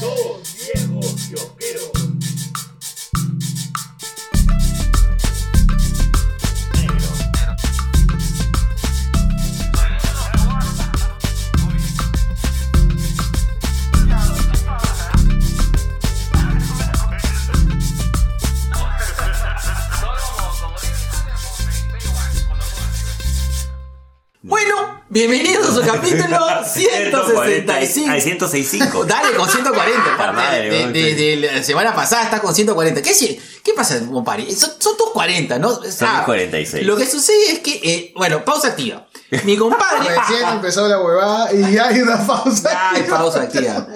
Dos viejos kiosqueros. Negro. Bueno, bienvenidos a su capítulo 165. Hay 165. Dale, con 140. La madre, de, vos, de- sí. de la semana pasada estás con 140. ¿Qué, si- qué pasa, compadre? Son, son tus 40, ¿no? Son mis 46. Lo que sucede es que, eh, bueno, pausa activa. Mi compadre. Recién empezó la huevada y ya hay una pausa. Ay, pausa activa.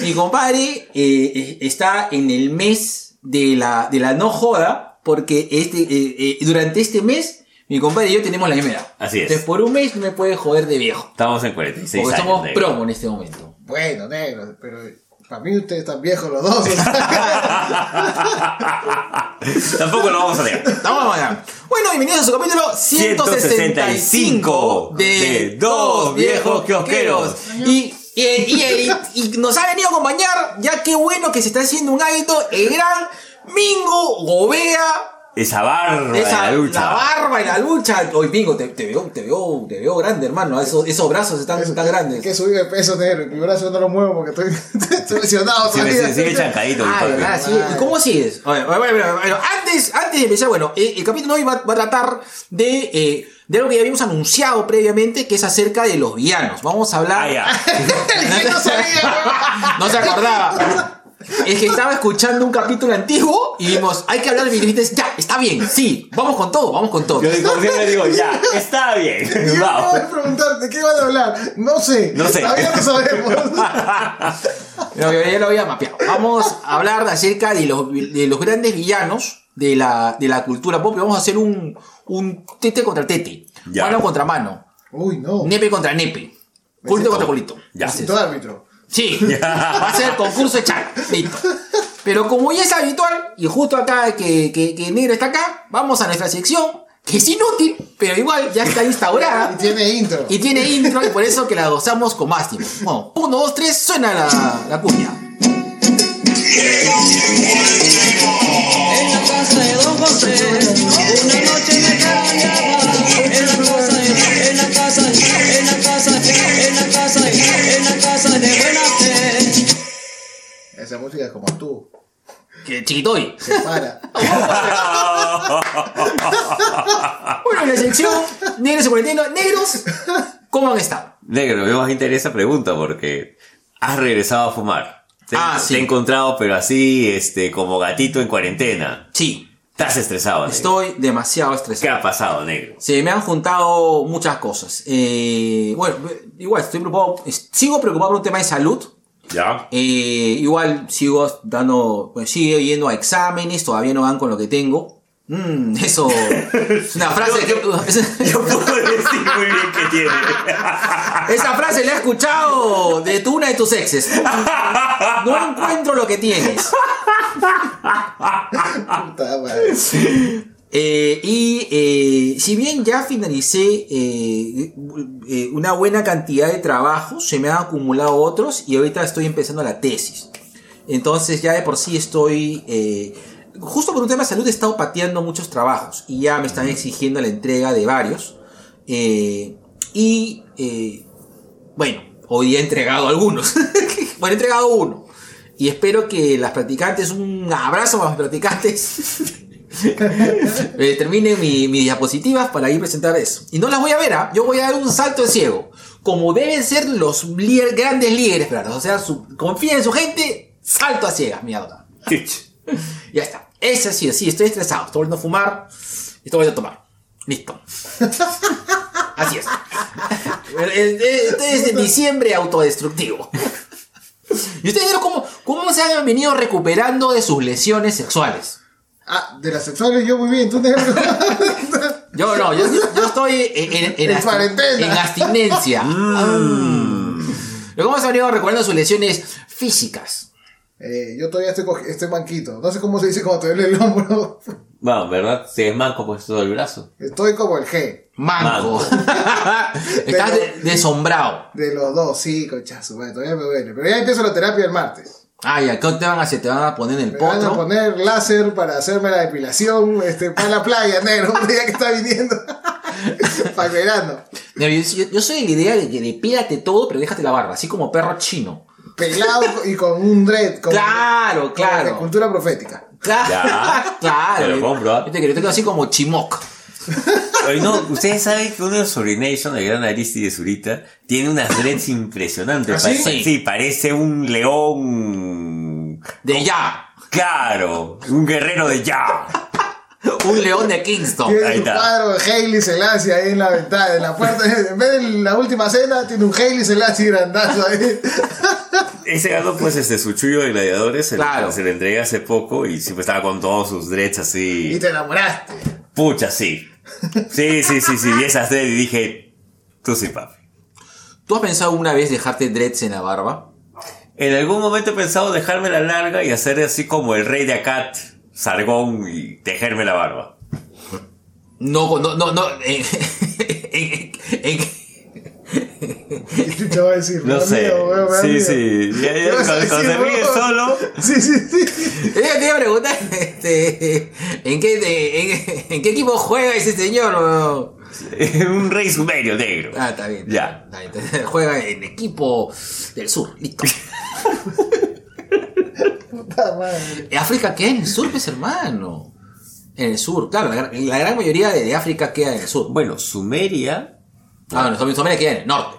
Mi compadre eh, eh, está en el mes de la, de la no joda, porque este, eh, eh, durante este mes, mi compadre y yo tenemos la misma edad. Así es. Entonces, por un mes no me puede joder de viejo. Estamos en 46 Porque años. somos negro. promo en este momento. Bueno, negro, pero para mí ustedes están viejos los dos. o sea. Tampoco lo vamos a negar. Vamos a ganar. Bueno, bienvenidos a su capítulo 165 165 de, de Dos Dos Viejos Viejos Kiosqueros. Y, y, y- y- y nos ha venido a acompañar, ya qué bueno que se está haciendo un hábito, el gran Mingo Gobea. Esa barba Esa, de la lucha. la barba y la lucha. Hoy, Mingo, te, te veo, te, veo, te veo grande, hermano. Esos, esos brazos están tan Hay grandes. que subir de peso, negro. Mi brazo no lo muevo porque estoy, estoy lesionado. Sí, me- sí, todavía. sigue chancadito. mi Ah, papi. ¿verdad? Sí. ¿Y cómo sigues? A ver, bueno, bueno, bueno, antes, antes de empezar, bueno, eh, el capítulo de hoy va, va a tratar de, eh, de algo que ya habíamos anunciado previamente, que es acerca de los villanos. Vamos a hablar. Ah, ya. Yo no sabía, huevón. No se acordaba. Es que estaba escuchando un capítulo antiguo y vimos, hay que hablar de villanistas. Ya, está bien, sí, vamos con todo, vamos con todo. Yo de corrido le digo, ya, está bien. Yo no voy Vamos. a preguntarte, ¿qué van a hablar? No sé. No sé. Todavía no sabemos. Pero yo ya lo había mapeado. Vamos a hablar acerca de los, de los grandes villanos de la, de la cultura pop. y Vamos a hacer un, un tete contra tete, Ya. mano contra mano. Uy, no. Nepe contra nepe. Culito contra culito. Ya. Así es. Todo árbitro. Sí. Va a ser concurso de chat. Listo. Pero como ya es habitual, y justo acá que, que, que Negro está acá, vamos a nuestra sección, que es inútil, pero igual ya está Y instaurada. tiene intro. Y tiene intro, y por eso que la gozamos con más tiempo. Bueno, uno, dos, tres, suena la, la cuña. En la casa de Don José, una noche me cabañaba. En la casa, de- en la casa, de- en la casa, de- en la casa, de- en la casa de buena fe. Esa música es como tú. Que chiquitoy. Se para. Bueno, en la sección, negros y cuarentena, negros, ¿cómo han estado? Negro, me más interesa pregunta porque has regresado a fumar. Te, Ah, te sí. he encontrado, pero así, este, como gatito en cuarentena. Sí, Estás estresado, negro. estoy demasiado estresado. ¿Qué ha pasado, negro? Se me han juntado muchas cosas. Eh, bueno, igual estoy preocupado. es- Sigo preocupado por un tema de salud. ¿Ya? Eh, igual sigo dando. Pues, sigo yendo a exámenes, todavía no van con lo que tengo. Mm, eso. Es una frase. que- Yo puedo decir muy bien que tiene. esa frase la he escuchado de tu, una de tus exes. No encuentro lo que tienes. Puta madre. Eh, y eh, si bien ya finalicé eh, eh, una buena cantidad de trabajos, se me han acumulado otros y ahorita estoy empezando la tesis. Entonces ya de por sí estoy, eh, justo por un tema de salud he estado pateando muchos trabajos y ya me están exigiendo la entrega de varios. Eh, y eh, bueno, hoy día he entregado algunos. bueno, he entregado uno. Y espero que las practicantes, un abrazo a las practicantes. Eh, termine mi- mis diapositivas para ir a presentar eso. Y no las voy a ver, ¿ah? yo voy a dar un salto de ciego. Como deben ser los líder- grandes líderes, claro. O sea, su- confía en su gente, salto a ciegas, mierda. Ya está. Es así, así. Estoy estresado. Estoy volviendo a fumar. Estoy volviendo a tomar. Listo. Así es. Este es de diciembre autodestructivo. ¿Y ustedes vieron cómo, cómo se han venido recuperando de sus lesiones sexuales? Ah, de las sexuales yo muy bien, tú negro. Yo no, yo, yo estoy en, en- en En absti- cuarentena. Mm. en abstinencia. Mm. Lo que hemos venido recordando sus lesiones físicas. Eh, yo todavía estoy, cogi- estoy manquito. No sé cómo se dice cuando te duele el hombro. Bueno, ¿verdad? Si es manco, pues todo el brazo. Estoy como el G. Manco. Estás de- desombrado. De los dos, sí, conchazo. Bueno, todavía me duele. Pero ya empiezo la terapia el martes. Ah, ya, ¿qué te van a hacer? Te van a poner en el Me van a potro. poner láser para hacerme la depilación este, para la playa, negro, ya que está viniendo. para el verano. Mira, Yo, yo- yo soy de la idea de que depílate todo, pero déjate la barba, así como perro chino. Pelado y con un dread. Con Claro, con la claro. cultura profética. Claro, Ya. claro. Te lo compro, ¿ah? Yo te quiero yo te quiero así como chimoc. Oye, no, ustedes saben que uno de los Orination, el gran Aristides Zurita, tiene unas dreads impresionantes. ¿Ah, sí? Parece- sí, parece un león. De ya. Claro, un guerrero de ya. Un león de Kingston. Tiene ahí un está. cuadro de Hailey Selassie ahí en la ventana, en la puerta. En vez de la última cena, tiene un Hailey Selassie grandazo ahí. Ese gato, pues, este, su chullo de gladiadores, se, Claro. se le entregué hace poco y siempre estaba con todos sus dreads Y así. te enamoraste. Pucha, sí. Sí, sí, sí, sí, vi esas dreads y dije, tú sí, papi. ¿Tú has pensado una vez dejarte dreads en la barba? En algún momento he pensado dejarme la larga y hacer así como el rey de Akat, Sargón, y tejerme la barba. No, no, no, eh, no. En, en- en- Y tú te vas a decir, No "Me da sé. miedo, weón, me da Sí, miedo". sí. Ya, ya, ¿Qué vas a cuando- cuando decir, se ríe weón? solo. Sí, sí, sí. Yo eh, te iba a preguntar, este, ¿en, qué, de- en, en qué equipo juega ese señor? weón? un rey sumerio negro. Ah, está bien. Ya. Está bien, está bien. Juega en equipo del sur, listo. Puta madre. África queda en el sur, pues hermano. En el sur, claro, la, gran- la gran mayoría de, de África queda en el sur. Bueno, Sumeria. Ah, bueno, Somalia- Somalia queda en el norte.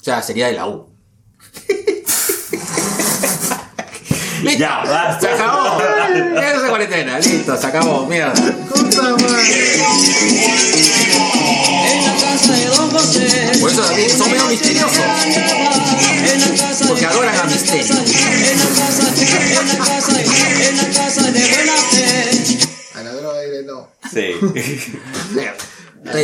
O sea, sería de la U. listo, Ya, basta. se acabó. Ya no se cuarentena, listo, se acabó, mierda. Puta madre. En la casa de Don José. Por eso también son medio misteriosos. Porque Porque adoran a Misterio. En la casa, en la casa, en la casa de buena fe. A la droga diré no. Sí. Mierda. Estoy-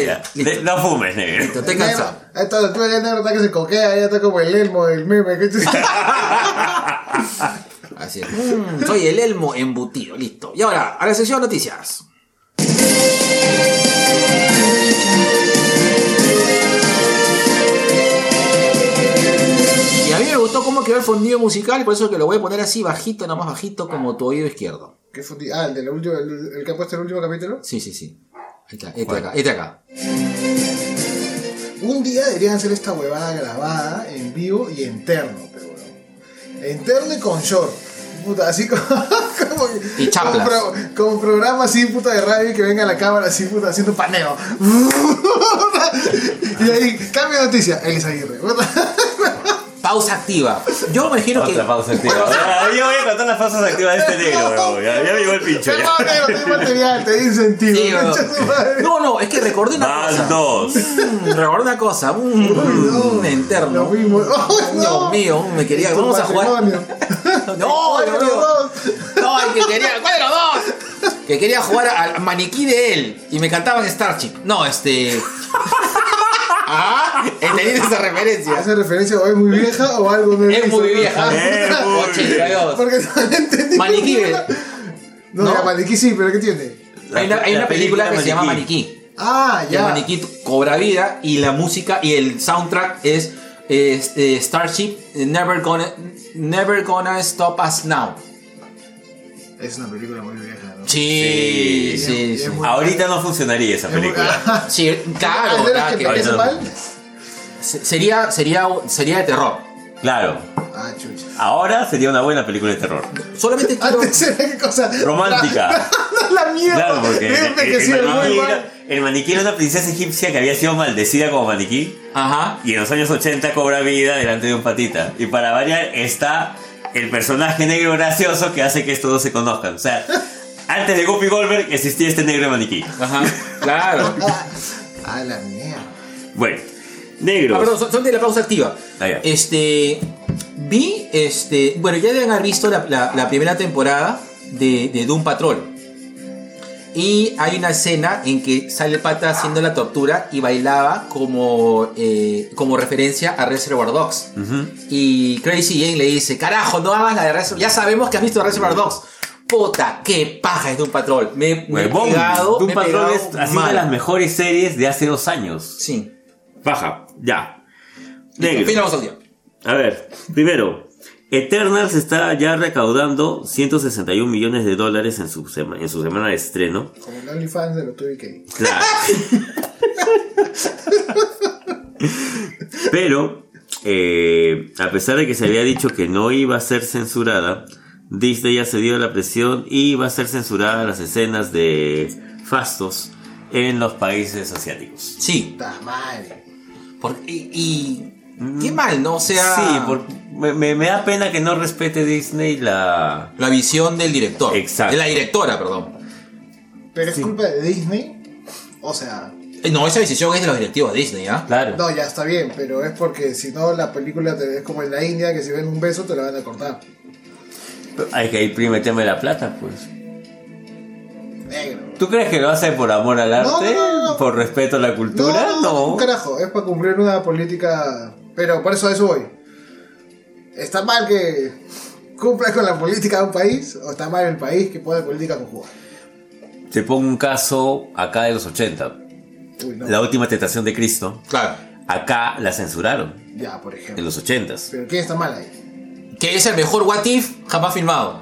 Ya. Listo, No fumes, negro. listo, estoy cansado. A esta altura ya negro está que se coquea, ya está como el elmo del meme. que tú- Así es. Mm, soy el Elmo embutido, listo. Y ahora, a la sección noticias. Y a mí me gustó cómo quedó el fondido musical, por eso que lo voy a poner así bajito, nada más bajito como tu oído izquierdo. ¿Qué fundi- Ah, el, de la última- el, el que ha puesto en el último capítulo. Sí, sí, sí. Ahí está, este acá, este acá. Un día deberían hacer esta huevada grabada en vivo y en terno, pero bueno. En terno y con short. Puta, así como. como Y chaplas. Como, pro- como programa así, puta de radio y que venga la cámara así, puta, haciendo paneo. y ahí, cambio de noticia. Elis Aguirre. puta. Pausa activa. Yo me imagino que. Otra pausa activa. Ahora, Yo voy a contar las pausas activas de este negro, bro. Ya, ya me llegó el pincho. Te Ya. manero, te material, te di incentivo. Sí, weón. concha su madre. No, no, es que recordé una Van cosa. dos. Mm, recordé una cosa. Mm, interno. Lo mismo. Oh, no. Dios mío, me quería. Tu Vamos a jugar. matrimonio. No, Bueno, Dios mío. dos. No, el que quería. ¿Cuál de los dos? Que quería jugar al maniquí de él. Y me cantaban Starship. No, este. Ah, entendí esa referencia. ¿Hace referencia o es muy vieja o algo de Es muy vieja. Es Eh, muy 82. Porque no la entendí. Maniquí de No, ¿No? ya maniquí sí, pero ¿qué tiene? Hay una, hay una La película que se llama Maniquí. Maniquí. Ah, Y el ya. maniquí cobra vida y la música y el soundtrack es, es, eh, Starship eh, Never Gonna Never Gonna Stop Us Now. Es una película muy vieja, ¿no? Sí, sí, sí. bien, bien. Ahorita no funcionaría esa Es muy- película. Ah, Sí, claro, ¿no era nada que que me ver. hizo mal? Se- sería, sería, sería de terror. Claro. Ah, chucha. Ahora sería una buena película de terror. Solamente quiero. Antes era qué cosa. Romántica. La mierda. Claro, porque He el, el envejecido muy maniquí era, mal. el maniquí era una princesa egipcia que había sido maldecida como maniquí Ajá. y en los años 80 cobra vida delante de un patita. Y para variar está el personaje negro gracioso que hace que estos dos se conozcan. O sea, antes de Guppy Goldberg existía este negro maniquí. Ajá. Claro. Ah, ah, la mierda. Bueno, Ah, negros. perdón, son, son de la pausa activa. Ah, ya. Este. Vi, este. Bueno, ya deben haber visto la, la- la primera temporada de, de Doom Patrol. Y hay una escena en que sale el pata haciendo la tortura y bailaba como, eh, como referencia a Reservoir Dogs. Ujú. Y Crazy Jane le dice, carajo, no hagas la de Reservoir Ya sabemos que has visto Reservoir Dogs. Puta, qué paja es Doom Patrol. Me, me he Huevón, pegado, Doom me he Patrol pegado es así una de mal. las mejores series de hace dos años. Sí. Baja, ya. Fin de la Negro. pausa activa. A ver, primero, Eternals está ya recaudando 161 millones de dólares en su, sema- en su semana de estreno. Como el OnlyFans de los 2K. Claro. Pero, eh, a pesar de que se había dicho que no iba a ser censurada, Disney ya cedió a la presión y va a ser censurada las escenas de fastos en los países asiáticos. Sí. Puta madre. por- y, y- Qué mal, ¿no? O sea. Sí, por- me, me- me da pena que no respete Disney la... La visión del director. Exacto. De la directora, perdón. Pero es culpa de Disney. O sea, Eh, No, esa decisión es de los directivos de Disney, ¿ah? Claro. no, ya está bien, pero es porque si no, la película te es como en la India, que si ven un beso te la van a cortar. Hay que ir primero el tema de la plata, pues. Negro. ¿Tú crees que lo hace por amor al No, arte? no, no, no. ¿Por respeto a la No, cultura? no, no, un carajo, es para cumplir una política. Pero por eso a eso voy. ¿Está mal que cumpla con la política de un país? ¿O está mal el país que pone política con jugar? Te pongo un caso acá de los 80. Uy, no. La última tentación de Cristo. Claro. Acá la censuraron Ya, por en ejemplo. los 80. Pero ¿quién está mal ahí? Que es el mejor What If jamás filmado.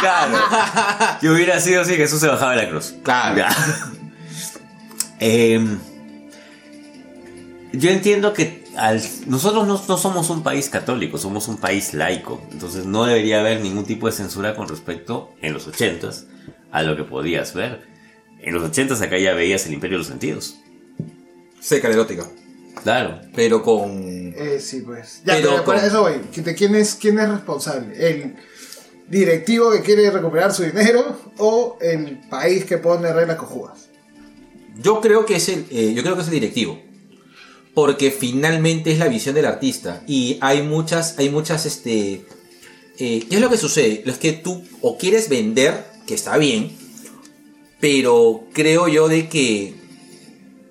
Claro. Que hubiera sido así, Jesús se bajaba de la cruz. Claro. Ya. Em, yo entiendo que al- nosotros no, no somos un país católico, somos un país laico. Entonces no debería haber ningún tipo de censura con respecto en los 80s a lo que podías ver. En los 80s acá ya veías el imperio de los sentidos. Seca la erótica. Claro. Pero con. Eh, sí, pues. Ya, Pero pero, por con- eso voy. ¿Que te- ¿Quién es, ¿Quién es responsable? ¿El directivo que quiere recuperar su dinero o el país que pone reglas con jugas? Yo creo que es el, eh, yo creo que es el directivo. Porque finalmente es la visión del artista. Y hay muchas, hay muchas, este. eh, ¿Qué es lo que sucede? Es que tú o quieres vender, que está bien, pero creo yo de que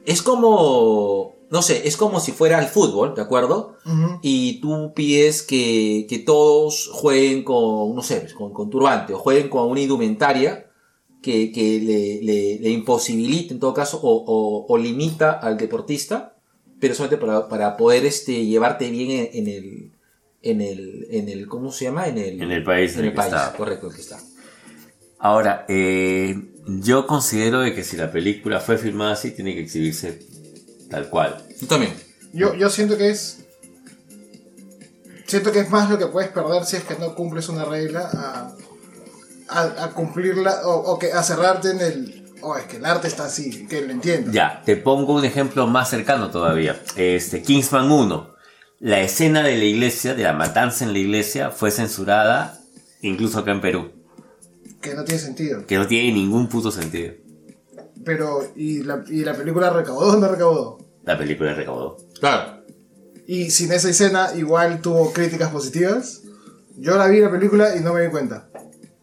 es como, no sé, es como si fuera el fútbol, ¿de acuerdo? Ujú. Y tú pides que, que todos jueguen con, no sé, pues, con, con turbante o jueguen con una indumentaria que, que le, le- le imposibilite, en todo caso, o, o- o limita al deportista, pero solamente para, para poder este, llevarte bien en, en el... En el, en el, ¿cómo se llama? En el, En el país En en el el que país, está. correcto, el que está. Ahora, eh, yo considero de que si la película fue filmada así, tiene que exhibirse tal cual. Yo también. Yo, yo siento que es. Siento que es más lo que puedes perder si es que no cumples una regla a, a, a cumplirla o, o que a cerrarte en el. Oh, es que el arte está así, que lo entiendo. Ya, te pongo un ejemplo más cercano todavía. Este, Kingsman 1. La escena de la iglesia, de la matanza en la iglesia, fue censurada incluso acá en Perú. Que no tiene sentido. Que no tiene ningún puto sentido. Pero, ¿y la, y la película recaudó o no recaudó? La película recaudó. Claro. Y sin esa escena, igual tuvo críticas positivas. Yo la vi la película y no me di cuenta.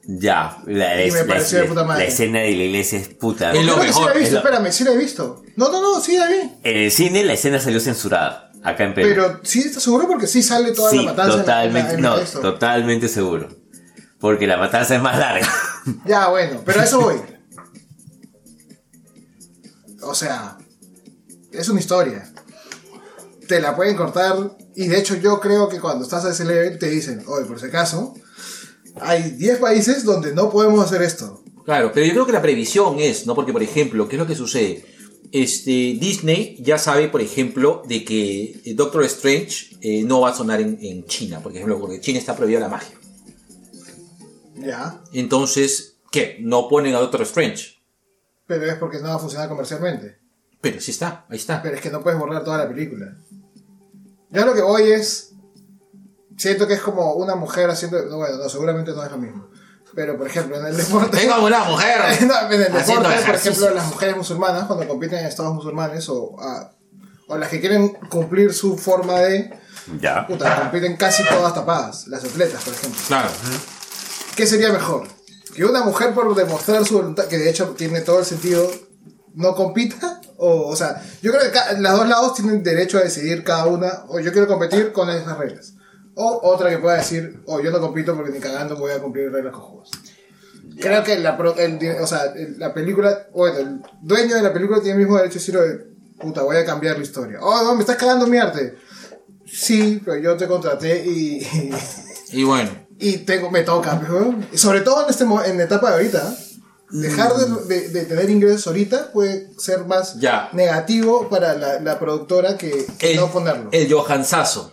Ya, la, Y me la- pareció de la- puta madre. la escena de la iglesia es puta. Es lo Creo que sí mejor, la he visto, es lo- espérame, sí la he visto. No, no, no, sí la vi. En el cine la escena salió censurada acá en Perú. Pero sí, ¿estás seguro? Porque sí sale toda la sí, matanza. en la- en la- totalmente, en el no, texto. totalmente seguro. Porque la matanza es más larga. Ya, bueno, pero a eso voy. O sea, es una historia. Te la pueden cortar. Y de hecho, yo creo que cuando estás a ese level te dicen, oye, por si acaso, hay 10 países donde no podemos hacer esto. Claro, pero yo creo que la previsión es, ¿no? Porque, por ejemplo, ¿qué es lo que sucede? Este, Disney ya sabe, por ejemplo, de que eh, Doctor Strange eh, no va a sonar en, en China, por ejemplo, porque en China está prohibida la magia. Ya, Entonces, ¿qué? No ponen a Doctor Strange. pero es porque no va a funcionar comercialmente. Pero sí está, ahí está. Pero es que no puedes borrar toda la película. Yo lo que voy es. Siento que es como una mujer haciendo. no, bueno, no, seguramente no es lo mismo. Pero por ejemplo, en el deporte. ¡Venga, una mujer! No, en el Haciendo deporte, por ejercicios. ejemplo, las mujeres musulmanas cuando compiten en estados musulmanes o, ah, o las que quieren cumplir su forma de. ya. Puta, compiten casi todas tapadas. Las atletas, por ejemplo. Claro. ¿Qué sería mejor? ¿Que una mujer por demostrar su voluntad, que de hecho tiene todo el sentido, no compita? O, o sea, yo creo que ca- los dos lados tienen derecho a decidir cada una, o yo quiero competir con esas reglas. O otra que pueda decir, o yo no compito porque ni cagando voy a cumplir reglas con juegos. Creo que la, pro- el di- o sea, el- la película, bueno, el dueño de la película tiene el mismo derecho a decir, "Oye, puta, voy a cambiar la historia. Oh, no, me estás cagando mi arte. Sí, pero yo te contraté y, Y bueno, y tengo, me toca. pues, weón. Y sobre todo en, este, mo- en la etapa de ahorita. ¿eh? Mm. Dejar de, de- de tener ingresos ahorita puede ser más Ya. negativo para la, la productora que el, no ponerlo. el Johansazo.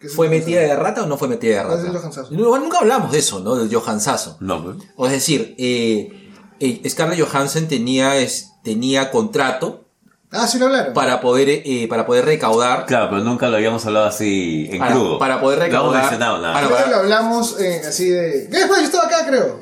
Que es eh, ¿Fue un- metida de rata o no fue metida de ¿Cuál rata? es el Johansazo? No, nunca hablamos de eso, ¿no? Del Johansazo. No, pues. O es decir, eh, eh, Scarlett Johansson tenía, es- tenía contrato Ah, sí lo hablaron. para poder, eh, para poder recaudar. Claro, pero nunca lo habíamos hablado así en Para- crudo. para poder No hemos recaudar- mencionado nada. para- Creo que lo hablamos eh, así de. ¿Qué después? Yo estaba acá, creo.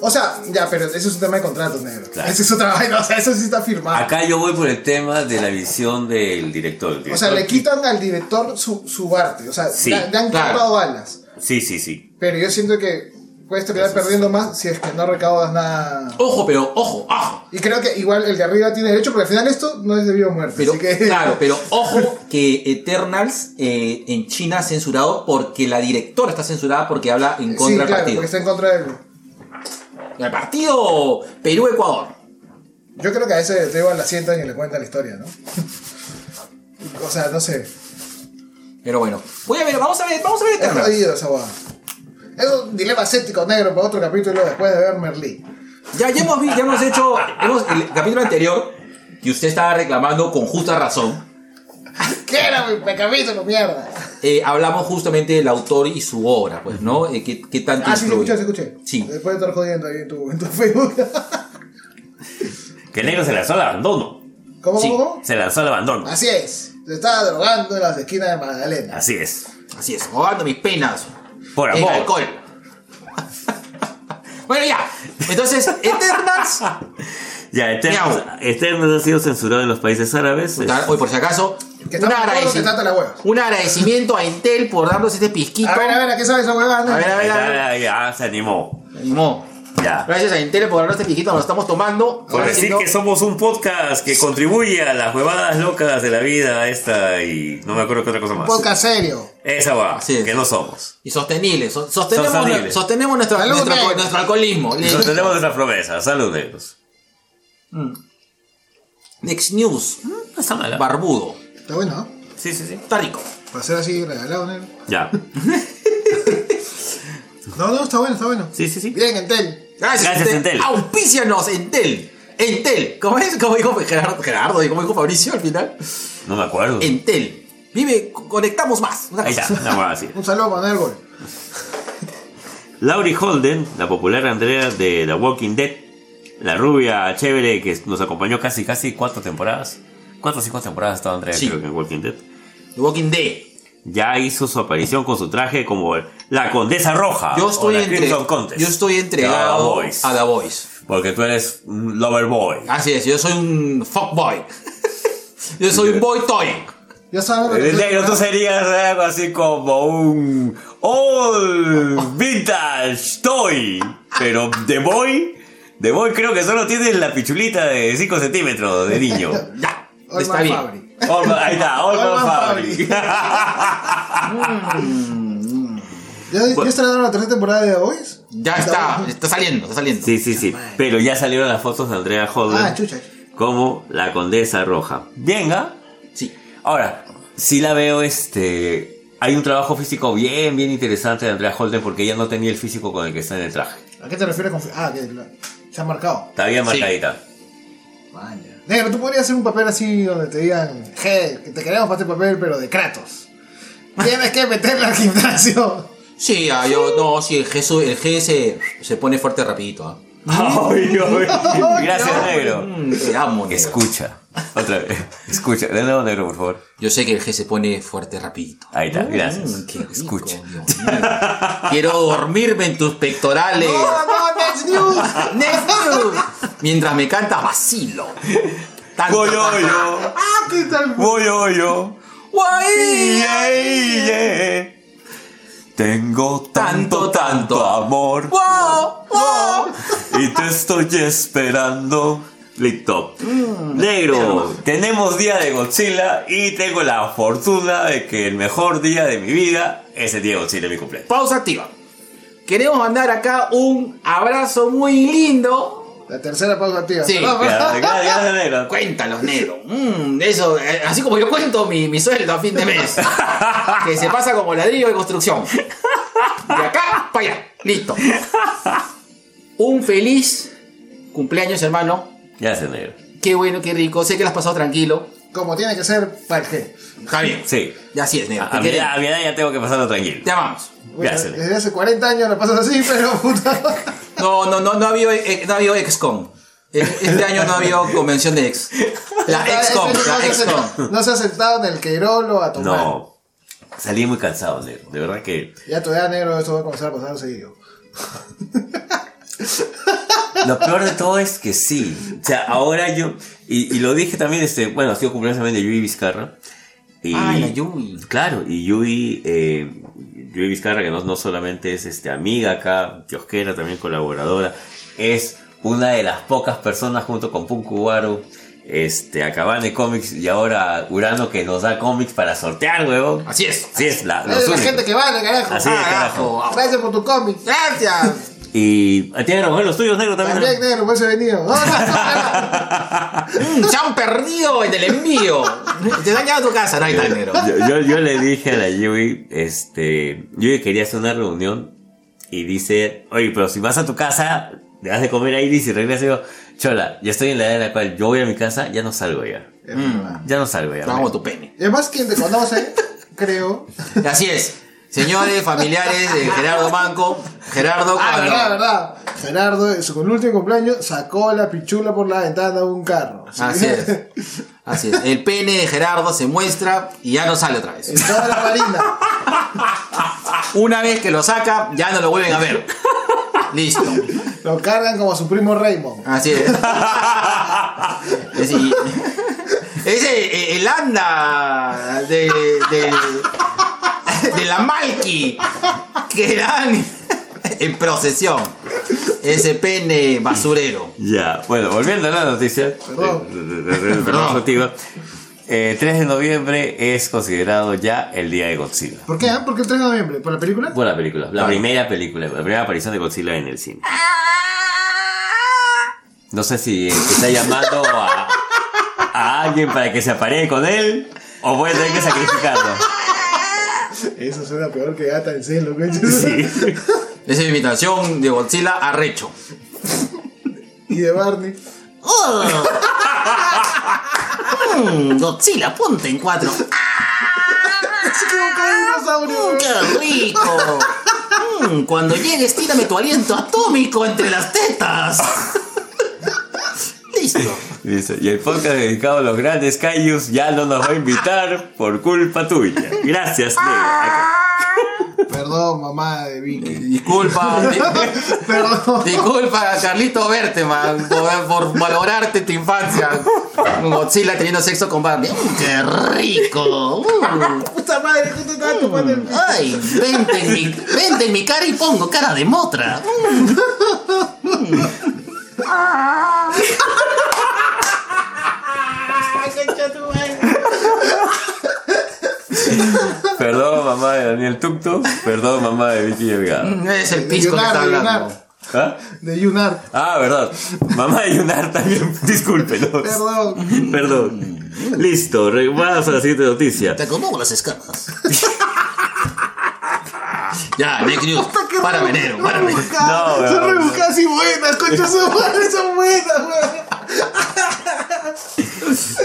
O sea, ya, pero eso es un tema de contratos, negro. Claro. Ese es otra vaina, o sea, eso sí está firmado. Acá yo voy por el tema de la visión del director. El o sea, director- le quitan al director su, su arte. O sea, Sí, le, han- le han claro. quitado balas. Sí, sí, sí. Pero yo siento que puedes terminar perdiendo más si es que no recaudas nada. Ojo, pero ojo, ojo. Y creo que igual el de arriba tiene derecho, porque al final esto no es debido a muerte. Pero, así que- Claro, pero ojo que Eternals eh, en China ha censurado porque la directora está censurada porque habla en sí, contra claro, del porque partido. está en contra del. El partido Perú-Ecuador. Yo creo que a ese te igual la sientan y le cuentan la historia, ¿no? o sea, no sé. Pero bueno, voy a ver, vamos a ver, vamos a ver Es Eternals. jodido esa huevada. Es un dilema escéptico negro para otro capítulo después de ver Merlí. Ya, ya hemos vi- ya hemos hecho hemos- el capítulo anterior que usted estaba reclamando con justa razón. ¿Qué era mi, mi capítulo, mierda? eh, hablamos justamente del autor y su obra, pues, ¿no? Eh, ¿qué, qué tanto Ah, sí, se influye? escuché, se escuché. Sí. Después de estar jodiendo ahí en tu, en tu Facebook. Que el negro se lanzó al abandono. ¿Cómo, Sí. cómo, cómo? Se lanzó al abandono. Así es. Se estaba drogando en las esquinas de Magdalena. Así es. Así es, ahogando mis penas Por en amor. alcohol. bueno, ya. Entonces, Eternals. Ya, Eternos, Miau. Eternos ha sido censurado en los países árabes. Puta, Oye, por si acaso, Que un, está mejor agradeci- que tanta la hueva. un agradecimiento a Intel por darnos este pisquito. A ver, a ver, ¿a qué sabe esa huevada? A ver, a Ahí ver, a está, ver. ahí, ah, se animó. Animó. Ya. Gracias a Intel por darnos este pisquito, nos lo estamos tomando. Por Ahora decir sí, ¿no? que somos un podcast que contribuye a las huevadas locas de la vida esta y no me acuerdo qué otra cosa más. Podcast serio. Esa va, Así es. que no somos. Y sostenibles. so- sostenemos, Sostenibles. sostenemos nuestro, Salud, nuestro, negro. nuestro alcoholismo. Nosotros tenemos nuestras promesas. Salud, negros. Next News. No está mala. Barbudo. Está bueno, ¿no? Sí, sí, sí. Está rico. Para ser así regalado, negro. Ya. No, no, está bueno, está bueno. Sí, sí, sí. Bien, Entel. Gracias, Gracias, Entel. Auspícianos, Entel. Entel. ¿Cómo es? ¿Cómo dijo Gerardo? Gerardo y cómo dijo Fabricio al final. No me acuerdo. Entel. Vive, co- conectamos más. Una Ahí cosa está, así. nada más así. Un saludo para Nergol. Laurie Holden, la popular Andrea de The Walking Dead, la rubia chévere que nos acompañó casi, casi cuatro temporadas. Cuatro o cinco temporadas estaba Andrea, Sí. creo que en Walking Dead. The Walking Dead. Ya hizo su aparición con su traje como la Condesa Roja. Yo o estoy, la entre, Crimson Contest. yo estoy The entregado Voice. a The Voice. Porque tú eres un lover boy. Así es, yo soy un fuckboy. yo soy un boy toy. Ya saben. lo Eh, que El estoy negro tú esperando. serías algo así como un old vintage toy. Pero de boy, de boy creo que solo tienes la pichulita de 5 centímetros de niño. Ya, Old está Man bien. Fabry. Old man- ahí está, Old Old Man man Fabry. ¿Ya, ya estrenaron la tercera temporada de The Voice? Ya está, está saliendo, está saliendo. Sí, sí, sí. Pero ya salieron las fotos de Andrea Holden Ah, chucha. como la condesa roja. ¿ah? Venga. Sí. Ahora, sí la veo, este. Hay un trabajo físico bien, bien interesante de Andrea Holden porque ella no tenía el físico con el que está en el traje. ¿A qué te refieres con.? Ah, que la- se han marcado. Está bien Sí. marcadita. Vaya. Negro, tú podrías hacer un papel así donde te digan, hey, que te queremos para este papel, pero de Kratos. Tienes que meterla al gimnasio. Sí, ah, yo, no, sí, el G, su- el G se, se pone fuerte rapidito. ah. Ay, ay. Gracias, No. negro. Mm, te amo, negro. Escucha. Otra vez. Escucha. De nuevo, negro, por favor. Yo sé que el G se pone fuerte rapidito. Ahí está. Mm, Gracias. qué rico, Escucha. Dios mío. Quiero dormirme en tus pectorales. ¡No, Oh, no, Next News! Negro. Mientras me canta vacilo. Tanto- Voy yo, yo. ¡Ah, qué tal! Voy yo, yo. Guay. Iye, iye. Tengo tanto, Tanto, tanto tanto amor. Wow, wow. Y te estoy esperando. Listo. Negro, tenemos día de Godzilla y tengo la fortuna de que el mejor día de mi vida es el día de Godzilla, mi cumpleaños. Pausa activa. Queremos mandar acá un abrazo muy lindo La tercera pausa activa. Sí, Vamos. Ya, ya, ya, de negro. Cuéntalos, negro. Mm, eso, eh, así como yo cuento mi, mi sueldo a fin de mes. que se pasa como ladrillo de construcción. De acá para allá. Listo. Un feliz cumpleaños, hermano. Ya se negro. Qué bueno, qué rico. Sé que lo has pasado tranquilo. Como tiene que ser, ¿para qué? Javier. Sí. Ya así es, negro. A, a Te mi, queremos. edad, a mi edad ya tengo que pasarlo tranquilo. Te amamos. Bueno, Ya se negro. desde hace 40 años lo pasas así, pero puta. No, no, no, no ha habido, eh, no ha habido XCOM. Eh, Este año no ha habido convención de ex. La XCOM, la este no, se XCOM. ha- no se ha sentado en el queirolo a tomar. No. Salí muy cansado, negro. De verdad que. Ya tu edad negro, eso va a comenzar a pasar seguido. Lo peor de todo es que sí. O sea, ahora yo. Y, y lo dije también, este, bueno, ha sido cumpleaños también de Yui Vizcarra. Y, Ay, la Yui. Claro, y Yui, eh, Yui Vizcarra, que no, no solamente es este, amiga acá, kiosquera, también colaboradora, es una de las pocas personas junto con Punkuwaru, este, Akabane Comics y ahora Urano que nos da cómics para sortear, huevón. Así es. Así es, la, los Es la únicos. gente que vale, carajo. Así es, carajo. Gracias por tu cómic. Gracias. Y ah, tiene los tuyos, negro también. También negro, por eso he venido. No, no, no, no. Mm, se han perdido en el envío. Te han llevado a tu casa, no hay tal negro. yo, yo- yo le dije a la Yui, este, Yui quería hacer una reunión y dice, oye, pero si vas a tu casa, te das de comer ahí, dice, y regresa y digo, chola, ya estoy en la edad en la cual yo voy a mi casa, ya no salgo ya. Es verdad. Ya no salgo ya. Vamos tu pene. Y además, quien te conoce, creo. Así es. Señores, familiares de Gerardo Manco, Gerardo Ah, cuando- verdad, verdad. Gerardo, en su último cumpleaños, sacó la pichula por la ventana de un carro. Así es. Así es. El pene de Gerardo se muestra y ya no sale otra vez. En toda la marina. Una vez que lo saca, ya no lo vuelven a ver. Listo. Lo cargan como a su primo Raymond. Así es. Es, y- es el, el anda de, de, de la Malki que dan en procesión. Ese pene basurero. Ya, bueno, volviendo a la noticia. Perdón. eh, de- de- de- de- Perdón, contigo. Eh, 3 de noviembre es considerado ya el día de Godzilla. ¿Por qué? ah? ¿Por qué el 3 de noviembre? ¿Por la película? Buena película, la primera película, la primera aparición de Godzilla en el cine. No sé si eh, está llamando a, a alguien para que se aparee con él o voy a tener que sacrificarlo. Eso suena peor que gata en celo, güey. Esa imitación de Godzilla a Recho. Y de Barney. Oh. Mm, Godzilla, ponte en cuatro. Se equivocó de dinosaurio, güey. ¡Qué rico! Mm, cuando llegues, tírame tu aliento atómico entre las tetas. Listo. Listo. Y el podcast dedicado a los grandes Cayus ya no nos va a invitar por culpa tuya. Gracias, negro. Perdón, mamá de Vicky. Disculpa, Perdón. disculpa a Carlito Berteman por, por valorarte tu infancia. Godzilla teniendo sexo con Bambi. Mm, ¡Qué rico! Mm. Puta madre, justo estaba tomando el. ¡Ay! Vente en, mi, vente en mi cara y pongo cara de motra. Perdón, mamá de Daniel Tucto. Perdón, mamá de Vicky Delgado. Mm, Es el De pisco que está Yunar, de hablando. Yunar. ¿Ah? De Yunar. Ah, verdad. Mamá de Yunar también. Discúlpenos. Perdón. Perdón. Listo, re- vamos a la siguiente noticia. Te acomodo las escamas. ya, Nick News. Párame, negro, párame. No, No, weón. son rebuscadas y buenas, concha su madre, son buenas, weón.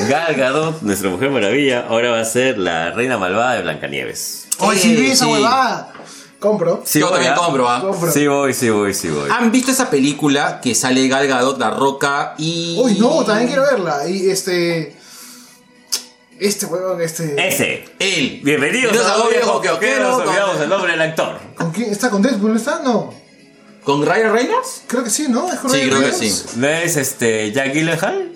Gal Gadot, nuestra Mujer Maravilla, ahora va a ser la reina malvada de Blancanieves. Oye, Sí, sí, vi esa sí. huevada. Compro. Sí Yo voy, también ¿ah? compro, ¿ah? Compro. Sí voy, sí voy, sí voy. ¿Han visto esa película que sale Gal Gadot, La Roca y... Uy, no, también quiero verla. Y este. Este huevón, este. Ese. Él. Bienvenidos Bienvenidos a a Doble Viejo Nos Quioquero, olvidamos el con- nombre del actor. ¿Con quién? ¿Está con Deadpool? ¿No está? No. ¿Con Ryan Reynolds? Creo que sí, ¿no? ¿Es con Sí, Ryan creo que Reynolds? sí. ¿No es este Jack Gyllenhaal?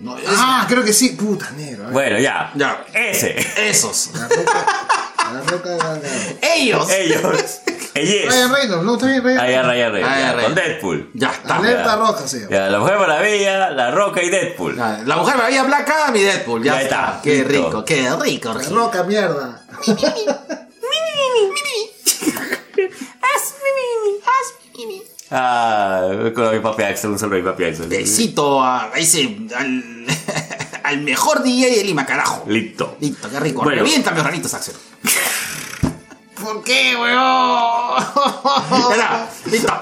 No, es- Ah, creo que sí. Puta negro. eh. Bueno, ya. Ya. Ese. Esos. La roca. La roca de Gal Gadot. Ellos. Ellos. Ellos. Ryan Reynolds, no, también Ryan Ahí Reynolds. ya, Ryan Reynolds, Ryan ya, Con Reynolds. Deadpool. Ya está. Alerta Ya. roja, sí. Ya, la Mujer Maravilla, La Roca y Deadpool. Ya, La mujer maravilla blanca, mi Deadpool. Ya, Ya está. está, Qué listo. rico, qué rico. La rico. roca, mierda. Haz Ah, con mi papi Axel, un saludo a mi papi Axel. Besito a ese, al, al mejor DJ de Lima, carajo. Listo. Listo, qué rico. Bueno. Revienta mis granitos, Axel. ¿Por qué, weón? Ya, listo.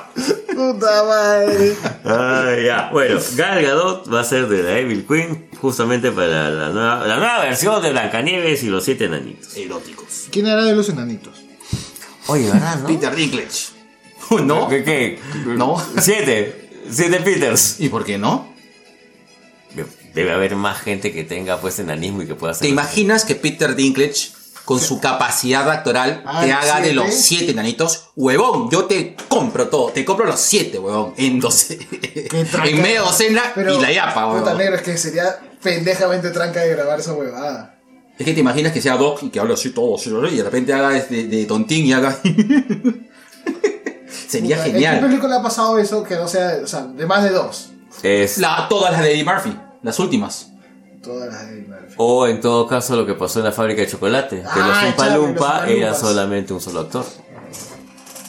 Puta madre. Ah, ya. Bueno, Gal Gadot va a ser de la Evil Queen, justamente para la nueva, la nueva versión de Blancanieves y los siete enanitos. Eróticos. ¿Quién era de los enanitos? Oye, ¿verdad, no? Peter Dinklage. Ah, ¿No? ¿Qué, qué? No. Siete. Siete Peters. ¿Y por qué no? Debe haber más gente que tenga pues enanismo y que pueda hacer. ¿Te imaginas que Peter Dinklage, con su capacidad actoral, Ah, te haga de ¿siete? los siete nanitos? Huevón, yo te compro todo. Te compro los siete, huevón. En, doce, tranca. en media docena y la yapa, Puta huevón. negro, es que sería pendejamente tranca de grabar esa huevada. Es que te imaginas que sea Doc y que hable así todo, así, y de repente haga de, de tontín y haga... Sería Puta, ¿En qué genial. película ha pasado eso que no sea, o sea, de más de dos? Es- La- todas las de Eddie Murphy, las últimas. Todas las de Eddie Murphy. O en todo caso lo que pasó en la fábrica de chocolate, que Ah, los Umpa chale, los Lumpa era Umpalumpas. solamente un solo actor.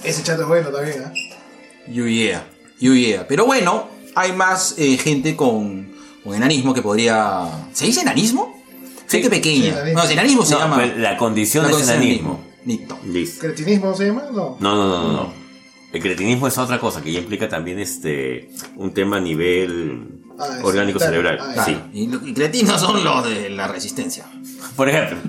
Ese chato es bueno también, ¿eh? You yeah, you yeah. Pero bueno, hay más eh, gente con, con enanismo que podría. ¿Se dice enanismo? Gente pequeña. enanismo. No, enanismo se No, llama. pues, la condición la es condición enanismo. Listo. Listo. ¿Cretinismo se llama? No. No, no, no, no, no. El cretinismo es otra cosa que ya implica también este un tema a nivel Ah, es orgánico mental. cerebral. Ah, sí. Claro. Y los y cretinos son los de la resistencia. Por ejemplo.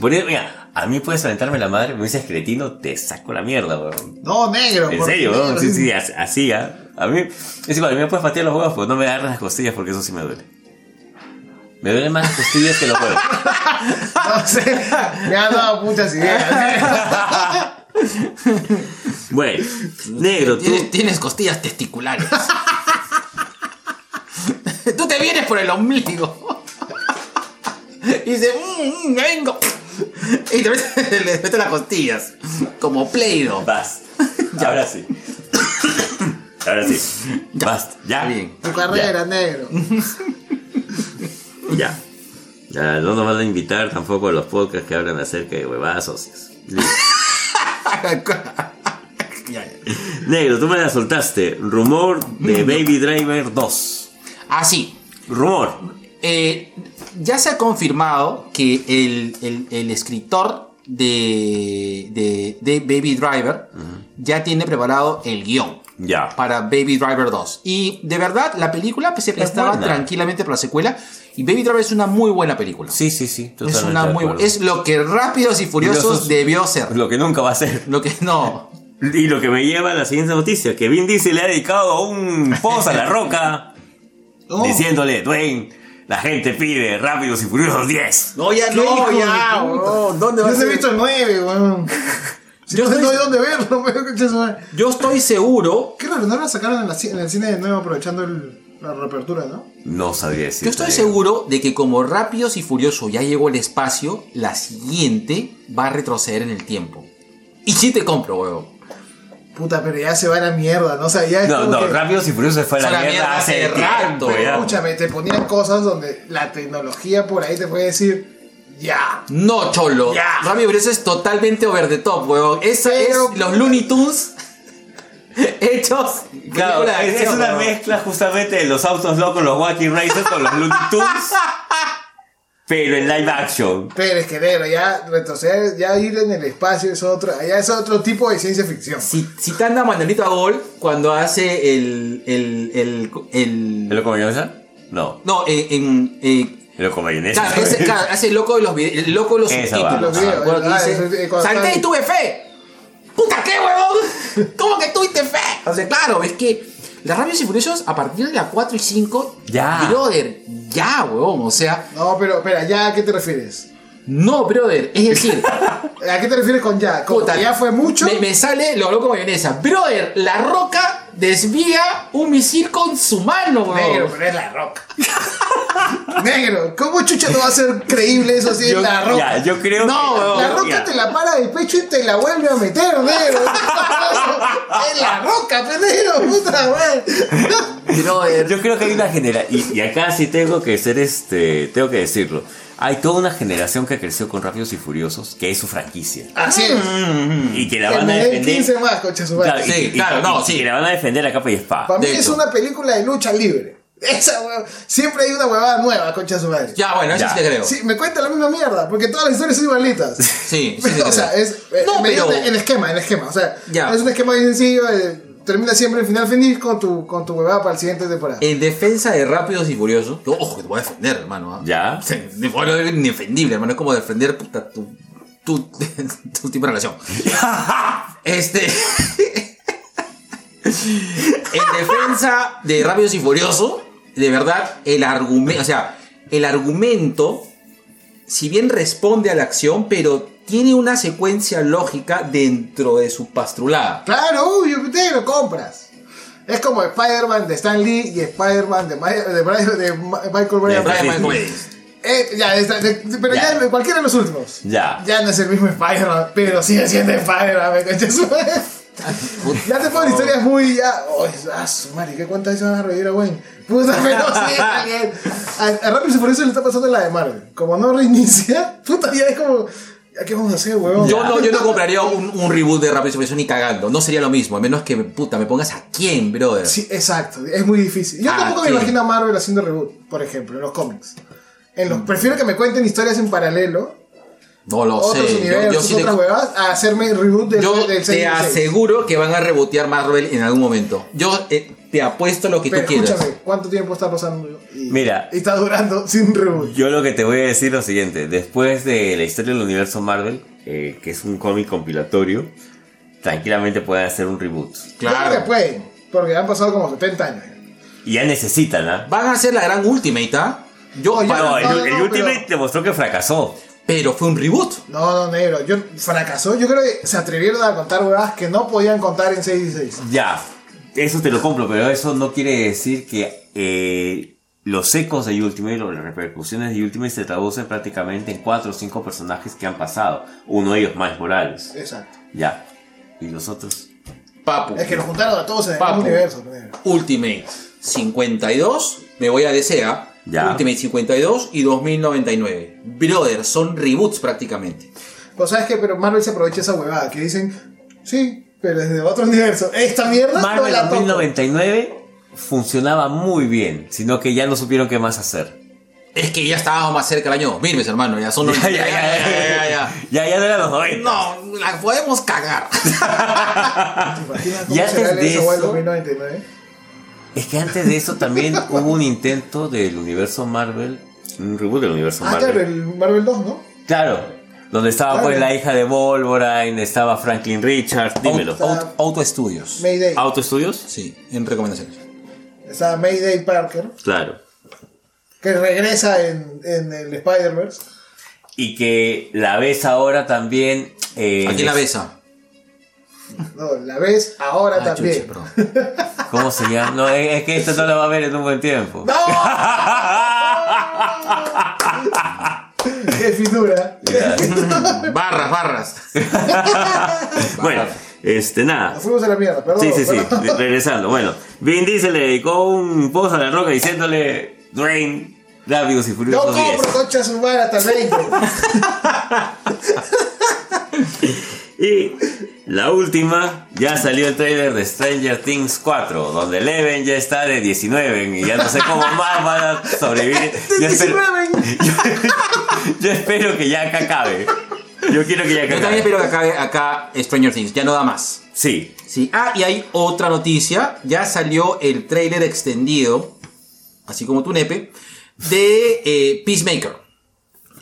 Por ejemplo, mira, a mí puedes aventarme la madre, me dices cretino, te saco la mierda, weón. No, negro. En por serio, negro. weón. Sí, sí, as- así, ¿ah? A mí, es igual, a mí me puedes patear los huevos, pero no me agarras las costillas porque eso sí me duele. Me duelen más las costillas que los huevos. No sé, me han dado muchas ideas. Bueno, negro, tú. Tienes, tienes costillas testiculares. Tú te vienes por el ombligo. Y dices, mmm, me vengo. Y te metes, le metes las costillas. Como pleido. Vas. Ahora sí. Ahora sí. Basta. Ya. Está bien. Tu carrera, negro. Ya. Ya, No nos van a invitar tampoco a los podcasts que hablan acerca de huevadas socias. Listo. Ya, ya. Negro, tú me la soltaste. Rumor de Baby Driver 2. Así, Rumor. Ah, eh, ya se ha confirmado que el, el- el escritor de, de- de Baby Driver ya tiene preparado el guión Ya. para Baby Driver 2. Y de verdad, la película pues, se prestaba buena. tranquilamente para la secuela. Y Baby Driver es una muy buena película. Sí, sí, sí. es, totalmente una de muy, bu- acuerdo. es lo que Rápidos y Furiosos Furiosos. debió ser. Lo que nunca va a ser. Lo que no. Y lo que me lleva a la siguiente noticia: que Vin Diesel le ha dedicado un post a la roca No. diciéndole, Dwayne, la gente pide rápidos y furiosos 10. No, ya ¿Qué hijo de puta? ¿Dónde Yo vas te a he visto nueve, weón. Si Yo no sé estoy- dónde verlo, weón. concha su madre. Yo estoy seguro Qué raro, no la sacaron en, la ci- en el cine de nuevo aprovechando el- la reapertura, ¿no? No sabría decir. Yo estoy seguro de que como Rápidos y Furioso ya llegó el espacio, la siguiente va a retroceder en el tiempo. Y sí te compro, huevo. Puta, pero ya se va a la mierda, ¿no? O sea, ya es No, como no, que- rápidos y furiosos se fue a la Fue a mierda, hace rato. rato, Pero ya. escúchame, te ponían cosas donde la tecnología por ahí te puede decir, ya. No, cholo. Ya. Rápido y Furioso es totalmente over the top, huevo. Eso Pero- es los Looney Tunes hechos. Claro, película de es, es acción, una huevón. mezcla justamente de los autos locos, los Wacky Racers con los Looney Tunes, pero en live action. Pero es que negro, ya retroceder, ya ir en el espacio es otro, allá es otro tipo de ciencia ficción. Si, si te anda Manolito a gol cuando hace el... el, el, el- ¿El loco mayonesa? No, no, eh, en... eh, el loco mayonesa. Claro, ese, claro, hace el loco de los vide- el loco de los Esa subtítulos. va. Los videos, Bueno, que ah, dice, eso es- cuando salté están- y tuve fe. ¡Puta qué, huevón! ¿Cómo que tuviste fe? O sea, claro, es que las Rápidos y Furiosos a partir de la 4 y 5, Ya. brother, ya, huevón. O sea, No, pero, pero, ¿ya a qué te refieres? no, brother. Es decir, ¿A qué te refieres con ya? ¿Como puta, que ya fue mucho? Me, me sale lo loco mayonesa. Brother, la roca desvía un misil con su mano, Negro, huevón. pero es la roca. negro, ¿cómo chucha no va a ser creíble eso así Yo- en la roca? Ya, yo creo No, que- weón, La roca ya. te la para del pecho y te la vuelve a meter, negro. es la roca, pendejo, puta madre. brother. Yo creo que hay una generación, y, y acá sí tengo que ser este, tengo que decirlo. Hay toda una generación que creció con Rápidos y Furiosos, que es su franquicia. Así es. Y que Mm, la Que van a me den defender. 15 más, coche su madre. Claro, y- Sí, y- claro, y- no, y sí. que la van a defender a capa y espada. Para mí de es hecho. una película de lucha libre. Esa, weón. Siempre hay una huevada nueva, concha su madre. Ya, bueno, eso Ya. sí te creo. Sí, Sí, me cuenta la misma mierda, porque todas las historias son igualitas. sí, te creo. o sea, es. eh, No, mediante pero- El esquema, el esquema. O sea, Ya. es un esquema bien sencillo. eh, termina siempre el final feliz con tu, con tu huevada para la siguiente temporada. En defensa de Rápidos y Furiosos, que, ojo, que te voy a defender, hermano. ¿ah? Ya. Sí, de forma indefendible, hermano. Es como defender puta, tu, tu, tu tipo de relación. este. en defensa de Rápidos y Furiosos, de verdad, el argumento. O sea, el argumento, si bien responde a la acción, pero tiene una secuencia lógica dentro de su pastrulada. Claro, obvio, que te lo compras. Es como Spider-Man de Stan Lee y Spider-Man de, Ma- de, Brian- de Ma- Michael Brian Bryan. Brian Michael Bendis. Bendis. Eh, ya, está- de- de- pero ya. Ya. cualquiera de los últimos. Ya. Ya no es el mismo Spider-Man, pero sigue siendo Spider-Man, me concha su madre. Ya te ponen historias muy. Ya, oh, es- ah, su madre, ¿qué cuántas veces van a reír a Wayne? Puta, pero sí, alguien. A, a Rápido y por eso le está pasando la de Marvel. Como no reinicia, puta, ya es como. ¿Ya qué vamos a hacer, huevón? Yo no, yo no compraría un, un reboot de Rápido y Furioso ni cagando. No sería lo mismo. A menos que, puta, me pongas a quién, brother. Sí, exacto, es muy difícil. Yo Ah, tampoco sí. me imagino a Marvel haciendo reboot, por ejemplo, en los cómics. En los, prefiero que me cuenten historias en paralelo, No lo otros sé. Yo, universos, yo sí te, otras huevadas, a hacerme reboot del, yo del te 6 y del 6. aseguro que van a rebotear Marvel en algún momento. Yo eh, te apuesto lo que Pero tú quieras. escúchame, ¿cuánto tiempo está pasando? Y, Mira. Y está durando sin reboot. Yo lo que te voy a decir es lo siguiente. Después de la historia del universo Marvel, eh, que es un cómic compilatorio, tranquilamente pueden hacer un reboot. Yo creo que Claro. pueden, porque han pasado como 70 años. Y ya necesitan, ¿ah? Van a hacer la gran Ultimate, ¿ah? Yo, Oye, para- No, no, el, no, el no, Ultimate pero- demostró que fracasó. pero fue un reboot. No, no, negro. Yo, fracasó. Yo creo que se atrevieron a contar huevadas que no podían contar en 6 y 6. Ya, eso te lo compro, pero eso no quiere decir que eh, los ecos de Ultimate o las repercusiones de Ultimate se traducen prácticamente en cuatro o cinco personajes que han pasado. Uno de ellos, Miles Morales. Exacto. Ya. Y los otros. Papu. Es que los juntaron a todos en el Papo. mismo universo. negro. Ultimate 52. Me voy a desea. Ya. Ultimate 52 y 2099. Brother, son reboots prácticamente. Pues sabes que, pero Marvel se aprovecha esa huevada que dicen, sí, pero desde otro universo. Esta mierda no Marvel la toco. 2099 funcionaba muy bien, sino que ya no supieron qué más hacer. Es que ya estábamos más cerca del año 2000, mis hermanos. Ya son. Ya, ya, ya, ya, ya, ya. Ya, ya no eran los 90. No, la podemos cagar. ¿Te imaginas Y cómo antes será el de eso, güey, eso- 2099? Es que antes de eso también hubo un intento del universo Marvel, un reboot del universo Ah, Marvel. claro, el Marvel 2, ¿no? Claro, donde estaba Claro. pues la hija de Wolverine, estaba Franklin Richards, dímelo. Auto- Auto Studios. Mayday. ¿Auto Studios? Sí, en recomendaciones. Está Mayday Parker, Claro. que regresa en, en el Spider-Verse. Y que la ves ahora también. eh, ¿A quién la besa? No, la ves ahora Ah, también. chucha, perdón. ¿Cómo se llama? No, es, es que esto no lo va a ver en un buen tiempo. Ah, ¡Qué finura! barras, barras. Bueno, este, nada. Nos fuimos a la mierda, perdón. Sí, sí, sí. perdón. Re- Regresando. Bueno, Vin Diesel le dedicó un post a la roca diciéndole: Dwayne, rápidos y Yo furiosos 10. compro concha su madre hasta el 20. Y la última, ya salió el trailer de Stranger Things 4, donde Eleven ya está de 19 y ya no sé cómo más van a sobrevivir. Yo espero, yo espero que ya acá acabe. Yo quiero que ya acá Yo también acabe. espero que acabe acá Stranger Things. Ya no da más. Sí, Sí. Ah, y hay otra noticia. Ya salió el tráiler extendido, así como tu nepe, de eh, Peacemaker.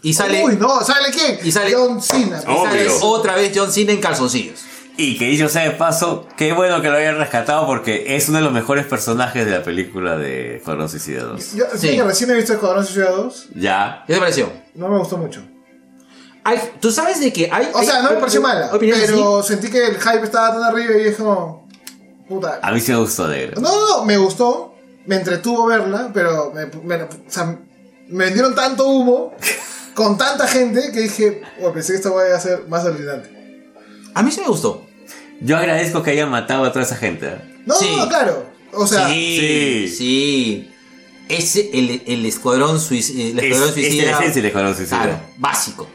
Y sale, Uy, no, ¿sale quién? Y sale- Oh, John Cena. y sale obvio. otra vez John Cena en calzoncillos. y que dicho sea de paso, qué bueno que lo hayan rescatado porque es uno de los mejores personajes de la película de Escuadrón Suicida 2. Yo Sí. sí. que recién he visto Escuadrón Suicida 2, Ya. ¿Qué te pareció? no me gustó mucho. Hay- Tú sabes de que hay... O sea, no me hay- pareció mala, opiniones pero sentí que el hype estaba tan arriba y es como... Puta, Ah, A mí sí me gustó negro. No, no, no, me gustó, me entretuvo verla, pero me, me- o sea, me vendieron tanto humo con tanta gente que dije, "Oh, pensé que esto iba a ser más alucinante. A mí sí me gustó. Yo agradezco que hayan matado a toda esa gente. ¿eh? No, Sí. no, no, claro. O sea, Sí. sí, sí. Es el, el escuadrón, suic- eh, el escuadrón Es- es suicida. la Ah, esencia del Escuadrón Suicida. Claro, básico.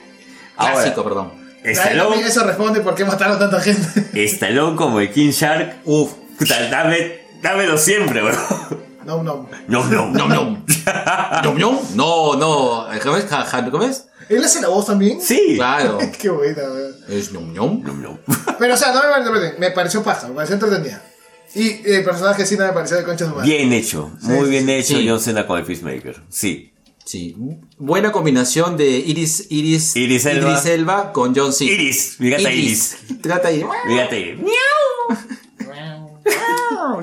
Ahora. Clásico, perdón. ahí Stallone, eso responde por qué mataron tanta gente. Stallone como el King Shark. Uf. Puta, dame, dámelo siempre, bro. No, no. No, no, No, no. No, no. No, no. ¿Cómo es? Ja- ja- ¿Cómo es? ¿Él hace la voz también? Sí. Claro. Qué buena, weón. Es ñom ñom. No, no. Pero, o sea, no me malinterpreten, me pareció paja, me pareció entretenida. Y eh, el personaje sí no me pareció de concha de su madre. Bien hecho. Muy bien hecho sí. John Cena con el Peacemaker. Sí. Sí. Buena combinación de Iris, Iris, Iris Elba. Idris Elba con John Cena. Iris, mi gata Iris. Trata ahí. Fíjate.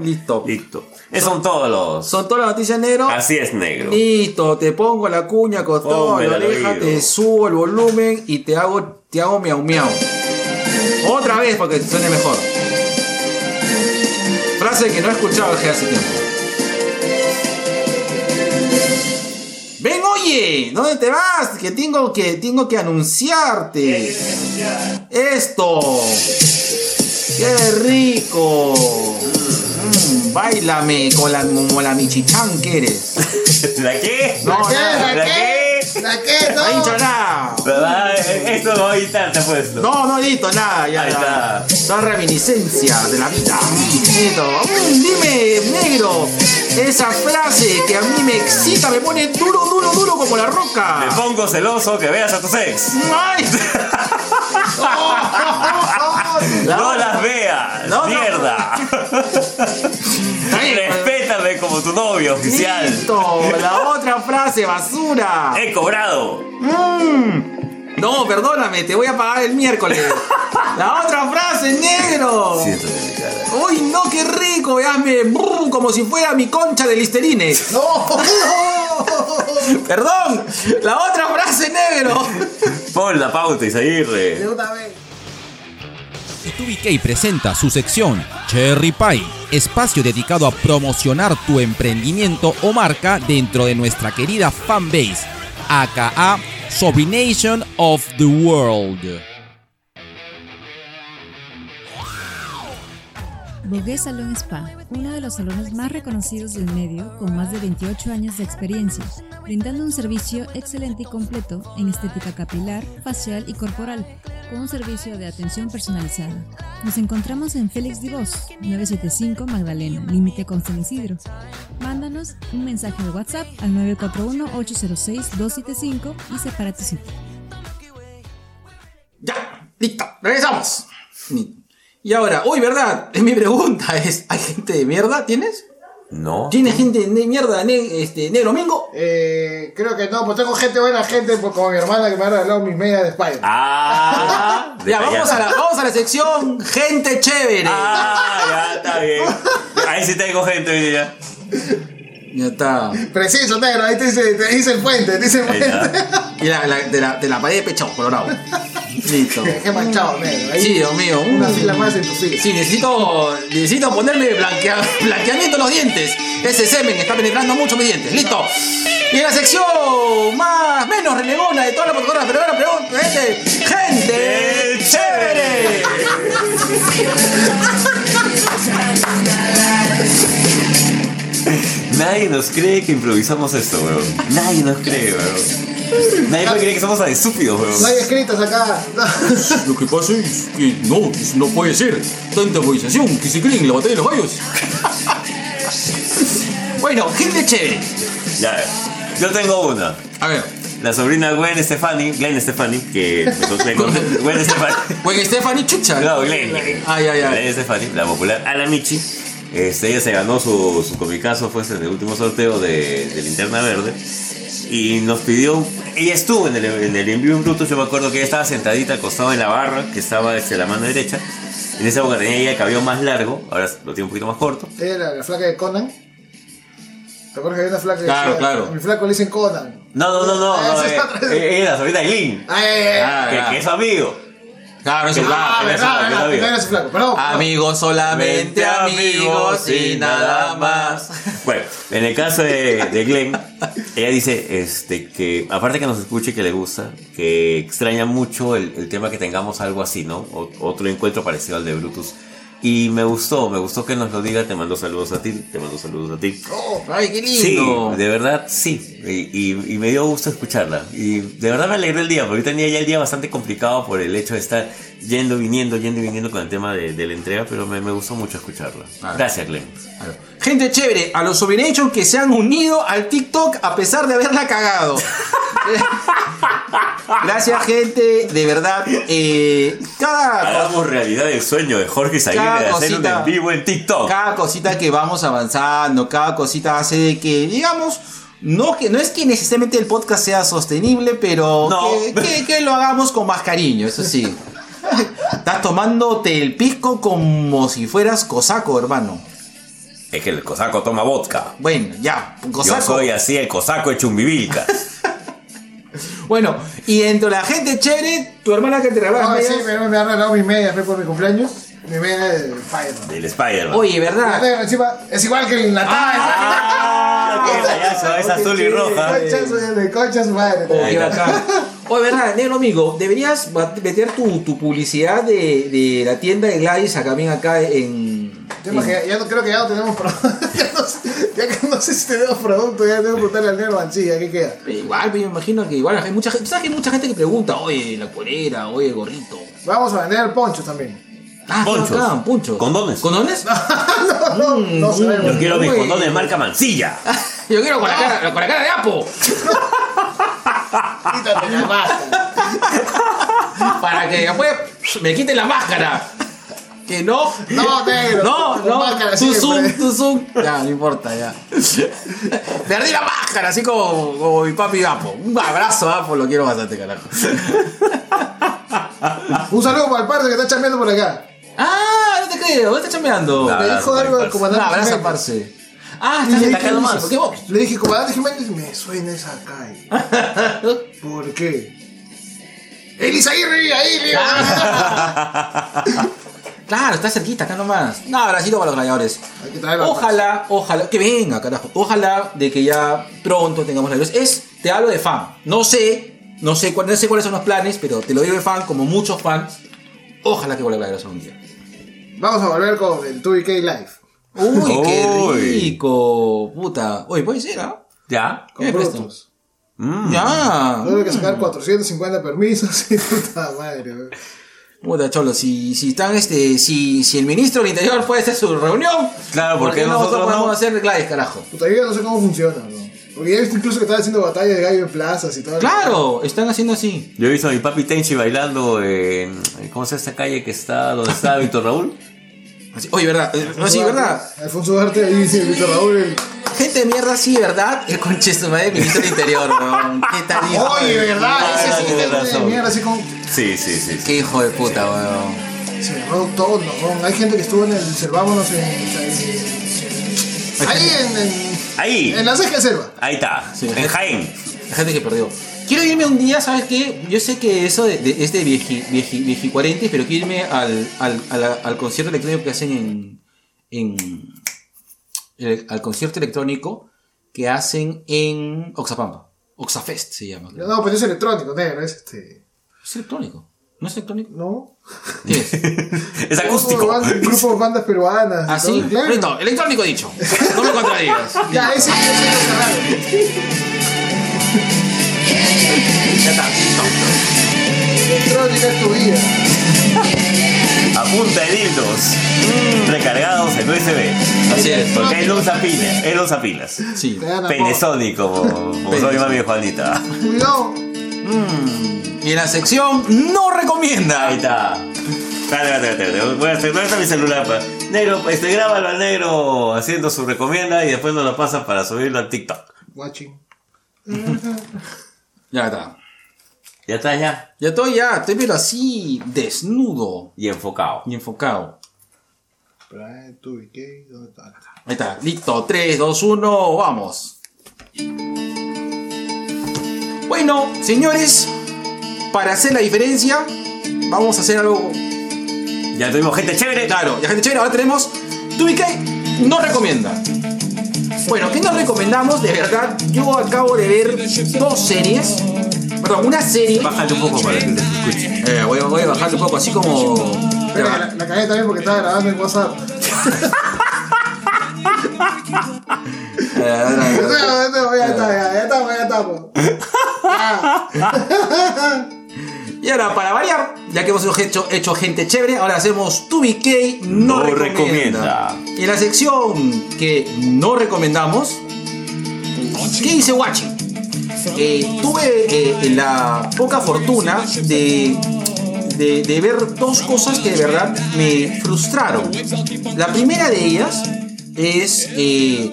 Listo. Listo. Esos son todos los. Son todas las noticias negro. Así es, negro. Listo, te pongo la cuña con todo Pónmela la al oreja, oído. te subo el volumen y te hago, te hago miau miau. Otra vez porque suene mejor. Frase que no he escuchado desde hace tiempo. Ven, oye, ¿dónde te vas? Que tengo que, tengo que anunciarte. Esto. ¡Qué rico! Mm, bailame con la, como la michichán que eres. ¿La qué? No, ¿La qué? ya. ¿La ¿La qué? qué? ¿La qué? No he No. dicho nada. Ah, Esto no va a editar, te apuesto. No, no he dicho nada. Ya, Ahí ya. está. Son reminiscencias de la vida. Listo. Mm, Dime, negro, esa frase que a mí me excita, me pone duro, duro, duro como la Me roca. pongo celoso que veas a tus ex. ¡Ay! La No otra. las veas. No, no. Mierda. Está bien. Respétame como tu novio oficial. Listo. La otra frase, basura. He cobrado. Mm. No, perdóname, te voy a pagar el miércoles. La otra frase, negro. mi cara. ¡Uy, no, qué rico! Veasme, brum, como si fuera mi concha de listerine. No, no. Perdón, la otra frase negro. Pon la pauta, De Isaguirre. una vez. TubiK presenta su sección Cherry Pie, espacio dedicado a promocionar tu emprendimiento o marca dentro de nuestra querida fanbase, aka Sobination of the World. Bogué Salón Spa, uno de los salones más reconocidos del medio con más de 28 años de experiencia, brindando un servicio excelente y completo en estética capilar, facial y corporal, con un servicio de atención personalizada. Nos encontramos en Félix Divos, 975 Magdalena, límite con San Isidro. Mándanos un mensaje de WhatsApp al 941-806-275 y separa tu cita. Ya, listo, regresamos. Y ahora, uy, ¿verdad? Mi pregunta es, ¿hay gente de mierda? ¿Tienes? No. ¿Tienes gente de mierda, ne- este, negro mingo? Eh, creo que no, pues tengo gente buena, gente pues, como mi hermana que me ha regalado mis medias de Spider. Ah. Ya, vamos a, la, vamos a la sección gente chévere. Ah, ya está bien. Ahí sí tengo gente hoy día. Ya está. Preciso, negro, ahí te dice, te dice el puente, te dice el Ahí puente. está. Y la, la- de, la, de la pared de pechado, colorado. Listo. Qué manchado, negro. Ahí Sí, Dios mío. una mm. fila más en tu fila. Sí, necesito, necesito ponerme blanquea- blanqueamiento en los dientes. Ese semen está penetrando mucho mis dientes. Listo. Y en la sección más, menos renegona de toda la plataforma, pero ahora pregunta, gente, gente ¡Qué chévere! Nadie nos cree que improvisamos esto, weón. Nadie nos cree, weón. Nadie puede creer que somos tan estúpidos, No weón. hay escritos acá. Lo que pasa es que no, no puede ser. Tanta improvisación que se creen en la batalla de los gallos. bueno, gente chévere. Ya, yo tengo una. A ver, La sobrina Gwen Stefani, Glenn Stefani, que me conoce- Gwen Stefani. Gwen Stephanie Chucha. No, Glenn. Ay, ay, ay. Glenn Stefani, la popular Ana Michi. Este, ella se ganó su, su comicazo, fue en el último sorteo de, de Linterna Verde. Y nos pidió. Ella estuvo en el, en el envío en bruto. Yo me acuerdo que ella estaba sentadita acostada en la barra, que estaba desde la mano derecha. En esa época tenía ella el cabello más largo, ahora lo tiene un poquito más corto. Ella era la flaca de Conan. ¿Te acuerdas que había una flaca que Claro, claro. A mi flaco le dicen Conan. No, no, no, no. Ah, no, esa eh, es otra. ella era la sobrina de Lynn, Ay, ay, ay. Ah, que, ya. que es su amigo. Claro, eso Que es la- la- Ah, que verdad, sabe, que verdad, sabe. no eres flaco, perdón. Ah, Amigos, solamente amigos y nada más. Bueno, en el caso de, de Glenn, ella dice este, que, aparte que nos escuche y que le gusta, que extraña mucho el, el tema que tengamos algo así, ¿no? O- otro encuentro parecido al de Brutus. Y me gustó, me gustó que nos lo diga. Te mando saludos a ti, te mando saludos a ti. Ay, qué Sí, lindo. de verdad, sí. Y, y- y me dio gusto escucharla. Y de verdad me alegró el día, porque yo tenía ya el día bastante complicado por el hecho de estar yendo, viniendo, yendo y viniendo con el tema de, de la entrega, pero me, me gustó mucho escucharla. Claro. Gracias, Glenn. Claro. Gente chévere, a los Sobination que se han unido al TikTok a pesar de haberla cagado. Gracias, gente, de verdad. eh, cada, Hagamos realidad el sueño de Jorge Zaguirre de Cada hacer un cosita. en vivo en TikTok. cada cosita que vamos avanzando, cada cosita hace de que, digamos, no, que, no es que necesariamente el podcast sea sostenible, pero No. que, que- que lo hagamos con más cariño, eso sí. Estás tomándote el pisco como si fueras cosaco, hermano. Es que el cosaco toma vodka. Bueno, ya, cosaco. Yo soy así, el cosaco de Chumbivilca. Bueno, y entre la gente chévere, tu hermana que te No, trabaja. sí, me, me han regalado mis medias fue por mi cumpleaños. Mi media de Fireman. del Spider-Man. Oye, La ¿verdad? tengo encima, es igual que en la Ah, qué payaso, es azul y roja. Concha su- de concha su Oye, madre. Ahí está. bacán. Oye, ¿verdad, negro amigo? Deberías va- meter tu, tu publicidad de, de la tienda de Gladys acá, bien acá en. Yo creo en- que ya no creo que ya no tenemos producto. ya, no, sé- ya que no sé si tenemos producto, ya tengo que preguntarle al negro Mancilla, ¿qué queda? Igual, pues, yo me imagino que igual hay mucha gente. ¿Sabes que hay mucha gente que pregunta, oye, la polera, oye, el gorrito? Vamos a vender ponchos también. Ah, qué Ponchos. bacán, ponchos. Condones. ¿Condones? No, Mm, no se ve. Yo quiero mis Uy. condones de marca Mancilla. Yo quiero con la cara, con la cara de Apo. Quítate la máscara. Para que después me quiten la máscara. Que no. No, negro. No, Con no. máscara tu siempre. zoom, tu zoom. Ya, no importa, ya. Perdí la máscara, así como, como mi papi Gapo. Un abrazo, Gapo, lo quiero bastante, carajo. Un saludo para el pardo que está chambeando por acá. Ah, no te creo, ¿dónde estás chambeando? No, Me Abrazo dijo para algo el Pardo. del Un comandante. abrazo, Jiménez. parce. Ah, Y estás le, atacando dije, más. ¿Por qué vos? le dije, comandante Jiménez, me suena esa calle. ¿Por qué? Elisa Aguirre, ahí, Leo. Ah. Claro, está cerquita, acá nomás. Un abracito para los gladiadores. Hay que traer la- Ojalá, ojalá, que venga, carajo. Ojalá de que ya pronto tengamos la luz. Es, te hablo de fan. No sé, no sé, cuál- no sé cuáles son los planes, pero te lo digo de fan, como muchos fans. Ojalá que vuelva la luz algún día. Vamos a volver con el 2K Live. Uy, qué Uy. rico, puta. Uy, puede ser, ¿ah? Ya. ¿Qué Con me prestas? productos. Mm. Ya. Tuve que sacar 450 permisos y puta madre. weón. Puta, cholo, si, si están este, si, si el ministro del Interior puede hacer su reunión, Claro, ¿por qué nosotros no? podemos hacer claves, carajo? Puta, yo ya no sé cómo funciona, weón. Porque ya he visto incluso que estaba haciendo batallas de gallo en plazas y todo. Claro, están haciendo así. Yo he visto a mi papi Tenchi bailando en. ¿Cómo se llama esta calle que está donde está Víctor Raúl? Así- Oye, ¿verdad? Eh, No, sí, ¿verdad? Alfonso Duarte ahí dice Víctor Raúl. el- Gente de mierda, sí, ¿verdad? El conche su madre, ministro del interior, weón. ¿Qué tal, hijo? Oye, de- ¿verdad? Ah, Ese sí tienes es de razón. mierda, así como. Sí, sí, sí. sí. Qué hijo de puta, weón. Cerró todo, weón. Hay gente que estuvo en el. Cervámonos en. en- Ahí en. en Ahí. en la ceja de selva. Ahí está. Sí. En Jaén. La gente que perdió. Quiero irme un día, ¿sabes qué? Yo sé que eso de, de- es de vieji, vieji, vieji 40, pero quiero irme al, al, a la- al concierto electrónico que hacen en. en el- al concierto electrónico que hacen en Oxapampa. Oxafest se llama. creo. No, pues es electrónico, negro, es este. ¿Es electrónico? ¿No es electrónico? ¿No? ¿Qué es? Es acústico. Grupo de bandas- Grupo de bandas peruanas. y ¿Así? todo, claro. Listo, Ah, electrónico dicho. No me contradigas. Ya, ese ese es el canal. Ya está. listo. Electrónica es tu vida. A punta de dildos. Mm. Recargados en USB. Así es. Porque él no usa pilas. Él no usa pilas. Sí. Te dan amor. Penesonic, como, como soy Penesonic. mami de Juanita. Cuidado. Y en la sección no recomienda. Ahí está. Espérate, espérate, espérate. Voy a hacer- ¿Dónde está mi celular? pa? Negro, este, grábalo al negro haciendo su recomienda y después nos lo pasa para subirlo al TikTok. Watching. Ya está. Ya está, ya. Ya estoy, ya, estoy pero así, desnudo Y enfocado. y enfocado. Pero, eh, tú, ¿y qué? ¿Dónde está? Acá está. Ahí está, listo, 3, 2, 1, vamos. Bueno, señores, para hacer la diferencia, vamos a hacer algo. Ya tuvimos gente chévere. Claro, ya gente chévere, ahora tenemos TubiK no recomienda. Bueno, ¿qué nos recomendamos? De verdad, yo acabo de ver dos series. Perdón, una serie. Bájate un poco para que te escuche. Eh, voy, voy a bajarle un poco, así como. Espera, la, la cagué también porque estaba grabando en WhatsApp. eh, Ya está, ya está, ya está, ya está, ya está, po. Y ahora, para variar, ya que hemos hecho, hecho gente chévere, ahora hacemos TubiK no, No recomienda. recomienda. Y la sección que no recomendamos, ¿qué dice Wachi? Eh, tuve eh, la poca fortuna de, de, de ver dos cosas que de verdad me frustraron. La primera de ellas es... eh,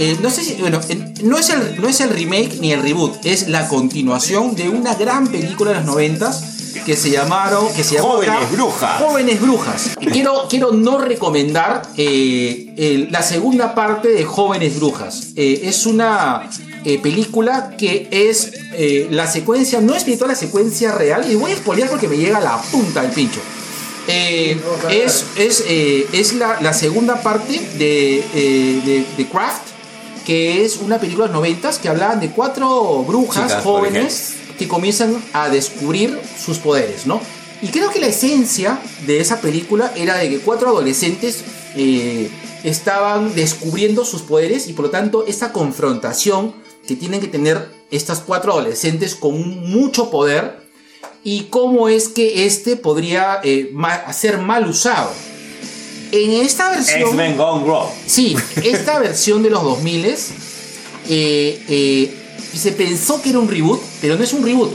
eh, no sé si, bueno, eh, no es, el, no es el remake ni el reboot, es la continuación de una gran película de los noventas que se llamaron, que se llamó Jóvenes acá Brujas. Jóvenes Brujas. Y Quiero, quiero no recomendar eh, el- la segunda parte de Jóvenes Brujas. Eh, es una eh, película que es eh, la secuencia, no es espiritual, la secuencia real. Y voy a spoilear porque me llega a la punta del pincho. Eh, No, dale, es es, eh, es la, la segunda parte de, eh, de, de Craft, que es una película de los noventas que hablaban de cuatro brujas Chicas, por jóvenes que comienzan a descubrir sus poderes, ¿no? Y creo que la esencia de esa película era de que cuatro adolescentes eh, estaban descubriendo sus poderes y por lo tanto esa confrontación que tienen que tener estas cuatro adolescentes con mucho poder y cómo es que este podría eh, ma- ser mal usado. En esta versión... X-Men Gone Wrong. Sí, esta versión de los 2000 s eh, se pensó que era un reboot, pero no es un reboot.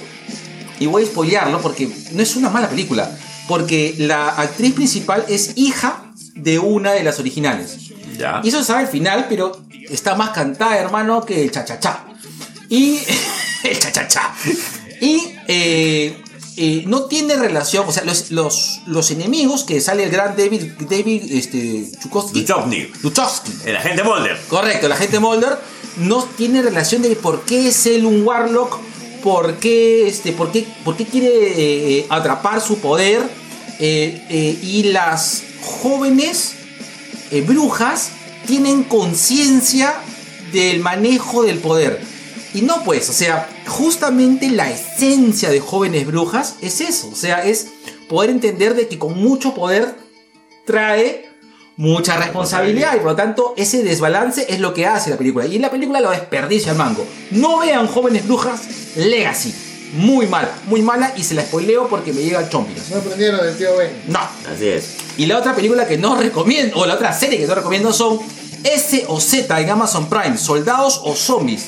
Y voy a spoilearlo porque no es una mala película. Porque la actriz principal es hija de una de las originales. Ya. Y eso se sabe al final, pero está más cantada, hermano, que el cha-cha-cha. Y. el cha-cha-cha. Y. eh, eh, no tiene relación, o sea, los, los, los enemigos que sale el gran David, David este, Chukowski. Duchovny. Luchowski. El agente Mulder. Correcto, la gente Mulder no tiene relación de por qué es él un Warlock, por qué, este, por qué, por qué quiere eh, eh, atrapar su poder. eh, eh, y las jóvenes eh, brujas tienen conciencia del manejo del poder. Y no pues, o sea, justamente la esencia de jóvenes brujas es eso. O sea, es poder entender de que con mucho poder trae mucha responsabilidad y por lo tanto ese desbalance es lo que hace la película y la película lo desperdicia el mango no vean jóvenes brujas legacy muy mala muy mala y se la spoileo porque me llega al chompiras No aprendieron del tío Ben. no Así es. y la otra película que no recomiendo o la otra serie que no recomiendo son S o Z en Amazon Prime soldados o zombies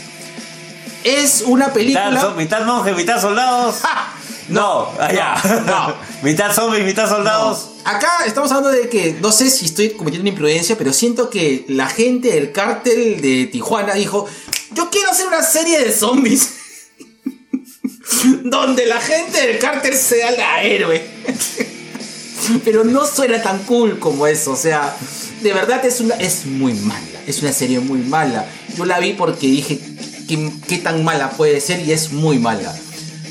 es una Mitad, película zo- mitad monje, mitad soldados. ¡Ja! No, allá. no, no. mitad zombies, mitad soldados. Acá estamos hablando de que, no sé si estoy cometiendo una imprudencia, pero siento que la gente del cártel de Tijuana dijo, yo quiero hacer una serie de zombies. Donde la gente del cártel sea la héroe. pero no suena tan cool como eso. O sea, de verdad es, una, es muy mala. Es una serie muy mala. Yo la vi porque dije, ¿qué, qué tan mala puede ser? Y es muy mala.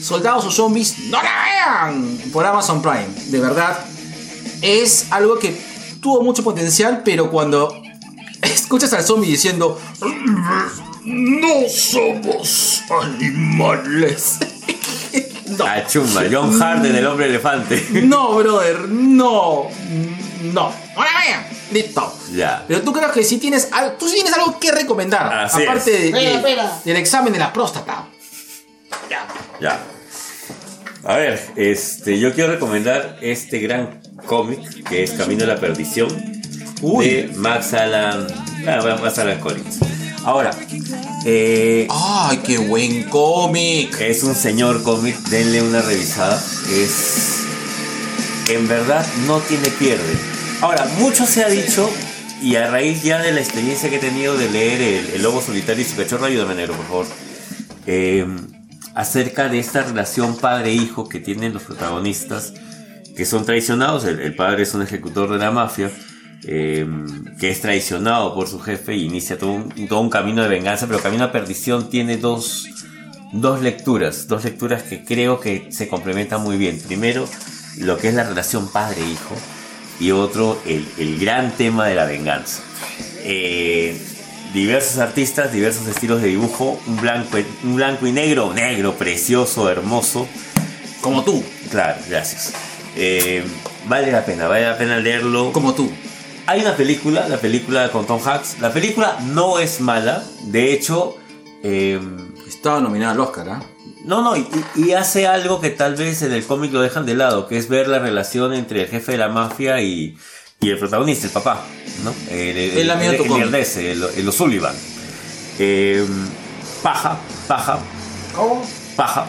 Soldados o zombies, no la vean por Amazon Prime. De verdad, es algo que tuvo mucho potencial, pero cuando escuchas al zombie diciendo no somos animales. no. Ah, chumba. John Harden, el hombre elefante. No, brother, no. No. Ahora vean. Listo. Ya. Pero tú creo que si tienes algo, tú sí tienes algo que recomendar. Así es. aparte de- Espera, de- espera. del examen de la próstata. Ya. Ya. A ver, este, yo quiero recomendar este gran cómic que es Camino a la Perdición Uy. de Max Alan, ah, Max Alan Collins. Ahora, eh, Ay, qué buen cómic. es un señor cómic, denle una revisada. Es. En verdad no tiene pierde. Ahora, mucho se ha dicho, y a raíz ya de la experiencia que he tenido de leer El, el Lobo Solitario y su cachorro, ayúdame, negro, por favor. Eh, acerca de esta relación padre-hijo que tienen los protagonistas, que son traicionados. El, el padre es un ejecutor de la mafia. eh, que es traicionado por su jefe y inicia todo un, todo un camino de venganza, pero camino a perdición tiene dos, dos lecturas, dos lecturas que creo que se complementan muy bien. Primero, lo que es la relación padre-hijo y otro, el, el gran tema de la venganza. Eh, diversos artistas, diversos estilos de dibujo, un blanco, un blanco y negro, negro, precioso, hermoso. Como tú. Claro, gracias. Eh, vale la pena, vale la pena leerlo. Como tú. Hay una película, la película con Tom Hanks. La película no es mala. De hecho, eh, Estaba nominada al Oscar, ¿ah? no, no, y, y hace algo que tal vez en el cómic lo dejan de lado, que es ver la relación entre el jefe de la mafia y, y el protagonista, el papá, ¿no? El, el, El amigo de tu el cómic. irlandés, el, el O'Sullivan. Eh, paja, paja, ¿Cómo? paja.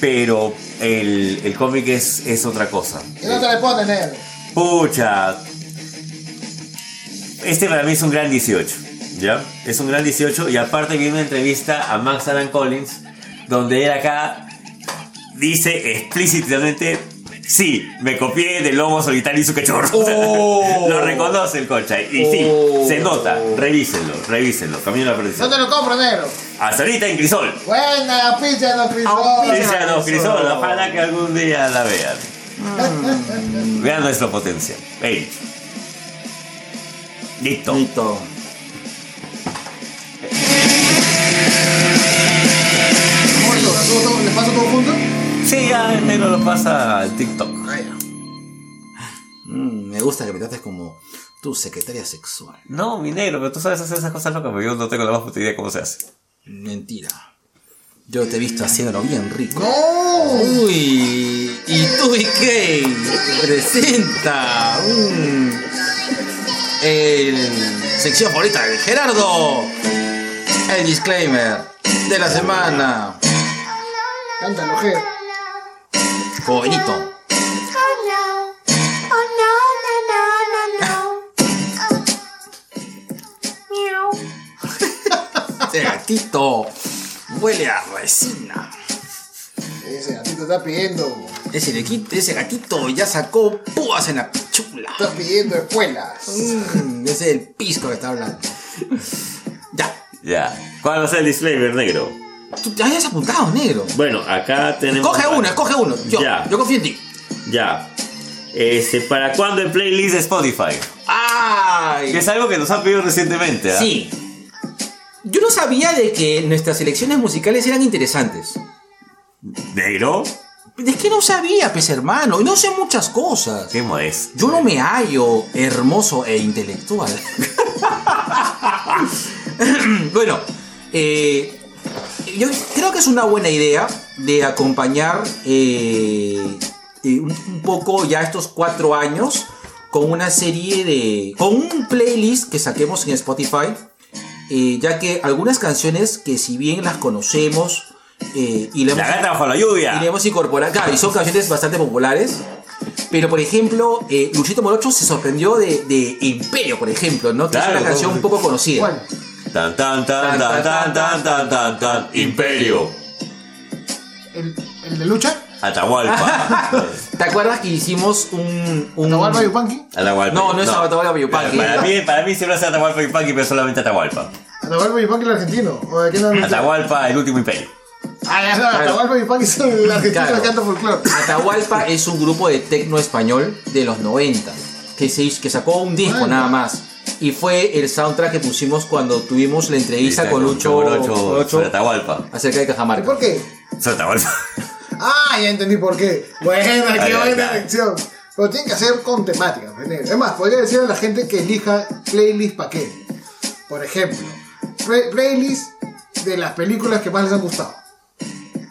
Pero el, el cómic es, es otra cosa. Y no te le pones, negro. Pucha. Este para mí es un gran 18. ¿Ya? Es un gran 18. Y aparte vi una entrevista a Max Alan Collins. Donde él acá dice explícitamente. Sí, me copié del lobo solitario y su cachorro. O sea, Oh. lo reconoce el concha. Y sí, Oh. se nota. Revísenlo, revísenlo. Camino a la No perdición. te lo compro, negro. Hasta ahorita en Crisol. Buena la pinche de los Dice crisoles. a los Crisol, ojalá que algún día la vean. Vean nuestro potencial. Ey. Listo. Listo. ¿Cómo es eso? ¿Lo subo todo- ¿Le paso todo junto? Sí, ya el negro lo pasa al TikTok. Mm, me gusta que me trates como tu secretaria sexual. No, mi negro, pero tú sabes hacer esas cosas locas, pero yo no tengo la más puta idea de cómo se hace. Mentira. Yo te he visto haciéndolo bien rico. ¡No! Uy, y tú y qué presenta un- el sección favorita de Gerardo. El disclaimer de la semana. Cántalo, G. Jovenito. Oh no. Oh no, no, no, no, no. Meow. Este gatito huele a resina. Ese gatito está pidiendo. Ese, lequito- ese gatito ya sacó púas en la pichula. Está pidiendo escuelas. Mm, ese es el pisco que está hablando. Ya. Ya. ¿Cuál va a ser el disclaimer, negro? Tú te hayas apuntado, negro. Bueno, acá tenemos. Coge uno, coge uno. Yo, Ya. yo confío en ti. Ya. Este, ¿para cuándo el playlist de Spotify? ¡Ay! Que es algo que nos han pedido recientemente, ¿ah? Sí. Yo no sabía de que nuestras selecciones musicales eran interesantes. ¿Negro? Es que no sabía, pues hermano. No sé muchas cosas. Qué modesto. Yo no me hallo hermoso e intelectual. bueno, eh, yo creo que es una buena idea de acompañar eh, eh, un, un poco ya estos cuatro años con una serie de... con un playlist que saquemos en Spotify, eh, ya que algunas canciones que si bien las conocemos eh, y le La hemos- gata bajo la y lluvia. le hemos incorporado, claro, y son canciones bastante populares. Pero, por ejemplo, eh, Luchito Morocho se sorprendió de, de Imperio, por ejemplo, ¿no? Que es Claro. una canción un poco conocida. ¿Cuál? Tan tan tan tan tan tan tan tan tan Imperio ¿El, el de lucha? Atahualpa ¿Te acuerdas que hicimos un... un- ¿Nahual Yupanqui? Atahualpa No, no es Atahualpa Yupanqui. Para mí, para mí siempre hace Atahualpa Yupanqui Pero solamente Atahualpa ¿Nahual Yupanqui el argentino? ¿O de qué no Atahualpa, el último imperio Ah, ya, no, Claro. Nahual Yupanqui es el argentino Claro. que canta folclore. Atahualpa es un grupo de tecno español de los 90, que, se, hizo- que sacó un disco Bueno. nada más. Y fue el soundtrack que pusimos cuando tuvimos la E entrevista con Lucho Morocho Sobre Atahualpa acerca de ¿Y Cajamarca. por qué? Sobre Atahualpa Ah, ya entendí por qué. Buena, Ahí qué buena está. elección. Pero tienen que hacer con temática. pues, negro. Es más, podría decir a la gente que elija playlist para qué. Por ejemplo, pre- playlist de las películas que más les han gustado.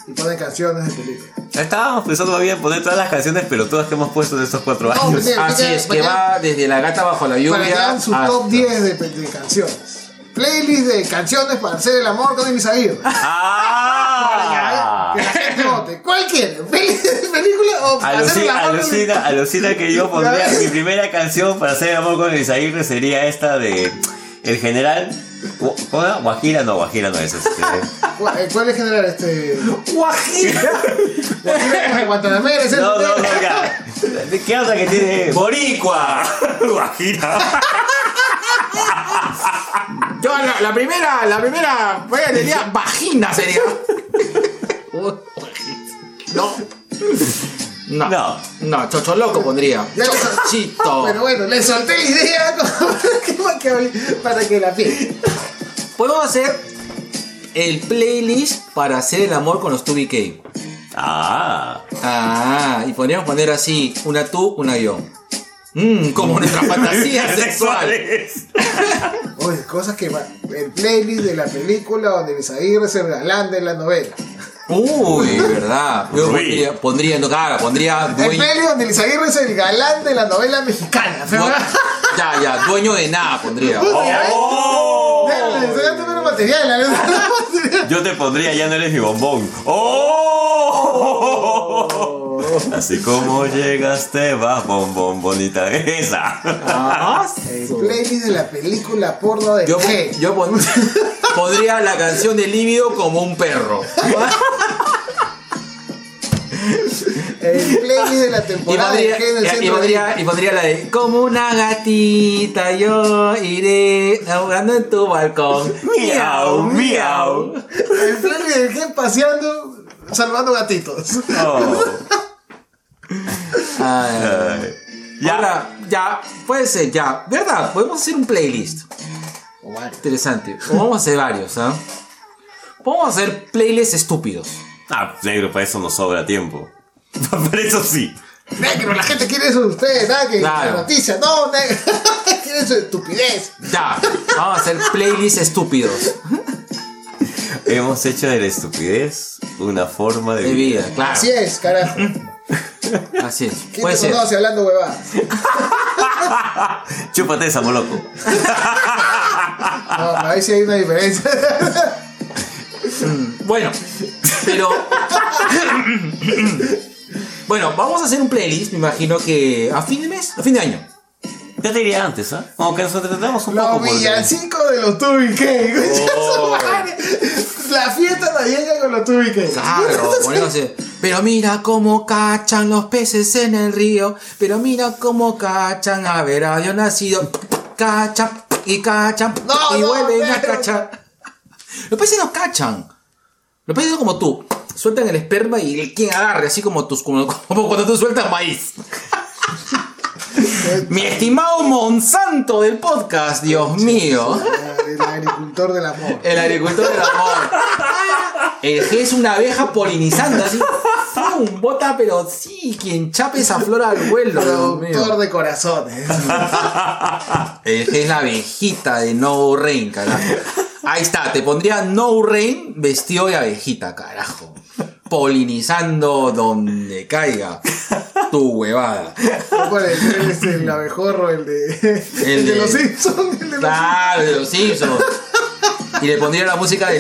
Y ponen canciones de películas. Estábamos pensando todavía en poner todas las canciones pelotudas que hemos puesto en estos cuatro No, años negro, Así tiene- es, que para- va desde La Gata Bajo la Para que Lluvia hagan su top 10 de, de canciones. Playlist de canciones para hacer el amor con mis amigos. ¡Ah! Que la gente vote. ¿Cuál quiere? ¿Pel- ¿Película o para hacer el Alucina, amor con mis- alucina, alucina que yo pondría mi primera canción para hacer amor con el Aguirre sería esta de El General. Gu- ¿Cómo era? Guajira no, Guajira no es este. ¿Cuál eh, cuál es general este? ¡Guajira! Guantanamera, es el No, no, primero. no, ya. ¿Qué otra que tiene? ¡Boricua! Guajira. Yo la, la primera, la primera juega sería vagina sería. no. No. No. No, chocho loco pondría. Ya que- Chochito. Pero bueno, le solté la idea como que va que abrir para que la pille. Podemos hacer el playlist para hacer el amor con los 2BK. Ah, Ah, y podríamos poner así, una tú, una yo. Mm, como nuestra fantasía sexual. sexuales. Oye, cosas que va- el playlist de la película donde Luis Aguirre es el galán de la novela. Uy, verdad. Yo Uy. pondría, pondría, no, claro, pondría El dueño. playlist donde Luis Aguirre es el galán de la novela mexicana. O sea, no, ya, ya, dueño de nada pondría. puta, ya ves. Oh. Ya, le estoy dando mero material, la verdad, mero material. Yo te pondría ya no eres mi bombón. ¡Oh! Así como llegaste, va, bombón, bonita esa. Ah, El playlist de la película porno de Yo, G. yo pon- pondría la canción de Líbido como un perro. El playlist de la Y temporada de pondría, eh, G del y, centro pondría, y pondría la de Como una gatita yo iré ahogando en tu balcón. Miau, miau. de- El playlist de G paseando, salvando gatitos. Oh. Ay. Ay. Ya. Ya. ya, puede ser, ya. ¿Verdad? Podemos hacer un playlist. O varios. Interesante. O vamos a hacer varios, ¿ah? Vamos a hacer playlists estúpidos. Ah, negro, para eso nos sobra tiempo. Para eso sí. Negro, la gente quiere eso de ustedes, nada que Claro. la noticia, no, negro. Quiere su estupidez. Ya, vamos a hacer playlists estúpidos Hemos hecho de la estupidez una forma de de vida. vida, claro. Así es, carajo. Así es. ¿Quién Puede te ser. conoce hablando huevadas? Chúpate esa, moloco. No, ahí sí hay una diferencia. Bueno, pero. bueno, vamos a hacer un playlist, me imagino que a fin de mes, a fin de año. Ya te diría antes, ¿ah? Aunque nos entretengamos un Los poco. porque- villancicos de los tubique. Oh. La fiesta no llega con los tubique. Claro, poniéndose. Pero mira cómo cachan los peces en el río. Pero mira cómo cachan a ver había nacido. Cachan y cachan No, y no, vuelven a pero- cachar. Los peces no cachan. Los peces son como tú. Sueltan el esperma y el quien agarre, así como tus como, como cuando tú sueltas maíz. Mi estimado Monsanto del podcast, Dios mío. El agricultor del amor. El agricultor del amor. El G es una abeja polinizando así. ¡Fum! Bota, pero sí, quien chape esa flor al vuelo. Dios mío. Productor de corazones. El G es la abejita de No Rain, carajo. Ahí está, te pondría No Rain vestido de abejita, carajo. Polinizando donde caiga tu huevada. ¿Cuál es? Él es el abejorro, el de. El, de, de- los Simpsons, el de los Claro, de los Simpsons. Y le pondría la música de.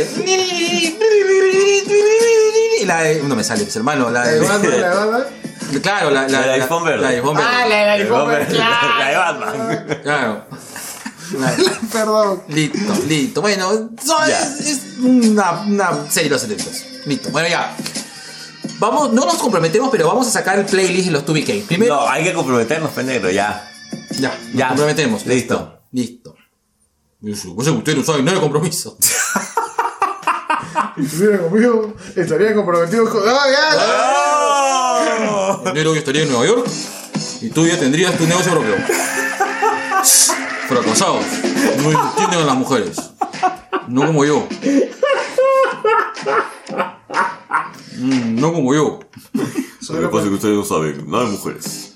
y La de. No me sale, pues, hermano. La La de de. Batman, la de Batman. Claro, la, La del iPhone verde. La del iPhone verde. Ah, la del iPhone, La de claro. Batman. Claro. Perdón. Listo, listo. Bueno, so- Ya. es, es una, una serie de los 70. Listo. Bueno, ya. Vamos, no nos comprometemos, pero vamos a sacar el playlist de los 2BK. Primero, No, hay que comprometernos, penegro, ya. ya, nos Ya. comprometemos. Listo. Listo. Eso, eso que ustedes no saben, no era compromiso. Si estuviera conmigo, estaría comprometido con. ¡Ah, ya! ¡Oh! Enero yo estaría en Nueva York y tú ya tendrías tu negocio propio. Fracasados. No entienden a las mujeres. No como yo. Mm, no como yo. Lo que Solo pasa es por- que ustedes no saben, no hay mujeres.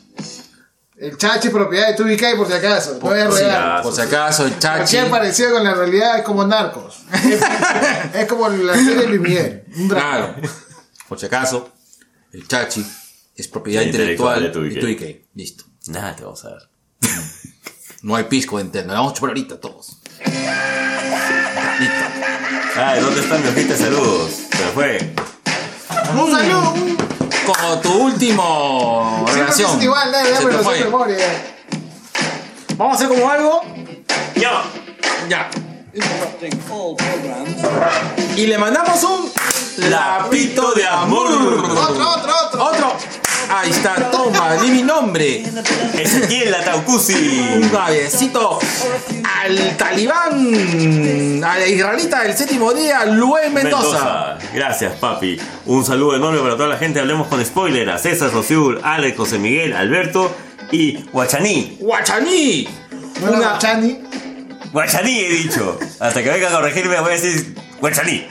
El chachi es propiedad de Tubica por si acaso. No es Sí, real. por si acaso, el chachi. Aquí ha parecido con la realidad es como narcos. Es, es como la serie de Luis Miguel. Un drama. Claro. Por si acaso, el chachi es propiedad El intelectual, intelectual de de tu tu IK. Listo. Nada, te vamos a ver. No hay pisco interno. La vamos a chupar ahorita todos. Listo. Ay, ¿dónde están mis ojitos? Saludos. Se fue. Un saludo. un- Como tu último Siempre relación. es igual, dale, Se dame te los fue. de memoria. Vamos a hacer como algo. Ya. Interrupting all programs. Y le mandamos un lapito de amor. Otro, otro, otro. Otro. Ahí está, toma, di mi nombre. Ezequiel la Un Taucusi. cabecito al talibán, a la israelita del séptimo día, Luis Mendoza. Mendoza. Gracias, papi. Un saludo enorme para toda la gente. Hablemos con spoiler a César Rosiur, Alex, José Miguel, Alberto y Guachaní. Guachaní. Bueno, Una, Chani. Guachaní he dicho. Hasta que venga a corregirme voy a decir Guachaní.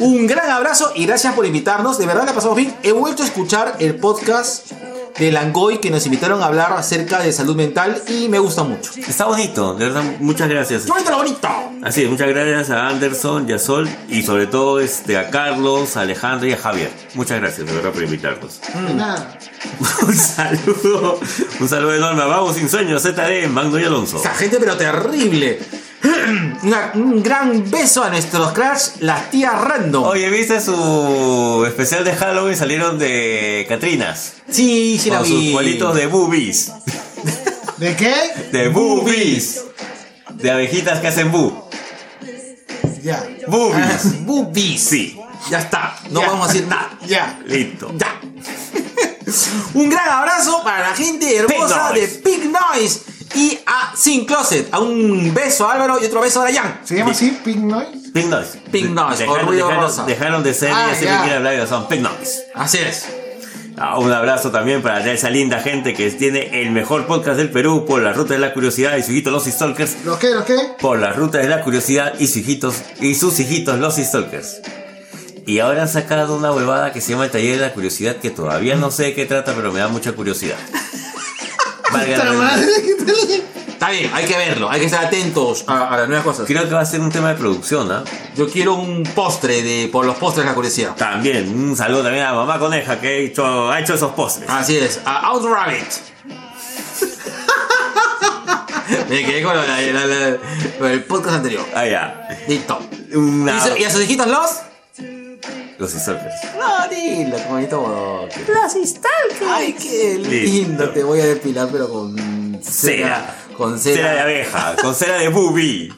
Un gran abrazo y gracias por invitarnos. De verdad la pasamos bien. He vuelto a escuchar el podcast de Langoy que nos invitaron a hablar acerca de salud mental y me gusta mucho. Está bonito, de verdad, muchas gracias. ¡Suéltalo bonito! Así es, muchas gracias a Anderson y a Sol y sobre todo este, a Carlos, a Alejandro y a Javier. Muchas gracias de verdad por invitarnos. Mm. De Nada. un saludo, un saludo enorme a Vamos Sin Sueño, ZD, Magno y Alonso. Esa gente pero terrible. Una- un gran beso a nuestros cracks, las tías random. Oye, ¿viste su especial de Halloween? Salieron de Catrinas. sí, sí la Con sus vi. cualitos de boobies. ¿De qué? De boobies. De abejitas que hacen boo. Ya. Ah, Boobies. Boobies. Sí. Ya está. No Ya. vamos a decir nada. Ya. Listo. Ya. Un gran abrazo para la gente hermosa de Pig Noise. Pig Noise y a Sin Closet. A un beso a Álvaro y otro beso a Dayan. ¿Se llama así? Pink Noise. Pink noise. Pink noise, o Dejaron, ruido dejaron- rosa. dejaron de ser Ah, y así ya. me quieren hablar y son pink noise. Así es. Ah, un abrazo también para esa linda gente que tiene el mejor podcast del Perú por la ruta de la curiosidad y su hijito Los Stalkers. ¿Los qué? ¿Los qué? Por la ruta de la curiosidad y sus hijitos y sus hijitos Los Stalkers. Y ahora han sacado una huevada que se llama el taller de la curiosidad que todavía no sé de qué trata, pero me da mucha curiosidad. Valga la Puta redundancia. madre, ¿qué tal? Está bien, hay que verlo, hay que estar atentos a, a las nuevas cosas. Creo que va a ser un tema de producción, ¿ah? Yo quiero un postre de por los postres de la curiosidad. También, un saludo también a mamá coneja que ha hecho, ha hecho esos postres. Así es, a Out Rabbit. Me quedé con la- la- la- con el podcast anterior. Ah, ya. Listo. Una- ¿Y, su- y a sus hijitos los? Los Stalkers. No, dilo, qué bonito bodoque. Ay, qué lindo. Listo. Te voy a depilar, pero con Cera. cera. Con Cera. de cera. abeja, con cera de bubi.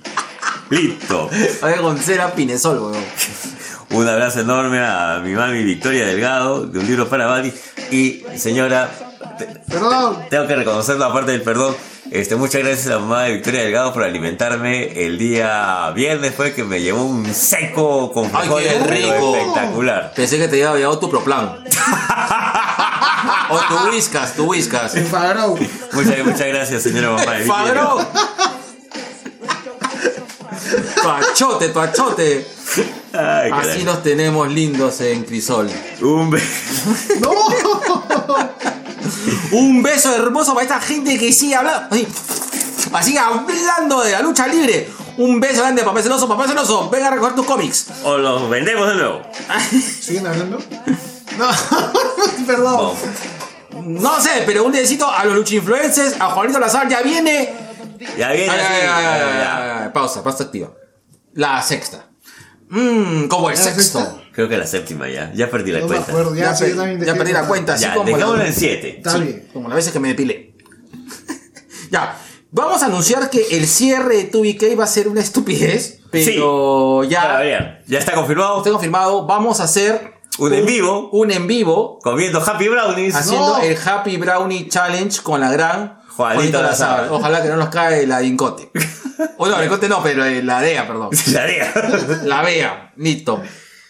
Listo. Oye, con cera pinesol, weón. Un abrazo enorme a mi mami Victoria Delgado, de un libro para Badi. Y señora, te- Perdón. tengo que reconocerlo aparte del perdón. Este, muchas gracias a la mamá de Victoria Delgado por alimentarme el día viernes. Fue que me llevó un seco con Ay, qué frijoles pero rico. espectacular. Pensé que te había llevado tu proplan. o tu whiskas, tu whiskas. En Faro. Muchas, muchas gracias, señora mamá de Victoria. ¡Fadrón! ¡Pachote, pachote! Ay, caray. Así los tenemos lindos en Crisol. Un be- ¡No! Un beso hermoso para esta gente que sigue hablando. Así, así hablando de la lucha libre. Un beso grande, papá celoso, papá celoso. Venga a recoger tus cómics. O los vendemos de nuevo. ¿Siguen hablando? No. Perdón. Vamos. No sé, pero un besito a los lucha-influencers, a Juanito Lazar, ya viene. Ah, Ya viene. Ay, así, ay, ay, ya, ay, ya. ay, ay. Pausa, pausa activa. La sexta. Mmm, como el ¿La sexto. sexta? Creo que la séptima ya. Ya perdí la No me cuenta. acuerdo. Ya, Ya, sí, pe- yo también ya dejé perdí la cuenta, así Ya, como la- dejémoslo en 7. Está Sí, bien. Como las veces que me depilé. ya. Vamos a anunciar que el cierre de 2BK va a ser una estupidez. Pero Ya, ya. bien. Ya está confirmado. Está confirmado. Vamos a hacer. Un en vivo. Un en vivo. Comiendo Happy Brownies. Uh. Haciendo No. el Happy Brownie Challenge con la gran Juanito Lazar. Ojalá que no nos cae la Dincote. O no, Dincote no, pero eh, la DEA, perdón. La haría. La vea, listo.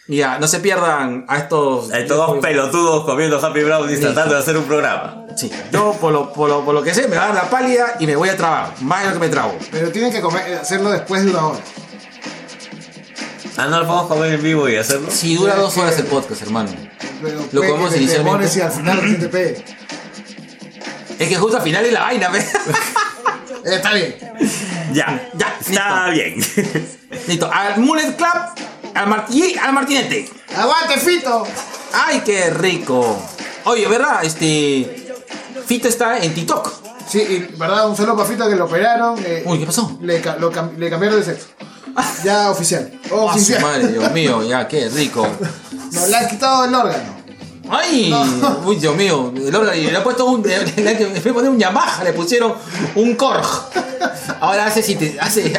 Ya, no se pierdan a estos. A Estos dos pelotudos comiendo Happy Brownies Listo. tratando de hacer un programa. Sí, yo por lo, por, lo, por lo que sé me va a dar la pálida y me voy a trabar. Más de lo que me trago. Pero tienen que comer- hacerlo después de una hora. Ah, no lo podemos comer en vivo y hacerlo. Si dura dos horas el podcast, hermano. Pero Lo comemos puede que te inicialmente. demores y al final recién te pegue. Es que justo al final es la vaina, ¿ves? Eh, está bien. Ya. Ya, Está bien. Listo, al Mullet Club, al, Marti- al Martinete. ¡Aguante, Fito! ¡Ay, qué rico! Oye, ¿verdad? Este. Fito está en TikTok. Sí, y verdad, un saludo para Fito que lo operaron. eh, Uy, ¿qué pasó? Le, ca- lo cam- le cambiaron de sexo. Ya oficial. ¡Ah, su Oficial. madre, Dios mío! Ya, qué rico. No, le han quitado el órgano. ¡Ay! No. Uy, Dios mío. El órgano- y le ha puesto un. Le, le- le- le fue poner un Yamaha, le pusieron un Korg. Ahora hace, sinte- hace,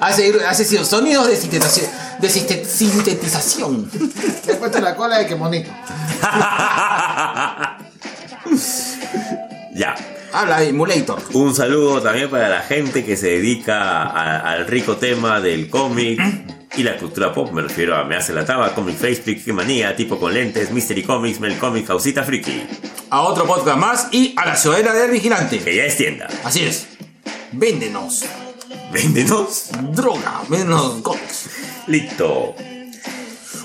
hace, hace sonidos de sintetización. De sinte- sintetización. Le han puesto la cola de que monito. ya. Habla de Emulator. Un saludo también para la gente que se dedica a- al rico tema del cómic y la cultura pop. Me refiero a Me hace la taba, Comic Face, Friki Manía, Tipo con Lentes, Mystery Comics, Mel Comic, Causita Friki, A otro podcast más y a la ciudadela del vigilante. que ya es tienda. Así es. Véndenos. Véndenos. Droga. Véndenos cómics. Listo.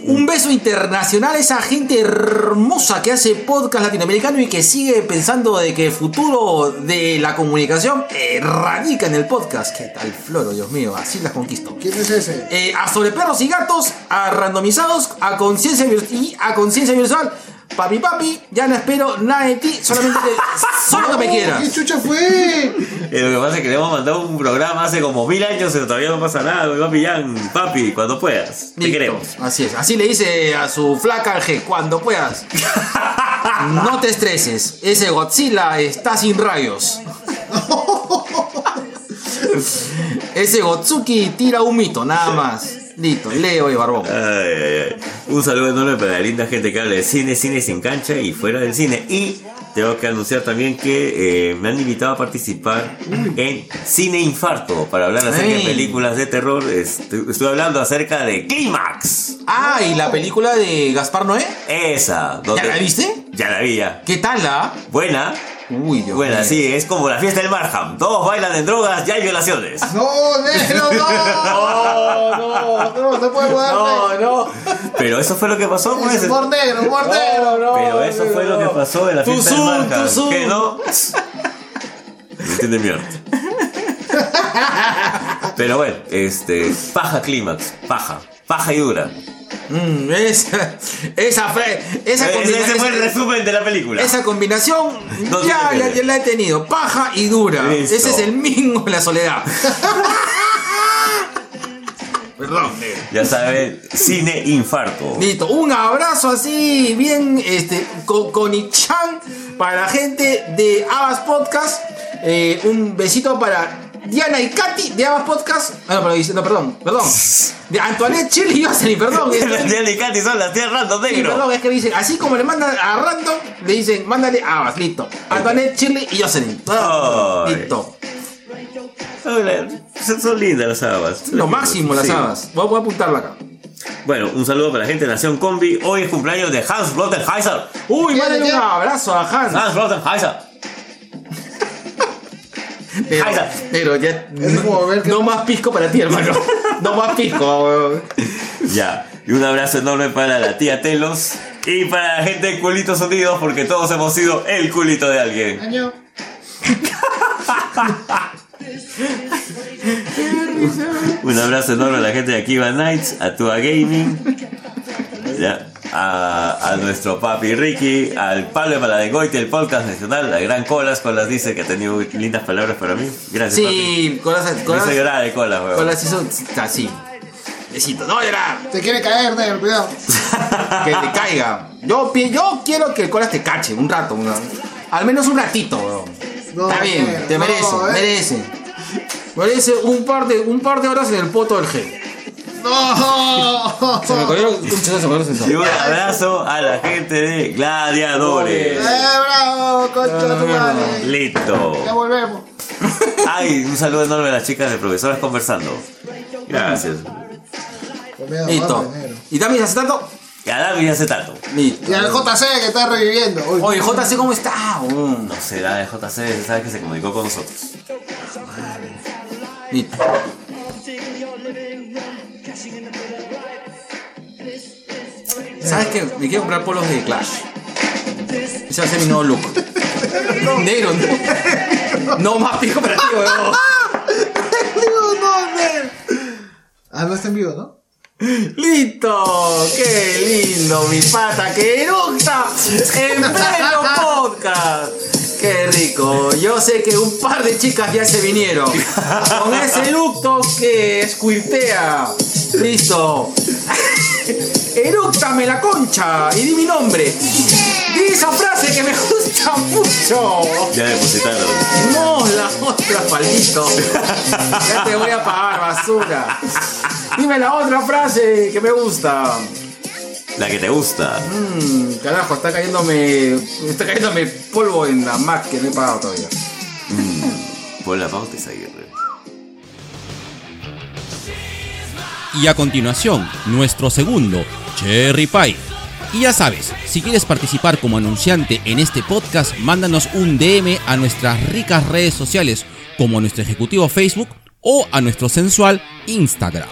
Un beso internacional a esa gente hermosa que hace podcast latinoamericano y que sigue pensando de que el futuro de la comunicación eh, radica en el podcast. ¿Qué tal floro, Dios mío? Así las conquisto. ¿Quién es ese? Eh, a sobre perros y gatos, a randomizados, a conciencia vir- y a conciencia virtual. Papi, papi, ya no espero nada de ti, solamente solo que me ¿Qué quieras. chucha fue? Eh, lo que pasa es que le hemos mandado un programa hace como mil años, pero todavía no pasa nada. güey, Papi, Jan, papi, cuando puedas. Te Listo. queremos. Así es, así le dice a su flaca al G, cuando puedas. No te estreses, ese Godzilla está sin rayos. Ese Gotsuki tira un mito, nada más. Listo, Leo y Barbón. Ay, ay, ay. Un saludo enorme para la linda gente que habla de cine, cine sin cancha y fuera del cine. Y tengo que anunciar también que eh, me han invitado a participar en Cine Infarto para hablar acerca Ay. de películas de terror. Estu- Estoy hablando acerca de Clímax. Ah, y la película de Gaspar Noé. Esa. donde- ¿Ya la viste? Ya la vi, ya. ¿Qué tal la? Buena. Uy, Dios Buena, mío. sí, es como la fiesta del Marham. Todos bailan en drogas y hay violaciones. No, negro, no. No, no, no podemos darle. no. Pero eso fue lo que pasó pues, con Es ese. humor negro, humor negro. Pero eso fue lo que pasó en la Tú fiesta zoom, del tú Marham. zoom. ¿Qué no? No entiende mi arte. Pero bueno, este. Paja clímax, paja. Paja y dura. Mm, esa, esa, fra- esa, Eh, combina- Ese fue el esa- resumen de la película. esa combinación No ya, tiene ya, que ver. ya la he tenido. Paja y dura. Listo. Ese es el mingo de la soledad. Perdón, negro. Ya saben, cine infarto. Listo, un abrazo así, bien, este, con, con Ichan para la gente de Abas Podcast. Eh, un besito para Diana y Katy de Abas Podcast. Ah, no, pero- no, perdón, perdón. De Antoinette Chile y Yoseli, perdón. Las tías Licati son las tías random Sí, negro. perdón, es que dicen, así como le mandan a random, le dicen, mándale a Abas, listo. Antoinette, Shirley y Jocelyn. Ah, Ay. Listo. Hola, Son, son lindas las habas. Lo máximo las Sí. habas. Voy, voy a apuntarla acá. Bueno, un saludo para la gente de Nación Combi. Hoy es cumpleaños de Hans Rottenheiser. Uy, Ya, mándale un ya. abrazo a Hans. Hans Rottenheiser. Pero, Hans. pero ya. Es como ver que- No más pisco para ti, hermano. No más pisco. weón. Ya. Y un abrazo enorme para la tía Telos. Y para la gente de Culitos Unidos, porque todos hemos sido el culito de alguien. Año. Un abrazo enorme a la gente de Akiva Nights, a Tua Gaming. Ya. A, a nuestro papi Ricky, al Pablo Maladengoite, el podcast nacional, la gran Colas. Colas dice que ha tenido lindas palabras para mí. Gracias, papi. Sí, con las. Con las, Dice llorar de Colas, weón. con las hizo así. Besito, no llorar. Te quiere caer, negro, cuidado. Que te caiga. Yo, pi- yo quiero que el colas te cache un rato. una- al menos un ratito, weón. No, Está bien, negro, te no, merece, eh. merece. Merece un par, de, un par de horas en el poto del gel. No. Se me corrió el conchazo, se me corrió el Y sensor. un abrazo a la gente de Eh, Gladiadores. bravo, concha de tu madre. Listo. Ya volvemos. Ay, un saludo enorme a las chicas de Profesoras Conversando. Gracias. Comida Listo. guapa, negro. ¿Y también hace tanto? Y a David hace tanto. Listo. Y al JC que está reviviendo. Uy, Oye, JC, ¿cómo está? Mm, No sé, la de JC, sabes que se comunicó con nosotros. Listo. ¿Sabes qué? Me quiero comprar polos de Clash. Ese va a ser mi nuevo look. Negro, no. No más pico para ti, weón. No, no, negro. Ah, no está en vivo, ¿no? Listo, qué lindo, mi pata que eructa en pleno podcast. Qué rico, yo sé que un par de chicas ya se vinieron con ese eructo que escuiltea. Listo, eructame la concha y di mi nombre. Di esa frase que me gusta mucho. Ya depositaron. No, la otra, maldito. Ya te voy a pagar, basura. Dime la otra frase que me gusta. La que te gusta. Mm, carajo, está cayéndome. Está cayéndome polvo en la Mac que no he pagado todavía. Paula Bautes Aguirre. Y a continuación, nuestro segundo, Cherry Pie. Y ya sabes, si quieres participar como anunciante en este podcast, mándanos un DM a nuestras ricas redes sociales, como a nuestro ejecutivo Facebook o a nuestro sensual Instagram.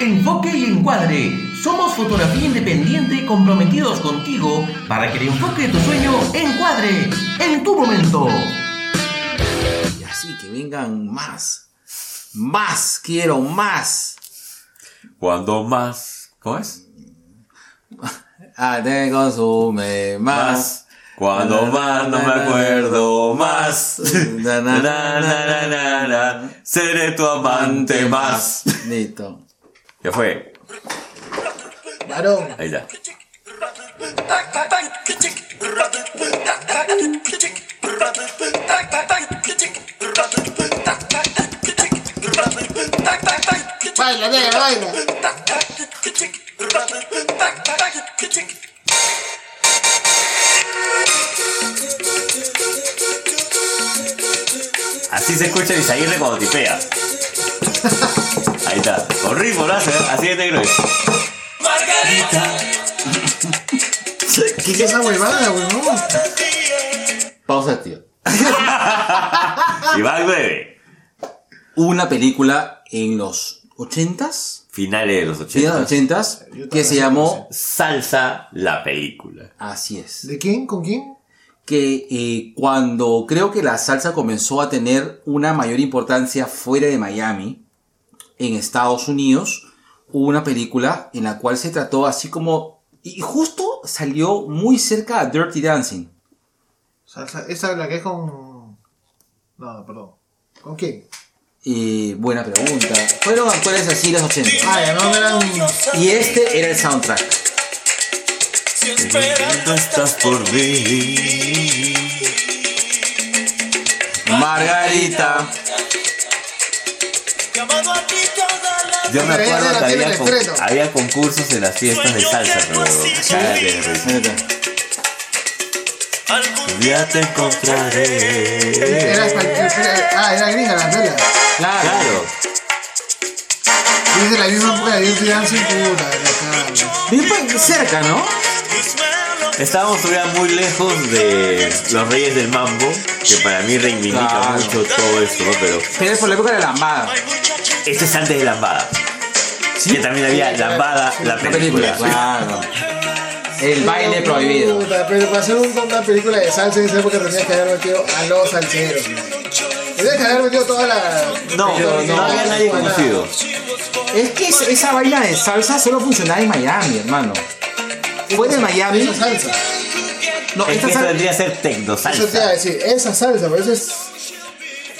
Enfoque y encuadre. Somos fotografía independiente comprometidos contigo para que el enfoque de tu sueño encuadre en tu momento. Y así que vengan más. Más, quiero más. Cuando más. ¿Cómo es? Ah, te consume más. Cuando más, no me acuerdo más. Na, na, na, na, na. Seré tu amante más. Listo. Ya fue. Varón. Ahí está. Baila, negra, baila. Así se escucha Isaguirre cuando tipea. Ahí está. Con ritmo, lo hace, ¿eh? Así de negro es. ¿Qué es esa huevada, huevón? Pausa, tío. Y va al 9. Una película en los 80s, Finales de los finales de 80. los 80s, que se llamó Salsa la película. Así es. ¿De quién? ¿Con quién? que eh, cuando creo que la salsa comenzó a tener una mayor importancia fuera de Miami, en Estados Unidos, hubo una película en la cual se trató así como... Y justo salió muy cerca a Dirty Dancing. Salsa- esa es la que es con. No, perdón. ¿Con quién? Eh, buena pregunta. Fueron actuales así los 80. Ah, ya no eran. Y este era el soundtrack. No estás por mí. Margarita. Yo me Pero ya acuerdo la que tiene había, el con- estreno. había concursos en las fiestas de salsa, pero cállate de risa. Ya te encontraré. Era espa- era- Ah, era gringa la vela. Claro. Claro, Dice la misma época de Dirty Dancing, puta, la cara. Bien pa- cerca, ¿no? estábamos todavía muy lejos de los Reyes del Mambo, que para mí reivindica Claro. mucho todo esto, ¿no? pero Pero es por la época de la amada. este es antes de Lambada. Que también había Lambada, la La película. película. Claro. El baile prohibido. Puta, pero para hacer un- una película de salsa en esa época tenías que haber metido a los salseros. Tenías que haber metido toda la. No, Pero no no, había nadie no, conocido. Es que es- esa vaina de salsa solo funcionaba en Miami, hermano. Fue de Miami. Esa salsa. No, esta Es que esto salsa. vendría a ser tecno Eso te iba a salsa. decir, esa salsa, pero eso es.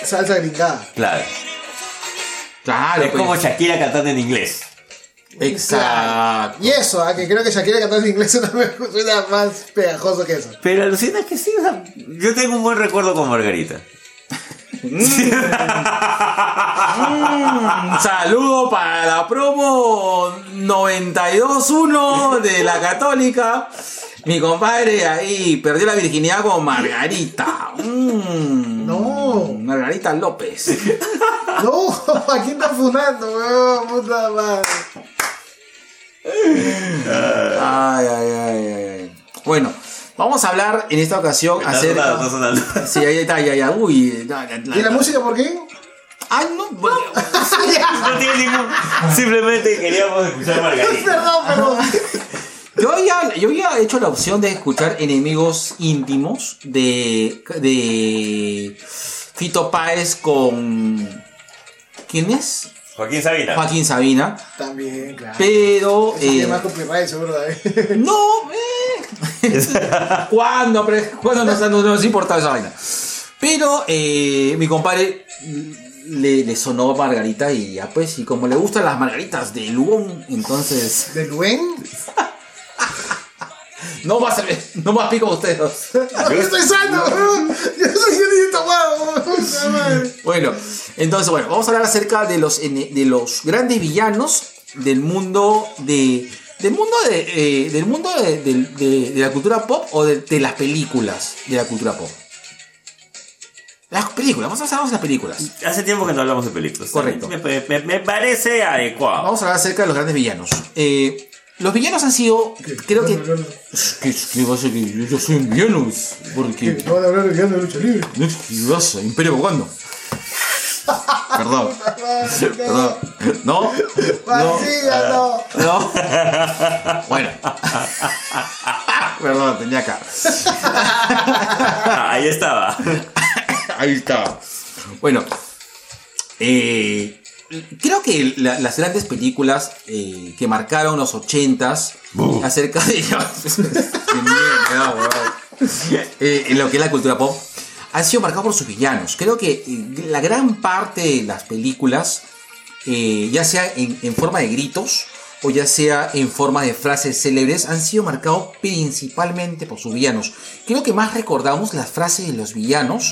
Salsa gringada. Claro. Claro, Es pues. como Shakira cantando en inglés. Exacto. Y eso, ah, que creo que Shakira cantando en inglés suena, me- suena más pegajoso que eso. Pero alucina que sí, o sea, yo tengo un buen recuerdo con Margarita. Un saludo para la promo 92.1 de la Católica. Mi compadre ahí perdió la virginidad con Margarita. Mm. No. Margarita López. No, aquí está funando, weón, puta madre. Ay, ay, ay, ay, ay. Bueno, vamos a hablar en esta ocasión Está acerca. sonando, está sonando. Sí, ahí está, ya, ya. Uy, la- la- la- ¿Y la música por qué? Ay, no. bueno. No tiene ningún. Simplemente queríamos escuchar Margarita. Perdón, perdón. Yo había, yo había hecho la opción de escuchar enemigos íntimos de, de Fito Páez con. ¿Quién es? Joaquín Sabina. Joaquín Sabina. También, claro. Pero. Eso tiene eh, más copyright, seguro. ¿eh? No, eh. ¿Cuándo? pre- cuándo nos, nos, nos importaba esa vaina? Pero eh, mi compadre le, le sonó Margarita y ya pues, y como le gustan las margaritas de Lugón, entonces ¿De Luen? no más, no más pico a ustedes dos. No, yo estoy sano, weón. Yo soy un tomado, weón, puta madre. Bueno, entonces, bueno, vamos a hablar acerca de los, ene- de los grandes villanos del mundo de. Del mundo de. eh, del mundo de, del- de- de la cultura pop o de, de las películas de la cultura pop. Las películas, vamos a hablar de las películas. Hace tiempo que no hablamos de películas. Correcto. Me, me- me parece adecuado. Vamos a hablar acerca de los grandes villanos. Eh, los villanos han sido. Creo que. No, no, no. ¿Qué, qué pasa? Que yo- yo soy un villano. Porque. No van a hablar de lucha libre. ¿Qué pasa? Imperio abogando. Perdón. Perdón. No. Pancilla, no. No. Bueno. Perdón, tenía acá. Ah, ahí estaba. Ahí está. Bueno, eh, creo que la- las grandes películas eh, que marcaron los ochentas acerca de, Qué mierda, weón. Eh, en lo que es la cultura pop han sido marcados por sus villanos. Creo que eh, la gran parte de las películas, eh, ya sea en, en forma de gritos o ya sea en forma de frases célebres, han sido marcados principalmente por sus villanos. Creo que más recordamos las frases de los villanos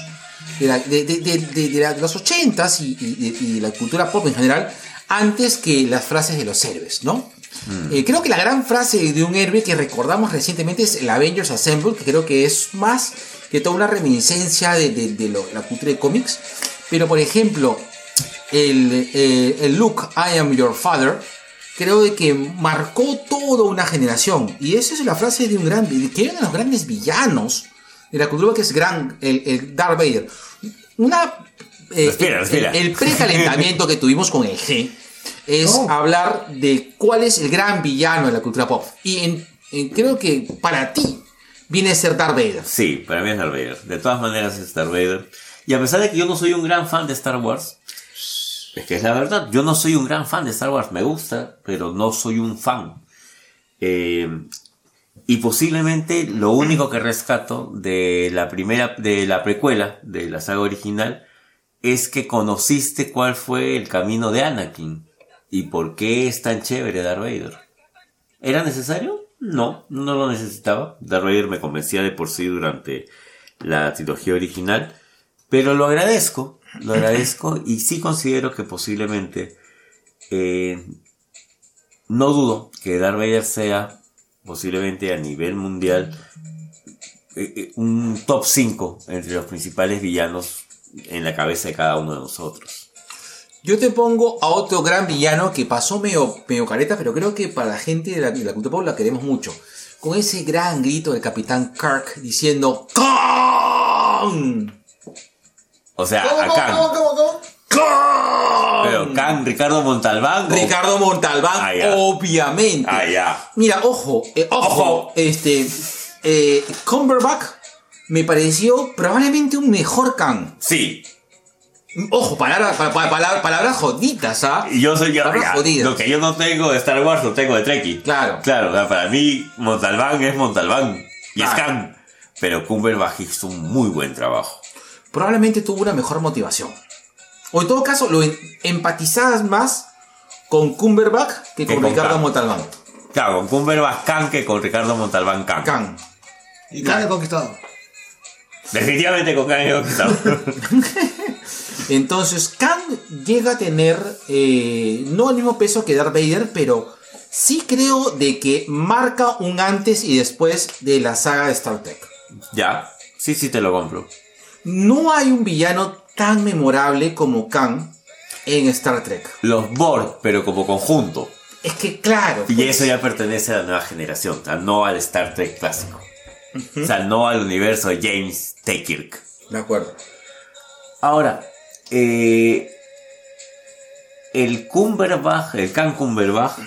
de, la- de- de- de- de- de la- de los 80s y, y- y de la cultura pop en general antes que las frases de los héroes, ¿no? Eh, creo que la gran frase de un héroe que recordamos recientemente es el Avengers Assemble, que creo que es más que toda una reminiscencia de, de- de lo- la cultura de cómics. Pero, por ejemplo, el, eh, el look I am your father, creo de que marcó toda una generación. Y esa es la frase de un gran, de que uno de los grandes villanos de la cultura que es gran, el, el Darth Vader. Una, eh, Respira, respira. El, el precalentamiento que tuvimos con el G es Oh. hablar de cuál es el gran villano de la cultura pop. Y en- en- creo que para ti viene a ser Darth Vader. Sí, para mí es Darth Vader. De todas maneras es Darth Vader. Y a pesar de que yo no soy un gran fan de Star Wars, es que es la verdad, yo no soy un gran fan de Star Wars. Me gusta, pero no soy un fan. Eh, y posiblemente lo único que rescato de la primera, de la precuela, de la saga original, es que conociste cuál fue el camino de Anakin y por qué es tan chévere Darth Vader. ¿Era necesario? No, no lo necesitaba. Darth Vader me convencía de por sí durante la trilogía original, pero lo agradezco, lo agradezco y sí considero que posiblemente eh, no dudo que Darth Vader sea posiblemente a nivel mundial eh, eh, un top 5 entre los principales villanos en la cabeza de cada uno de nosotros. Yo te pongo a otro gran villano que pasó medio, medio careta, pero creo que para la gente de la, de la cultura pop la queremos mucho. Con ese gran grito del Capitán Kirk diciendo ¡Kong! O sea, ¿Cómo, a cómo, cómo, Khan, cómo, cómo? ¡Kong! pero Khan, Ricardo Montalbán, o- Ricardo Montalbán, Ah, ya. obviamente. Ah, ya. Mira, ojo, eh, ojo, Ojo. este, eh, Cumberbatch me pareció probablemente un mejor Khan. Sí, Ojo, palabras palabras jodidas, ¿ah? Y yo soy yo. Palabras ya, jodidas. Lo que yo no tengo de Star Wars lo tengo de Trekkie. Claro. Claro, o sea, para mí Montalbán es Montalbán y es Claro. Khan. Pero Cumberbatch hizo un muy buen trabajo. probablemente tuvo una mejor motivación. O en todo caso, lo en- empatizabas más con Cumberbatch que Que con con Ricardo Khan. Montalbán. Claro, con Cumberbatch Khan que con Ricardo Montalbán Khan. Khan. Y Khan el Conquistador. Definitivamente con Khan yo Entonces, Khan llega a tener eh, no el mismo peso que Darth Vader, pero sí creo de que marca un antes y después de la saga de Star Trek. Ya. Sí, sí te lo compro. No hay un villano tan memorable como Khan en Star Trek. Los Borg, pero como conjunto. Es que claro, Y eso ya pertenece a la nueva generación, o sea, no al Star Trek clásico. O sea, no al universo de James T. Kirk. de acuerdo. Ahora, eh, el Cumberbatch, el Can Cumberbatch,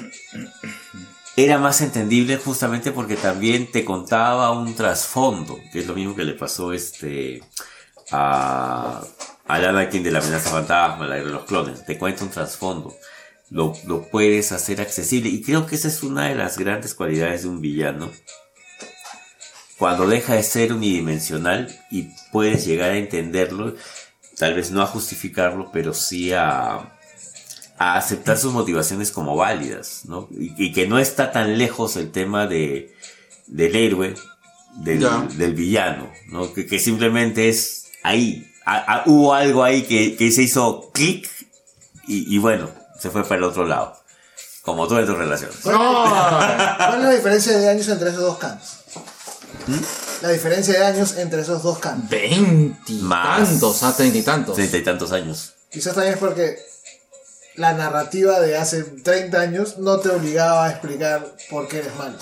era más entendible justamente porque también te contaba un trasfondo, que es lo mismo que le pasó este a, al Anakin de la amenaza fantasma, la guerra de los clones. Te cuenta un trasfondo. Lo, lo puedes hacer accesible. Y creo que esa es una de las grandes cualidades de un villano cuando deja de ser unidimensional y puedes llegar a entenderlo, tal vez no a justificarlo, pero sí a, a aceptar sus motivaciones como válidas, ¿no? Y, y que no está tan lejos el tema de, del héroe, del, Ya. del villano, ¿no? Que, que simplemente es ahí. A- a- hubo algo ahí que, que se hizo clic y, y bueno, se fue para el otro lado. Como todas tus relaciones. ¿Cuál es la diferencia de años entre esos dos Khans? La diferencia de años entre esos dos Khans. Veintitantos, ah, treinta y tantos. Treinta y tantos años. Quizás también es porque la narrativa de hace 30 años no te obligaba a explicar por qué eres malo.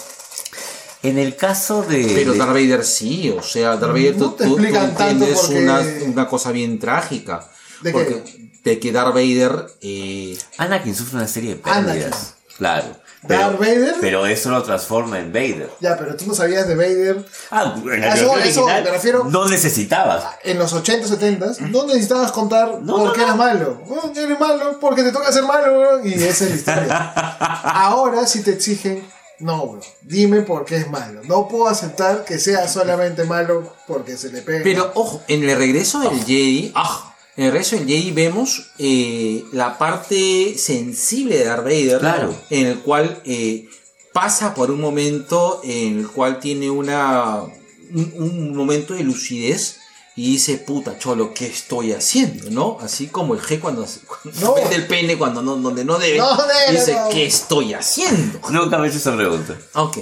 En el caso de... Pero de- Darth Vader sí, o sea, Darth Vader No tú, te tú- tú explican tanto entiendes porque- una, una cosa bien trágica. ¿De qué? porque de que Darth Vader eh, Anakin sufre una serie de Anakin. pérdidas. Claro. Darth Vader. pero eso lo transforma en Vader. Ya, pero tú no sabías de Vader. Ah, en la A eso- teoría eso original me refiero- no necesitabas. En los 80, 70 no necesitabas contar No, por no, qué no. eras malo. Bueno, eres malo porque te toca ser malo, weón, y esa es la historia. Ahora sí te exigen, no, bro, dime por qué es malo. No puedo aceptar que sea solamente malo porque se le pega. Pero ojo, en el regreso del Jedi, ¡aj! en el regreso del Jedi vemos eh, la parte sensible de Darth Vader, Claro. en el cual eh, pasa por un momento en el cual tiene una un, un momento de lucidez y dice, puta cholo, ¿qué estoy haciendo? ¿No? Así como el G cuando, cuando No. vende el pene cuando no, donde no debe, No debe, dice, no. ¿qué estoy haciendo? Nunca me he hecho esa pregunta. Ok.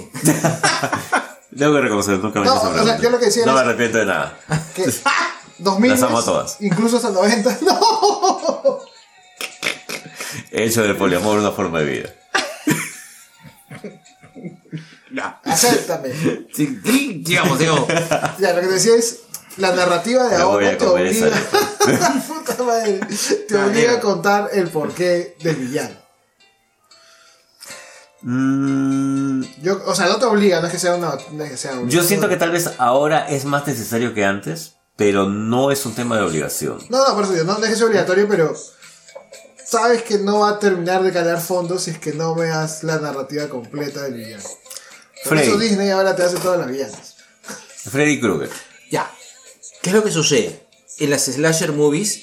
Debo que reconocer, nunca me he No, hecho esa o sea, pregunta. yo lo que decía no es- me arrepiento de nada. que 2000 Las amo a todas. incluso hasta 90. No. He hecho del poliamor una forma de vida. Acéptame. Sí, Digamos, digo, Ya, lo que te decía es la narrativa de La voy ahora a te comer esa obliga, Puta madre, te obliga a contar el porqué del villano. Mm, Yo, o sea, no te obliga, no es que sea una. no es que sea yo siento que tal vez ahora es más necesario que antes, pero no es un tema de obligación. No, no, por eso digo, no, no es que sea obligatorio, pero. Sabes que no va a terminar de calar fondo si es que no me das la narrativa completa del villano. Por Frey. eso Disney ahora te hace todas las villanas. Freddy Krueger. Ya. ¿Qué es lo que sucede? En las slasher movies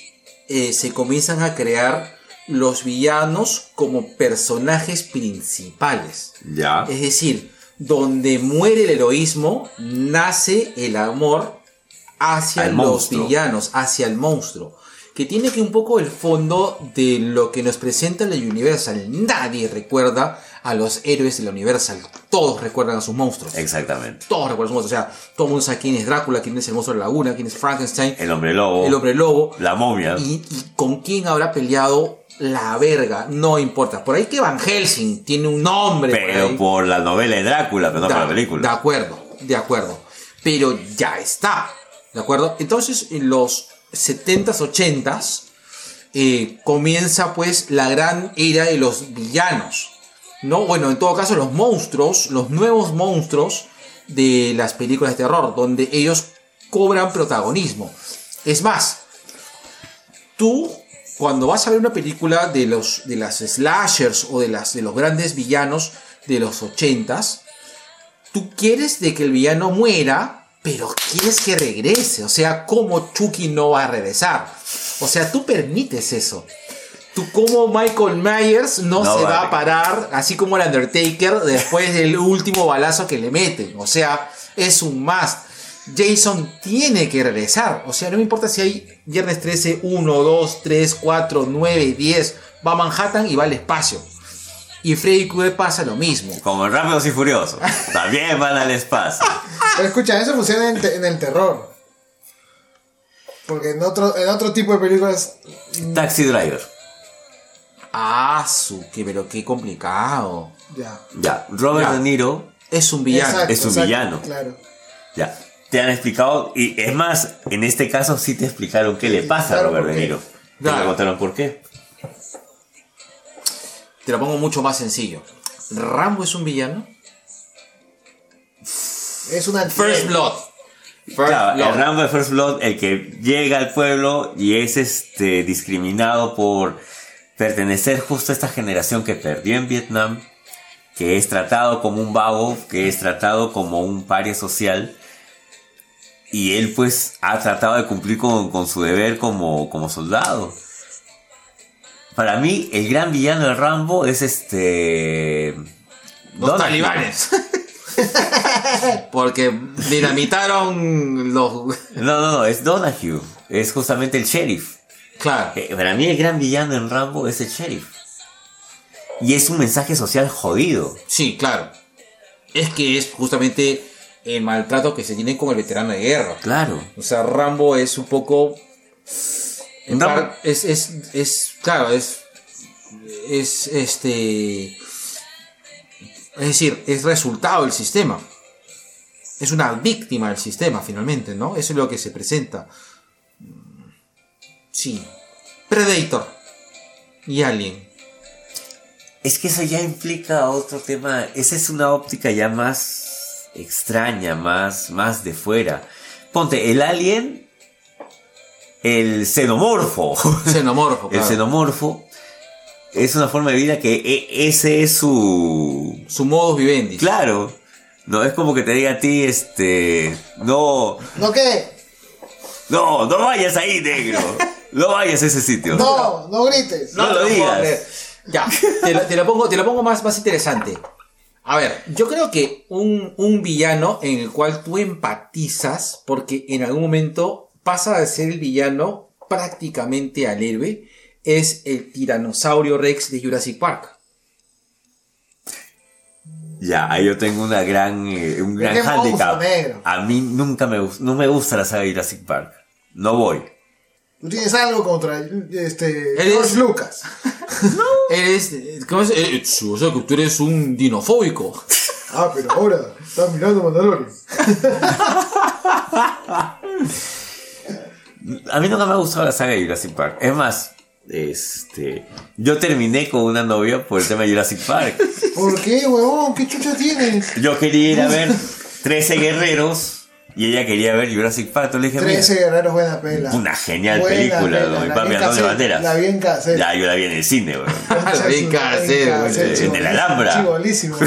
eh, se comienzan a crear los villanos como personajes principales. Ya. Es decir, donde muere el heroísmo, nace el amor hacia Al los monstruo. villanos, hacia el monstruo. Que tiene que un poco el fondo de lo que nos presenta la Universal. Nadie recuerda a los héroes de la Universal. Todos recuerdan a sus monstruos Exactamente. todos recuerdan sus monstruos. O sea, todo el mundo sabe quién es Drácula, quién es el monstruo de la laguna, quién es Frankenstein, El hombre lobo. el hombre lobo. La momia. Y, y con quién habrá peleado la verga, no importa. Por ahí que Van Helsing tiene un nombre. por ahí. Pero por la novela de Drácula, pero no por Da- la película. De acuerdo, de acuerdo. Pero ya está. ¿De acuerdo? Entonces, en los 70s, 80s, eh, comienza pues la gran era de los villanos. ¿No? Bueno, en todo caso, los monstruos, los nuevos monstruos de las películas de terror, donde ellos cobran protagonismo. Es más, tú cuando vas a ver una película de los de las slashers o de las de los grandes villanos de los ochentas, tú quieres de que el villano muera, pero quieres que regrese. O sea, ¿cómo Chucky no va a regresar? O sea, tú permites eso. Tú como Michael Myers no, No se va va a a parar, así como el Undertaker después del último balazo que le meten. O sea, es un must. Jason tiene que regresar. O sea, no me importa si hay viernes 13, 1, 2, 3, 4, 9, 10. Va a Manhattan y va al espacio. Y Freddy Krueger pasa lo mismo. Como en Rápidos y Furiosos. También van al espacio. Pero escucha, eso funciona en, te- en el terror. Porque en otro, en otro tipo de películas. Taxi Driver. Ah, su, que pero qué complicado. Ya. Ya. Robert Ya. De Niro. Es un villano. Exacto, es un exacto, villano. Claro. Ya. Te han explicado. Y es más, en este caso sí te explicaron qué le pasa a Claro, Robert ¿por De qué? Niro. Te Claro. preguntaron por qué. Te lo pongo mucho más sencillo. Rambo es un villano. Es una. First Blood. First Claro, Blood. el Rambo de First Blood, el que llega al pueblo y es este discriminado por pertenecer justo a esta generación que perdió en Vietnam, que es tratado como un vago, que es tratado como un paria social. Y él pues ha tratado de cumplir con, con su deber como, como soldado. Para mí, el gran villano de Rambo es este... Los Donatello. talibanes. Porque dinamitaron los. No, no, no, es Donahue. Es justamente el sheriff. Claro. Eh, Para mí el gran villano en Rambo es el sheriff. Y es un mensaje social jodido. Sí, claro. Es que es justamente el maltrato que se tiene con el veterano de guerra. Claro. O sea, Rambo es un poco. en Rambo- par- Es, es, es. Claro, es. Es este. Es decir, es resultado del sistema. Es una víctima del sistema, finalmente, ¿no? Eso es lo que se presenta. Sí. Predator y Alien. Es que eso ya implica otro tema. Esa es una óptica ya más extraña, más, más de fuera. Ponte, el alien, el xenomorfo. Xenomorfo, El Oh, claro. xenomorfo es una forma de vida que e- ese es su, Su modus vivendi. Claro. No es como que te diga a ti, este. No, ¿No qué? no, no vayas ahí, negro. No vayas a ese sitio. No, no grites. No lo te puedo digas. creer. Ya, te la, te la pongo, te la pongo más, más interesante. A ver, yo creo que un, un villano en el cual tú empatizas, porque en algún momento pasa de ser el villano prácticamente al héroe, es el tiranosaurio Rex de Jurassic Park. Ya, ahí yo tengo una gran, eh, un gran qué monstruo, handicap. negro? A mí nunca me gusta, no me gusta la saga de Jurassic Park. No voy. Tú tienes algo contra este, Eres- George Lucas. Eres, eh, ¿cómo es? Eh, su- o sea, que tú eres un dinofóbico. Ah, pero ahora estás mirando Mandalorian. A mí nunca me ha gustado la saga de Jurassic Park. Es más, este, yo terminé con una novia por el tema de Jurassic Park. ¿Por qué, huevón? ¿Qué chucha tienes? Yo quería ir a ver 13 guerreros y ella quería ver Jurassic Park. Entonces le dije, mira, 13 guerreros, buena pela. Una genial Buena película, pela, don la Papi bien Andón de casera, Banderas. La bien casera. Ya, yo la vi en el cine, weón. La bien casera, casera, güey. En el Alhambra. Chibolísimo.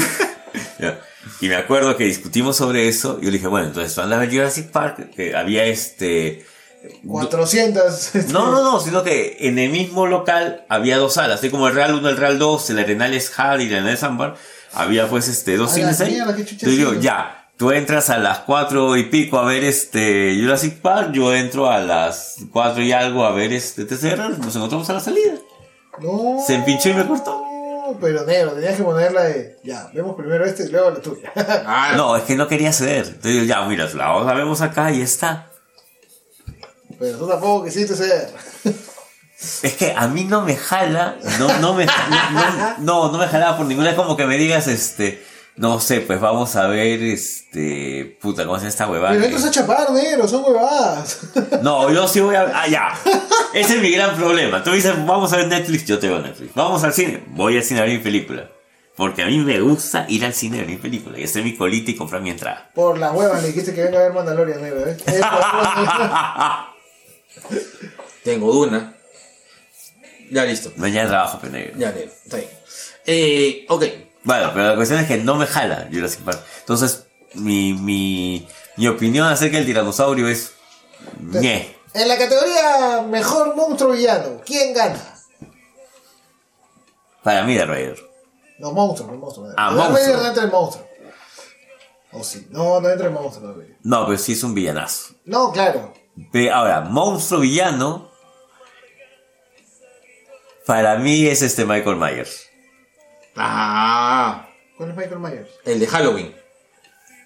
Ya. Y me acuerdo que discutimos sobre eso. Y yo le dije, bueno, entonces tú andas a ver Jurassic Park. Que había este. 400. este, No, no, no, sino que en el mismo local había dos salas. Así como el Real 1, el Real 2, el Arenal es Hard y el Arenal es Ámbar. Había pues este dos A Ah, la cines ahí. mierda, qué chucha Entonces yo, haciendo. ya, tú entras a las 4 y pico a ver este Jurassic Park. Yo entro a las 4 y algo a ver este TCR. Nos encontramos a la salida. No. Se empinchó y me cortó. Pero negro, tenías que ponerla de. Ya, vemos primero este y luego la tuya. Ah, No, es que no quería ceder. Entonces yo, ya, mira, la, la vemos acá y ya está. Pero tú tampoco quisiste ser. Es que a mí no me jala, no, no me, no, no, no me jalaba por ninguna, es como que me digas, este, no sé, pues vamos a ver, este, puta, ¿cómo se llama esta huevada? Pero estos a chapar, negro, son huevadas. No, yo sí voy a, ah, ya, ese es mi gran problema, tú dices, vamos a ver Netflix, yo te veo Netflix, vamos al cine, voy al cine a ver mi película, porque a mí me gusta ir al cine a ver mi película, y hacer mi colita y comprar mi entrada. Por las huevas le dijiste que venga a ver Mandalorian, negro, ¿eh? Es por- Tengo Duna. Ya listo. Mañana trabajo, pendejo. Ya, negro. Está bien. Eh, ok. Bueno, pero la cuestión es que no me jala Jurassic Park. Entonces, mi, mi, mi opinión acerca del tiranosaurio es. ñe. En la categoría mejor monstruo villano, ¿quién gana? Para mí, de Raider. No, monstruo, no monstruo. Ah, Darth monstruo. Vader no entra el monstruo. O sí, no, no entra el monstruo. Darth Vader. No, pero sí es un villanazo. No, claro. Pero ahora, monstruo villano. Para mí es este Michael Myers. Ah, ¿Cuál es Michael Myers? el de Halloween.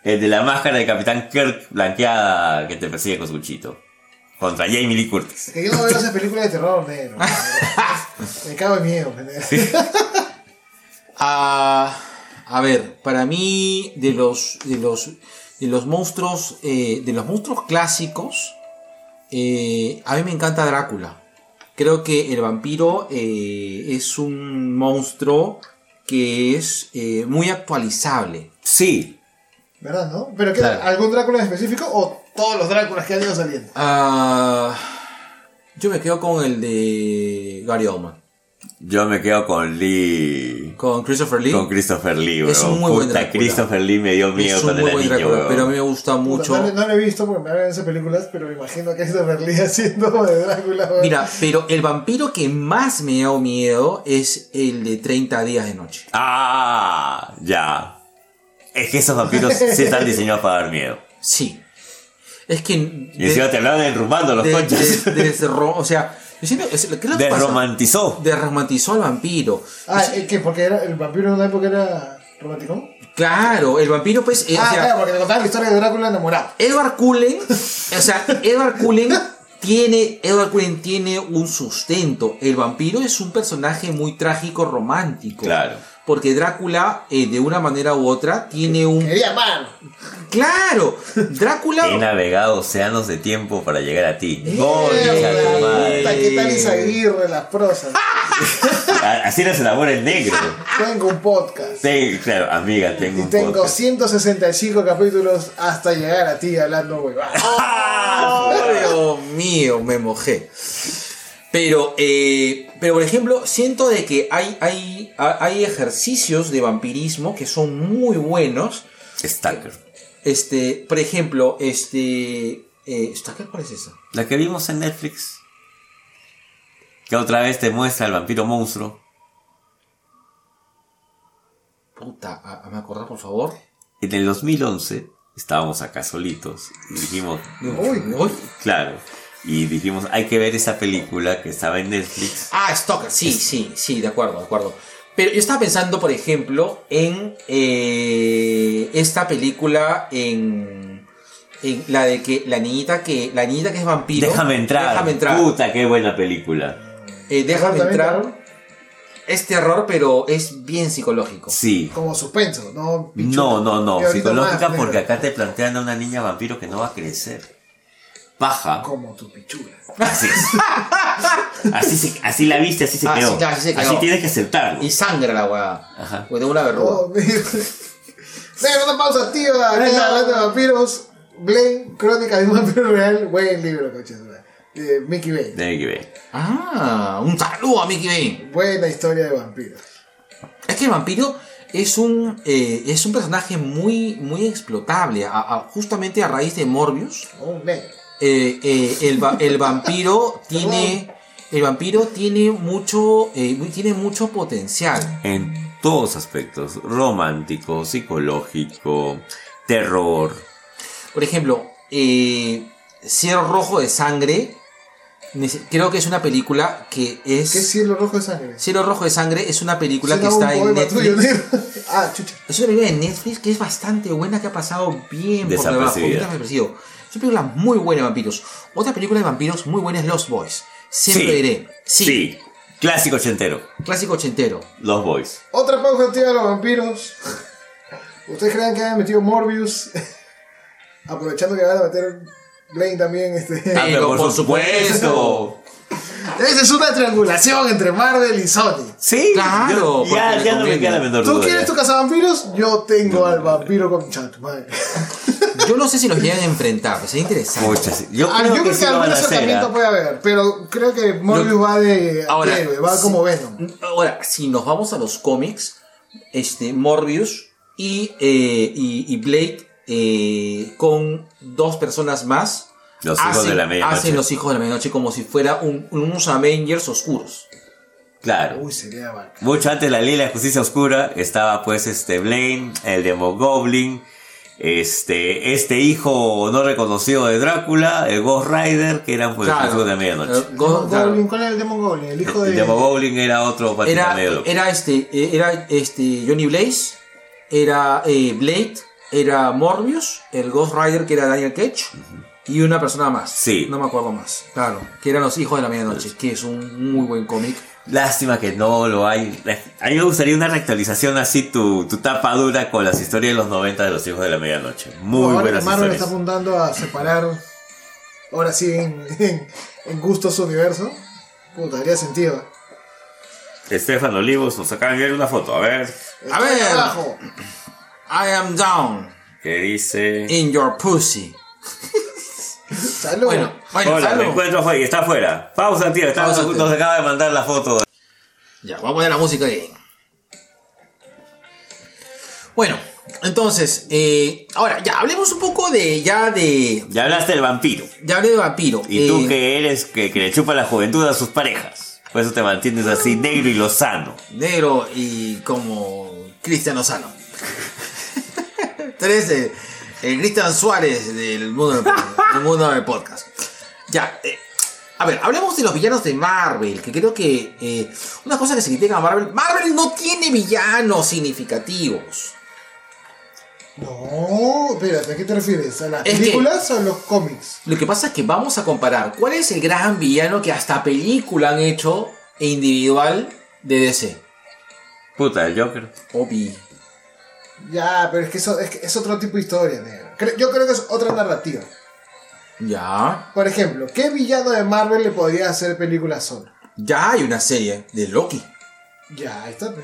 El de la máscara de Capitán Kirk blanqueada que te persigue con su cuchito. Contra Jamie Lee Curtis. Es que yo no veo esas películas de terror, negro. Me cago en miedo. Ah, a ver, para mí, de los, de los, de los monstruos, eh, de los monstruos clásicos, eh, a mí me encanta Drácula. Creo que el vampiro eh, es un monstruo que es eh, muy actualizable. Sí. ¿Verdad, no? ¿Pero qué? Claro. ¿Algún Drácula en específico o todos los Dráculas que han ido saliendo? Ah, yo me quedo con el de Gary Oldman, Yo me quedo con Lee. con Christopher Lee. Con Christopher Lee, Es weón. un muy buen Puta, Drácula. Christopher Lee me dio miedo es un cuando muy era buen niño, Drácula, weón. pero a mí me gusta mucho. No, le- no lo he visto porque me hablan de esas películas, pero me imagino que es de Berlín haciendo de Drácula. güey. Mira, pero el vampiro que más me da miedo es el de 30 días de noche. Ah, ya. Es que esos vampiros sí están diseñados para dar miedo. Sí. Es que... Y encima te hablaban enrumbando los de- coches. de- desro- o sea, yo siento- es- ¿qué es lo que pasa? Desromantizó. Desromantizó al vampiro. Ah, ¿eh, ¿qué? Porque era, el vampiro en una época era romántico. Claro, el vampiro pues... eh, o ah, sea, claro, porque te contaban la historia de Drácula enamorado. Edward Cullen, o sea, Edward Cullen tiene, Edward Cullen tiene un sustento. El vampiro es un personaje muy trágico, romántico. Claro. porque Drácula, eh, de una manera u otra, tiene un... Quería pan. ¡Claro! Eh. He Drácula... navegado océanos de tiempo para llegar a ti. Concha tu madre. Puta, ¿Qué tal Isaguirre, las prosas? A- Así las elabora el negro. Tengo un podcast. Sí, claro, amiga, tengo Y un tengo podcast. 165 capítulos hasta llegar a ti hablando huevadas. ¡Oh, Dios mío! Me mojé. Pero, eh, pero por ejemplo, siento de que hay, hay, ha- hay ejercicios de vampirismo que son muy buenos. Stalker. Este, por ejemplo, este... Eh, ¿Stalker cuál es esa? La que vimos en Netflix. Que otra vez te muestra el vampiro monstruo. Puta, a- a- me acordar por favor. En el 2011 estábamos acá solitos y dijimos, Uy. Uy. claro, y dijimos, hay que ver esa película que estaba en Netflix. Ah, Stalker, sí, sí, sí, de acuerdo, de acuerdo. Pero yo estaba pensando, por ejemplo, en eh, esta película, en, en la de que la niñita que la niñita que es vampiro. Déjame entrar. Déjame entrar. Puta, qué buena película. Eh, déjame ¿También entrar. terror? Es terror, pero es bien psicológico. Sí. Como suspenso, ¿no? Pichu? No, no, Y no. ahorita Psicológica más, eh. porque negro. acá te plantean a una niña vampiro que no va a crecer. Paja. Como tu pichula. Así es. Así, se- así la viste, así se Ah, quedó. sí, así se quedó. tienes que aceptarlo. Y sangra la weá. Ajá. Porque tengo una verruga. Oh, mira. Negro, una pausa activa. Acá hablando de vampiros. Glenn, Crónica de un vampiro real. Buen libro, coches. De Mickey Bay. Tiene que ver. Ah, un saludo a Mickey Bay. Buena historia de vampiros. Es que el vampiro es un, eh, es un personaje muy, muy explotable. A- a- justamente a raíz de Morbius, Un negro. eh, eh, el, va- el vampiro tiene. El vampiro tiene mucho. eh, muy- tiene mucho potencial. En todos aspectos. Romántico, psicológico, terror. Por ejemplo, eh, Cielo Rojo de Sangre. nece- Creo que es una película que es. ¿Qué es cielo rojo de sangre? Cielo Rojo de Sangre es una película que Suena está un en poema tuyo, Netflix. negro. Ah, chucha. Es una película de Netflix que es bastante buena, que ha pasado bien por debajo, Desapercibida. bien desapercibido. Es una película muy buena de vampiros. Otra película de vampiros muy buena es Lost Boys. Siempre Sí. diré. Sí, Sí. Clásico ochentero. Clásico ochentero. Los Boys. Otra pausa activa de los vampiros. ¿Ustedes creen que hayan metido Morbius? Aprovechando que van a meter Blaine también. Este. Ah, pero por, supuesto. Esa es una triangulación entre Marvel y Sony. Sí. Claro, yo- porque Ya, le ya no me conviene. queda la menor ¿Tú duda. quieres ya. tu cazavampiros? Yo tengo al vampiro con chat, madre. Yo no sé si los llegan a enfrentar, pero sería interesante. Pucha, sí. Yo Ah, creo yo que, creo sí que lo algún van a hacer. acercamiento ¿ah? puede haber, pero creo que Morbius va de Ahora, héroe, va como Venom. Ahora, si nos vamos a los cómics, este, Morbius y, eh, y, y Blade eh, con dos personas más. Los hijos de la medianoche. hacen los hijos de la medianoche como si fuera un- unos Avengers oscuros. Claro. Uy, sería bacán. Mucho antes de la ley de la justicia oscura estaba pues este Blaine, el Demogoblin, este, este hijo no reconocido de Drácula, el Ghost Rider, que eran pues los hijos de la medianoche. Eh, Go- claro. Goblin, ¿Cuál era el Demogorgon? El hijo el de. Demogoblin era otro era, patineadero. era este eh, era este Johnny Blaze era eh, Blade era Morbius el Ghost Rider que era Daniel Cage y una persona más Sí. no me acuerdo más claro que eran los hijos de la medianoche que es un muy buen cómic Lástima que no lo hay. A mí me gustaría una reactualización así, tu, tu tapa dura con las historias de los 90 de los hijos de la medianoche. Muy Ahora buenas Marvel historias. está apuntando a separar. Ahora sí, en, en, en gustos universo. Puta, haría sentido. Estefan Olivos nos acaba de enviar una foto, a ver, A Estoy ver. abajo. I am down que dice... in your pussy Salud. bueno bueno Hola, me salud. encuentro afuera, y está afuera. Pausa, tío, está- Pausa, tío. nos acaba de mandar la foto. Ya, voy a poner la música ahí. Bueno, entonces, eh, ahora ya hablemos un poco de ya de. Ya hablaste del vampiro. Ya hablé de vampiro. Y tú eh, que eres que, que le chupa la juventud a sus parejas. Por eso te mantienes así negro y lozano. negro y como Cristian Lozano. Tres, el, el Cristian Suárez del mundo del, del mundo del podcast. Ya, eh, a ver, hablemos de los villanos de Marvel, que creo que eh, una cosa que se critica a Marvel, Marvel no tiene villanos significativos. No, espérate, ¿a qué te refieres? ¿A las Es que- películas o a los cómics? Lo que pasa es que vamos a comparar cuál es el gran villano que hasta película han hecho e individual de DC. Puta, el Joker. Obi. Ya, pero es que eso es, que es otro tipo de historia, negro. Cre- yo creo que es otra narrativa. Ya. Por ejemplo, ¿qué villano de Marvel le podría hacer película solo? Ya hay una serie de Loki. Ya, ahí está. pe.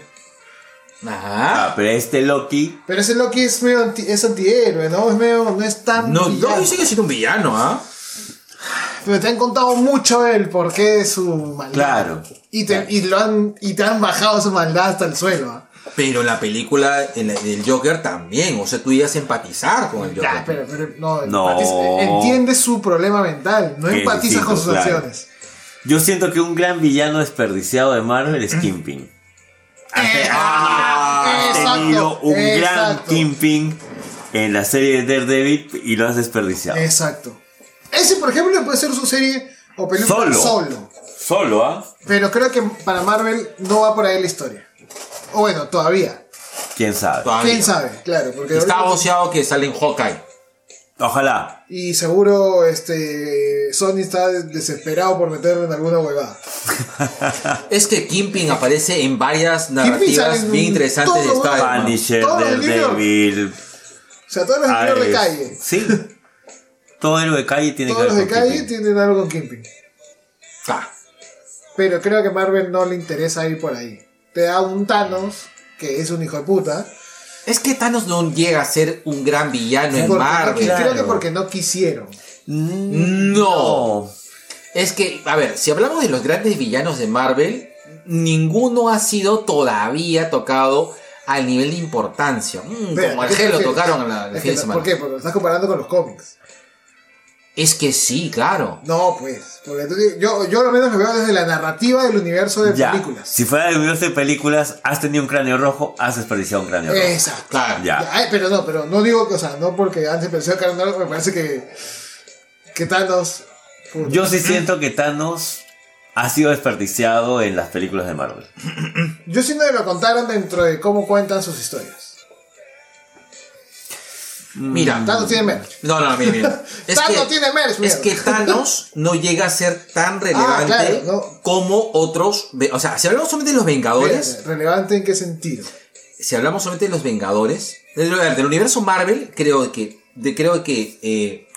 Ajá. Ah, pero este Loki. Pero ese Loki es medio anti- es antihéroe, ¿no? Es medio, no es tan. No, villano. Loki sigue siendo un villano, ¿ah? Pero te han contado mucho el porqué de su maldad. Claro. Y te, y lo han, y te han bajado su maldad hasta el suelo. ¿ah? Pero la película en la- del Joker también. O sea, tú ibas a empatizar con el Joker. Ya, pero, pero no, No. empatiza- eh, entiende su problema mental, no Qué empatiza distinto, con sus claro. acciones. Yo siento que un gran villano desperdiciado de Marvel es Kingpin. ah, Eh, Has ah, exacto, tenido un gran exacto. Kingpin en la serie de Daredevil y lo has desperdiciado. Exacto. Ese, por ejemplo, puede ser su serie o película Solo. solo. Solo, ¿ah? Pero creo que para Marvel no va por ahí la historia. O bueno, todavía. ¿Quién sabe? Todavía. ¿Quién sabe? Claro, porque Está ahorita- boceado que sale en Hawkeye. Ojalá. Y seguro este Sony está desesperado por meterlo en alguna huevada. Es que Kingpin aparece en varias Kingpin sale narrativas en bien interesantes de todo, Star weón. Wars. Punisher, Todo el Daredevil. O sea, todos los héroes de Ares. calle. Sí. Todo héroe de calle tiene Todos los que de ver con calle Kingpin. tienen algo con Kingpin. Ah, Pero creo que Marvel no le interesa ir por ahí. Te da un Thanos, que es un hijo de puta. Es que Thanos no llega a ser un gran villano en porque no Marvel. qui- Creo que claro. porque no quisieron. No. Oh, Es que, a ver, si hablamos de los grandes villanos de Marvel, ninguno ha sido todavía tocado al nivel de importancia. Mm, Espera, como ¿a al qué te G lo refieres? tocaron la- Es el que fin de no- semana. ¿Por qué? Porque lo estás comparando con los cómics. Es que sí, claro. No, pues. Porque tú dices- yo, yo lo menos lo veo desde la narrativa del universo de Ya. películas. Si fuera de universo de películas, has tenido un cráneo rojo, has desperdiciado un cráneo rojo. Exacto. Claro. Ya. Ya, eh, pero no, pero no digo que, o sea, no porque antes pensé que no, me parece que. que Thanos. puta. Yo sí siento que Thanos ha sido desperdiciado en las películas de Marvel. Yo siento que lo contaron dentro de cómo cuentan sus historias. Mira. Mm. Thanos tiene merch. No, no, mira, mira. Thanos tiene merch, es mierda. que Thanos no llega a ser tan relevante claro, no. como otros. ve- O sea, si hablamos solamente de los Vengadores. Espérate, ¿Relevante en qué sentido? si hablamos solamente de los Vengadores, del, del universo Marvel, creo que, de- creo que eh,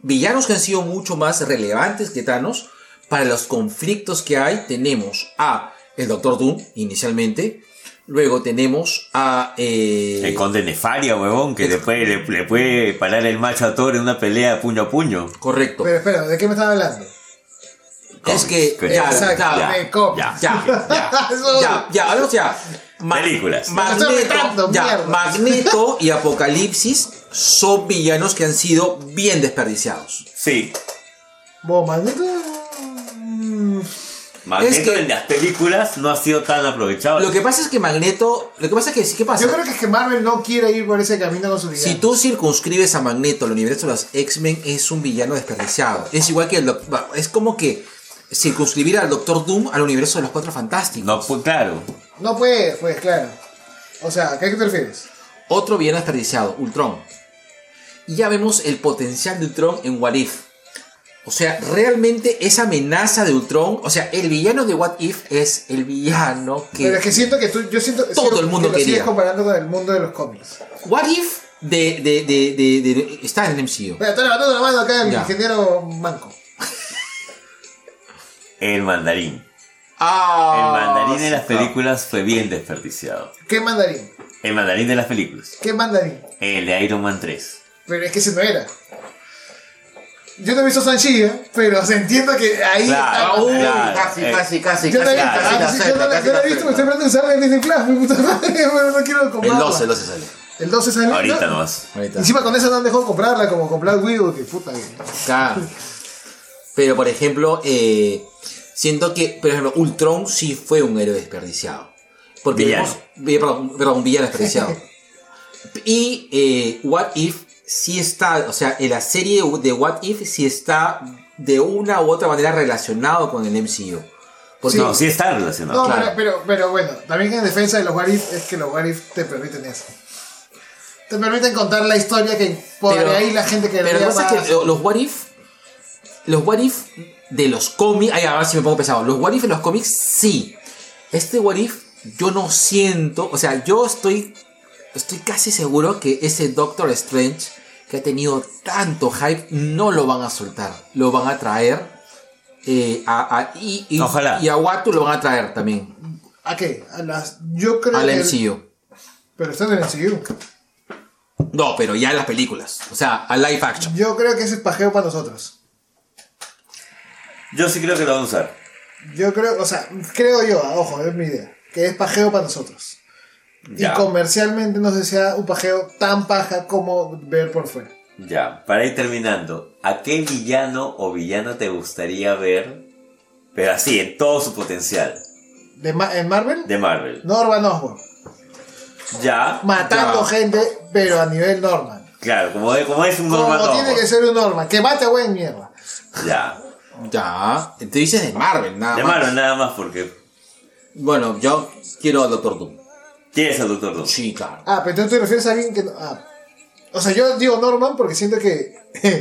villanos que han sido mucho más relevantes que Thanos, para los conflictos que hay, tenemos a el Doctor Doom, inicialmente, luego tenemos a... eh, El conde Nefaria, huevón, que le puede, le, le puede parar el macho a Thor en una pelea puño a puño. correcto. Pero espera, ¿de qué me estás hablando? es que... Con- ya, Exacto, ya, de cómics. ya. Ya, ya, Eso- ya, ya, hablamos ya. Ma- Películas. Me lo estoy Magneto, apretando, ya, mierda. Magneto y Apocalipsis son villanos que han sido bien desperdiciados. Sí. Bueno, Magneto, mm, Magneto Es que- en las películas no ha sido tan aprovechado. Lo que pasa es que Magneto. Lo que pasa es que. ¿Qué pasa? Yo creo que es que Marvel no quiere ir por ese camino con su vida. Si tú circunscribes a Magneto al universo de los X-Men, es un villano desperdiciado. Es igual que. el doc- va, es como que circunscribir al Doctor Doom al universo de los Cuatro Fantásticos. No, pues claro. No puedes, pues, claro. O sea, ¿a qué te refieres? Otro villano desperdiciado, Ultron. Y ya vemos el potencial de Ultron en What If. O sea, realmente esa amenaza de Ultron. O sea, el villano de What If es el villano que. Pero es que siento que tú, yo siento Todo siento el mundo que lo sigues quería. comparando con el mundo de los cómics. What If de, de, de, de- de- está en el MCU. Mira, está levantando la mano acá el Ya. ingeniero Manco. El mandarín. El Ah, mandarín en las sí, claro. películas fue bien desperdiciado. ¿Qué mandarín? El mandarín de las películas. ¿Qué mandarín? El de Iron Man 3. Pero es que ese no era. Yo no he visto Sanchi, ¿eh? pero se entiende que ahí Claro, está. Uy, Claro, casi, eh. casi, casi, Yo no he uh, casi, visto, casi ah, la sí, yo acepta, no la- casi yo la no he visto, me estoy acepta. aprendiendo a usar el Disney Plus, mi puta madre, bueno, no quiero El comprarla. 12, el 12 sale. El 12 sale. Ahorita claro. nomás. Ahorita. Encima con esa no han dejado de comprarla, como con Black Widow, que puta. que- Claro. Pero por ejemplo, eh, siento que, por ejemplo, Ultron sí fue un héroe desperdiciado. Porque Villano. vemos- vi- perdón, perdón, un villano desperdiciado. y eh, What If sí está, o sea, en la serie de What If sí está de una u otra manera relacionado con el MCU. Porque No, sí está relacionado. No, claro. pero, pero, pero bueno, también en defensa de los Warif es que los Warif te permiten eso. Te permiten contar la historia que por Pero- ahí la gente que Pero lo vea que pasa es más- que lo- los What If, los What If de los cómics, ay, a ver si me pongo pesado, los What If de los cómics sí. Este What If yo no siento, o sea, yo estoy, estoy casi seguro que ese Doctor Strange que ha tenido tanto hype no lo van a soltar, lo van a traer. eh, a, a- y, y- Ojalá. y a Watu lo van a traer también ¿A qué? A las. Yo creo al que- MCU. Pero está en el MCU. No, pero ya en las películas, o sea, a live action. Yo creo que ese es pajeo para nosotros. Yo sí creo que lo van a usar. Yo creo, o sea, creo yo, ah, ojo, es mi idea. Que es pajeo para nosotros. Ya. Y comercialmente no sé si sea un pajeo tan paja como ver por fuera. Ya, para ir terminando, ¿a qué villano o villana te gustaría ver? Pero así, en todo su potencial De Ma- ¿En Marvel? de Marvel. Norman Osborn. Ya, Matando Ya. gente, pero a nivel Norman. claro, como es, como es un Norman como tiene Osborn. que ser un Norman. Que mate a buen mierda. Ya, Ya, te dices de Marvel, nada de más. Marvel nada más porque Bueno, yo quiero a Doctor Doom. tienes al Doctor Doom. Sí, claro. Ah, pero entonces te refieres a alguien que no. ah. O sea, yo digo Norman porque siento que.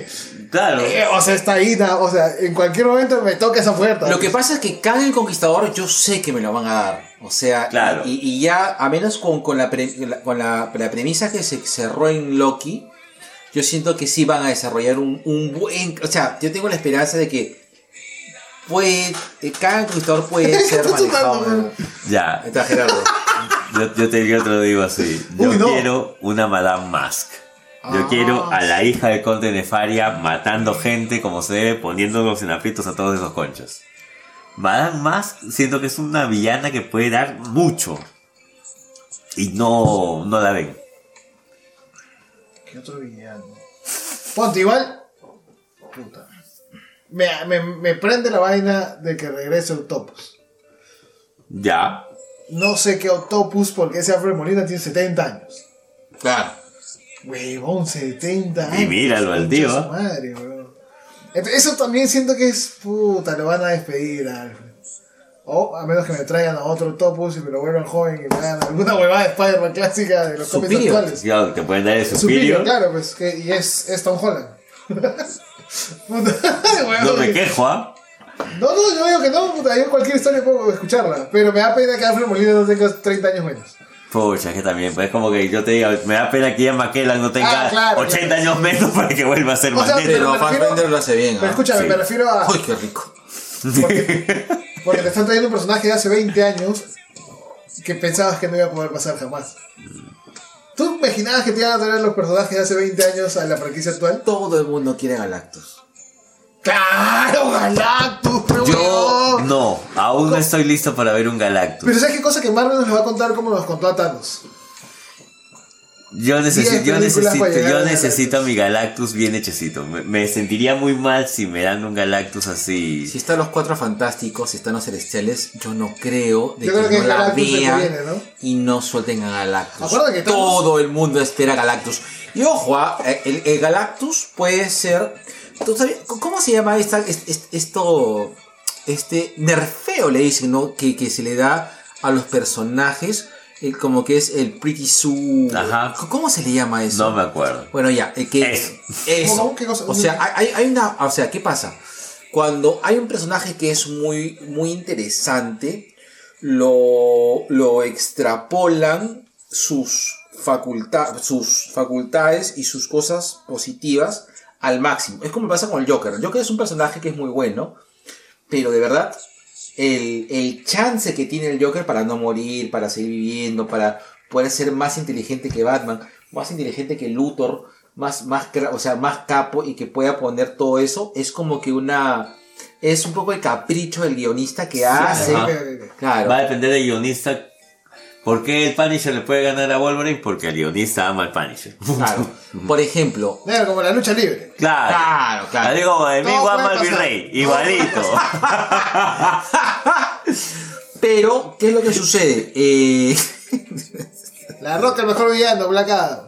Claro, eh, o sea, está ahí, na- o sea, en cualquier momento me toca esa puerta. Lo que pasa es que Khan el Conquistador yo sé que me lo van a dar. O sea, Claro. y, y ya, a menos con, con, la pre- la- con la, la premisa que se cerró en Loki, yo siento que sí van a desarrollar un, un buen... O sea, yo tengo la esperanza de que puede, eh, Khan el Conquistador puede ser Estás manejado. tocando, ya, Está Gerardo. yo, yo te, yo te lo digo así. Yo Uy, no. quiero una Madame Mask. Yo Ah, quiero a la hija del conde Nefaria matando gente como se debe, poniéndolos en aprietos a todos esos conchos. Madame Mask siento que es una villana que puede dar mucho. Y no, no la ven. ¿Qué otro villano? Ponte, igual. Puta. Me, me, me prende la vaina de que regrese Autopus. Ya. No sé qué Autopus porque ese Alfred Molina tiene 70 años. Claro. Huevón, 70 años. Y míralo al Concha tío, su ¿eh? Madre, huevón. Ent- Eso también siento que es puta, lo van a despedir a Alfred. O a menos que me traigan a otro Autopus y me lo vuelvan joven y me hagan alguna huevada de Spider-Man clásica de los cómics Superior. actuales. Ya, Te pueden dar el Superior, superior. claro, pues, que, y es, es Tom Holland. Puta, huevón. No me quejo, ¿ah? No, no, yo digo que no, puta, yo cualquier historia puedo escucharla, pero me da pena que Alfred Molina no tenga 30 años menos. Pucha, es que también, pues es como que yo te digo, me da pena que ya Maquelan no tenga Ah, claro, 80 claro. años menos para que vuelva a ser O sea, Magneto. Pero me refiero- Fassbender lo hace bien. Pero ¿ah? escúchame, sí. me refiero a... Uy, qué rico. Porque te están trayendo un personaje de hace 20 años que pensabas que no iba a poder pasar jamás. ¿Tú imaginabas que te iban a traer los personajes de hace 20 años a la franquicia actual? Todo el mundo quiere a Galactus. ¡Claro, Galactus! pero Yo weón! no, aún no estoy listo para ver un Galactus. Pero ¿sabes qué cosa que Marvel nos va a contar como nos contó a Thanos? Yo necesito, Diez yo películas necesito, para llegar yo a un necesito a mi Galactus bien hechecito. Me, me sentiría muy mal si me dan un Galactus así. Si están los cuatro fantásticos, si están los celestiales, yo no creo de Yo que, creo que no la Galactus es el que vean viene, ¿no? y no suelten a Galactus. Acuérdate que Thanos- Todo el mundo espera a Galactus. Y ojo, ah, el, el Galactus puede ser. ¿tú sabes- ¿Cómo se llama esta, es- es- esto? Este nerfeo le dicen, ¿no? Que, que se le da a los personajes. eh, como que es el Pretty Sue. Ajá. ¿Cómo se le llama eso? No me acuerdo. Bueno, ya, eh, que Eso. eso. ¿Cómo? ¿Qué cosa? O sea, hay, hay- hay una. O sea, ¿qué pasa? Cuando hay un personaje que es muy, muy interesante, lo, lo extrapolan sus, faculta- sus facultades y sus cosas positivas al máximo. Es como pasa con el Joker. El Joker es un personaje que es muy bueno, pero de verdad, el, el chance que tiene el Joker para no morir, para seguir viviendo, para poder ser más inteligente que Batman, más inteligente que Luthor, más, más, cra- o sea, más capo y que pueda poner todo eso, es como que una... Es un poco el capricho del guionista que hace... ajá. Claro. Va a depender del guionista. ¿Por qué el Punisher le puede ganar a Wolverine? Porque el guionista ama al Punisher. Claro. Por ejemplo. Claro, como la lucha libre. Claro. Claro, La claro. digo, de mí Todo ama puede al pasar. virrey. Igualito. Pero, ¿qué es lo que sucede? Eh, La Roca, el mejor villano, Black Adam.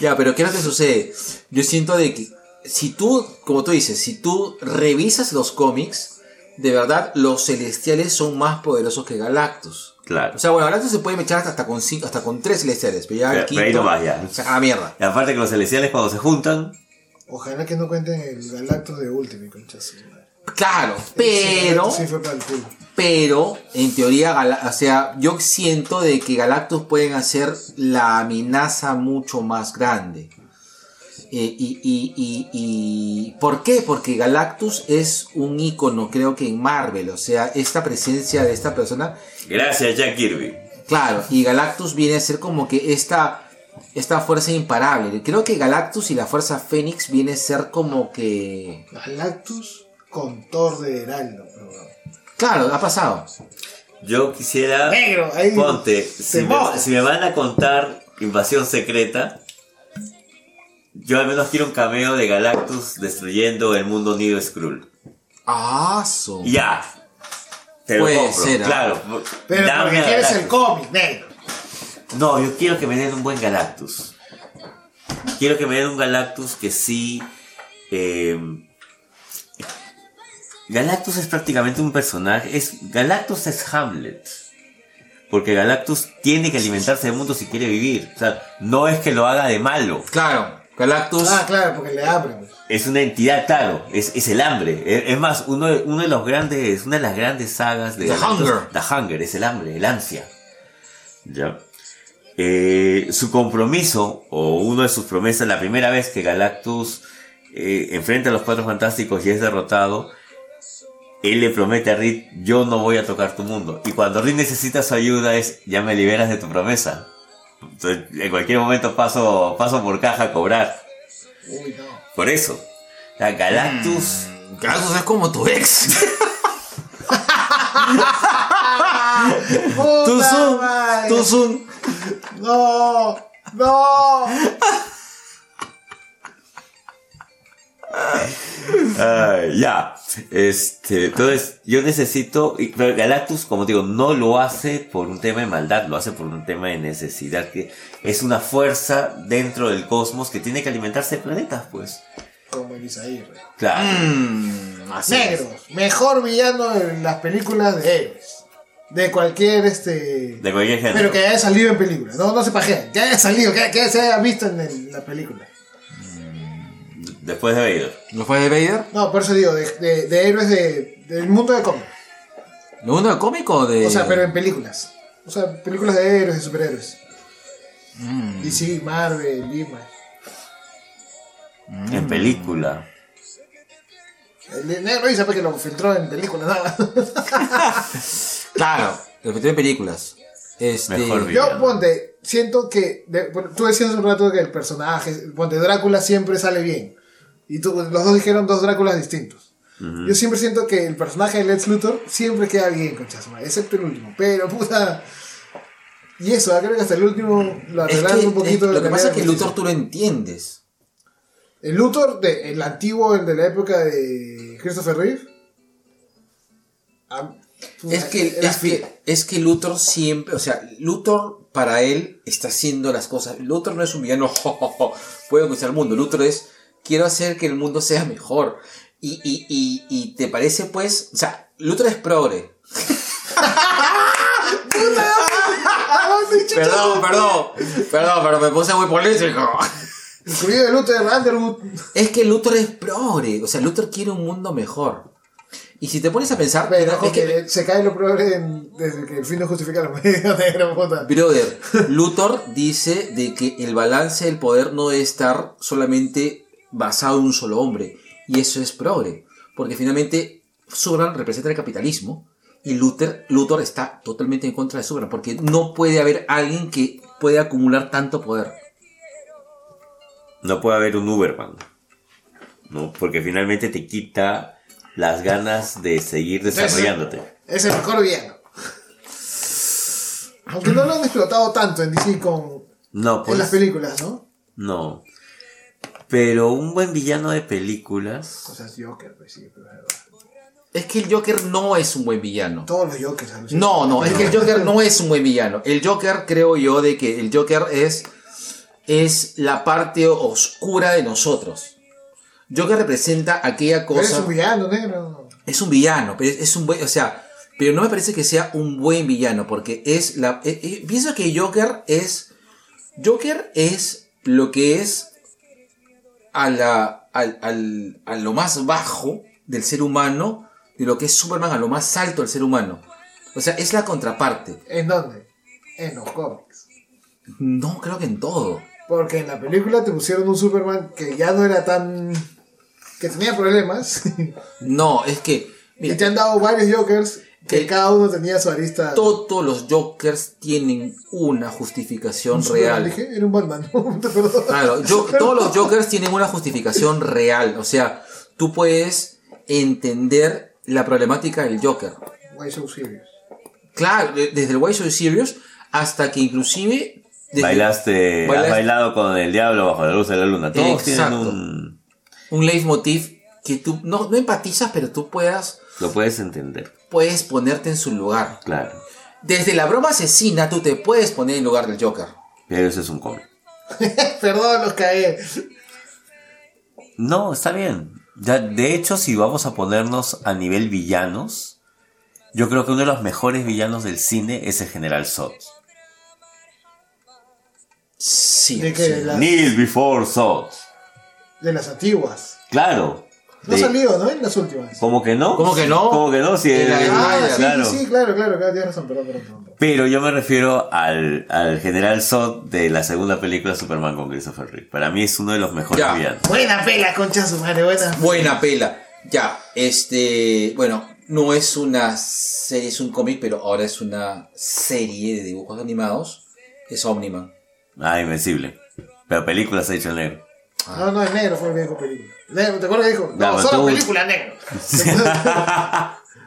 ya, pero ¿qué es lo que sucede? Yo siento de que si tú, como tú dices, si tú revisas los cómics, de verdad los celestiales son más poderosos que Galactus. Claro. O sea, bueno, Galactus se puede mechar hasta, hasta con cinco, hasta con tres celestiales, pero ya Pero- el pero ahí quinto- nomás ya. o sea, ah, mierda. Y aparte que los celestiales cuando se juntan, Ojalá que no cuenten el Galactus de Ultimate, concha su madre. Claro, Ese pero, Galactus Sí, fue para el culo. pero en teoría, Gala- o sea, yo siento de que Galactus pueden hacer la amenaza mucho más grande. Eh, y, y- y- y- ¿Por qué? Porque Galactus es un icono, creo que en Marvel. O sea, esta presencia de esta persona Gracias, Jack Kirby. Claro, y Galactus viene a ser como que esta, esta fuerza imparable. Creo que Galactus y la fuerza Fénix viene a ser como que... Galactus con Thor de Heraldo. pero bueno. Claro, ha pasado. Yo quisiera. Negro, ahí Ponte, te si me, mojas. si me van a contar Invasión Secreta, yo al menos quiero un cameo de Galactus destruyendo el mundo unido Skrull. Ah, su- Ya. Te lo Puede compro, ser, ¿ah? claro. Pero Dame porque a quieres el Galactus. cómic, negro. No, yo quiero que me den un buen Galactus. Quiero que me den un Galactus que sí. eh, Galactus es prácticamente un personaje. Es, Galactus es Hamlet. Porque Galactus tiene que alimentarse del mundo si quiere vivir. O sea, no es que lo haga de malo. Claro, Galactus... Ah, claro, porque le abren. Es una entidad, claro. Es, es el hambre. Es, es más, uno, de- uno de los grandes, una de las grandes sagas de The Galactus- Hunger. The Hunger, es el hambre, el ansia. Ya. Eh, su compromiso, o uno de sus promesas, la primera vez que Galactus eh, enfrenta a los cuatro fantásticos y es derrotado, él le promete a Reed, yo no voy a tocar tu mundo. Y cuando Reed necesita su ayuda es, ya me liberas de tu promesa. Entonces, en cualquier momento paso, paso por caja a cobrar. Uy, no. Por eso. O sea, Galactus. Galactus es como tu ex. ¡Puta Tuzun, madre! Tuzun. ¡No! ¡No! ah, ya. Este, entonces, yo necesito. y- Pero Galactus, como digo, no lo hace por un tema de maldad, lo hace por un tema de necesidad. Que es una fuerza dentro del cosmos que tiene que alimentarse de planetas, pues. Como el Isaíre. Claro. Mm, así es. Negros, mejor villano en las películas de héroes. De cualquier este. De cualquier género. Pero que haya salido en película. No, no se pajean. Que haya salido, que, que se haya visto en, el- la película. Después de Vader. ¿Lo fue de Vader? No, por eso digo, de, de- de héroes de, del mundo de cómic. ¿Lo uno de cómico o de...? O sea, pero en películas. O sea, películas de héroes, de superhéroes. Mm. Y sí, Marvel, Lima. En película. El de negro y sabe que lo filtró en película, nada. Claro, lo que tiene películas. Este... Mejor vi- Yo, ponte, siento que. de- bueno, tú decías hace un rato que el personaje, ponte, Drácula siempre sale bien. Y tú, los dos dijeron dos Dráculas distintos. Yo siempre siento que el personaje de Lex Luthor siempre queda bien con Chasma, excepto el último. Pero, puta. Y eso, ah, creo que hasta el último lo Es arreglaron que, un poquito. eh, de lo que pasa manera es que justicia. Luthor tú lo entiendes. El Luthor, de- el antiguo, el de la época de Christopher Reeve. ah, puta, Es que, era es, fiel. que, es que Luthor siempre, o sea, Luthor para él está haciendo las cosas. Luthor no es un villano, puedo conquistar el mundo. Luthor es, quiero hacer que el mundo sea mejor. Y, y, y, y te parece pues, o sea, Luthor es progre. Ah, sí, chucha. Perdón, perdón, perdón, pero me puse muy político. Incluido el Luthor de Underwood. Es que Luthor es progre, o sea, Luthor quiere un mundo mejor. Y si te pones a pensar, Pero es que- que se cae lo progre en- desde que el fin no justifica la medida negra, puta. Brother, Luthor dice de que el balance del poder no debe estar solamente basado en un solo hombre. Y eso es progre. Porque finalmente Subran representa el capitalismo y Luther, Luthor está totalmente en contra de Subran. Porque no puede haber alguien que pueda acumular tanto poder. No puede haber un Uberman. ¿No? Porque finalmente te quita las ganas de seguir desarrollándote. Es el mejor villano. Aunque no lo han explotado tanto en DC con No, pues. en las películas, ¿no? No. Pero un buen villano de películas. O sea, es Joker, pues sí, pero es verdad. Es que el Joker no es un buen villano. Todos los Jokers alucinan. No, no, es que el Joker no es un buen villano. El Joker, creo yo, de que el Joker es, es la parte oscura de nosotros. Joker representa aquella Pero cosa. es un villano negro. villano, pero es, es un buen. O sea, pero no me parece que sea un buen villano, porque es la. eh, eh, pienso que Joker es. Joker es lo que es a, la, al, al- a lo más bajo del ser humano, de lo que es Superman a lo más alto del ser humano. O sea, es la contraparte. ¿En dónde? En los cómics. No, creo que en todo. Porque en la película te pusieron un Superman que ya no era tan. que tenía problemas. No, es que. y Mira, te han dado varios Jokers que Eh, cada uno tenía su arista. todos los Jokers tienen una justificación Un real. Superman, Dije, era un Batman. Perdón. Claro, yo- todos los Jokers tienen una justificación real. O sea, tú puedes entender la problemática del Joker. Why so serious? Claro, de- desde el Why So Serious hasta que inclusive... desde- Bailaste, bailaste- has bailado con el diablo bajo la luz de la luna. Todos tienen Exacto. un... Un leitmotiv que tú no, no empatizas, pero tú puedas, Lo puedes entender, puedes ponerte en su lugar. claro. Desde la broma asesina tú te puedes poner en lugar del Joker. Pero eso es un cómic. Perdón, los caí. No, está bien. Ya, de hecho, si vamos a ponernos a nivel villanos, yo creo que uno de los mejores villanos del cine es el General Zod. Sí. ¿De sí. qué? De las- Neil before Zod. de las antiguas. Claro. No ha De- salido, ¿no? En las últimas. ¿Cómo que no? ¿Cómo que no? ¿Cómo que no? Si En la el- Ah, sí, claro. sí, claro, claro, claro, tienes razón, perdón, perdón, perdón. Pero yo me refiero al, al General Zod de la segunda película Superman con Christopher Reeve. Para mí es uno de los mejores Ya. villanos. Buena pela, concha su madre, buena. Buena pela. Ya, este, bueno, no es una serie, es un cómic, pero ahora es una serie de dibujos animados. Es Omniman. Ah, invencible. Pero películas ha hecho el negro. No, no, es negro, fue el que dijo película. Negro, ¿te acuerdas que dijo? No, No, solo Ah. tú- película negro.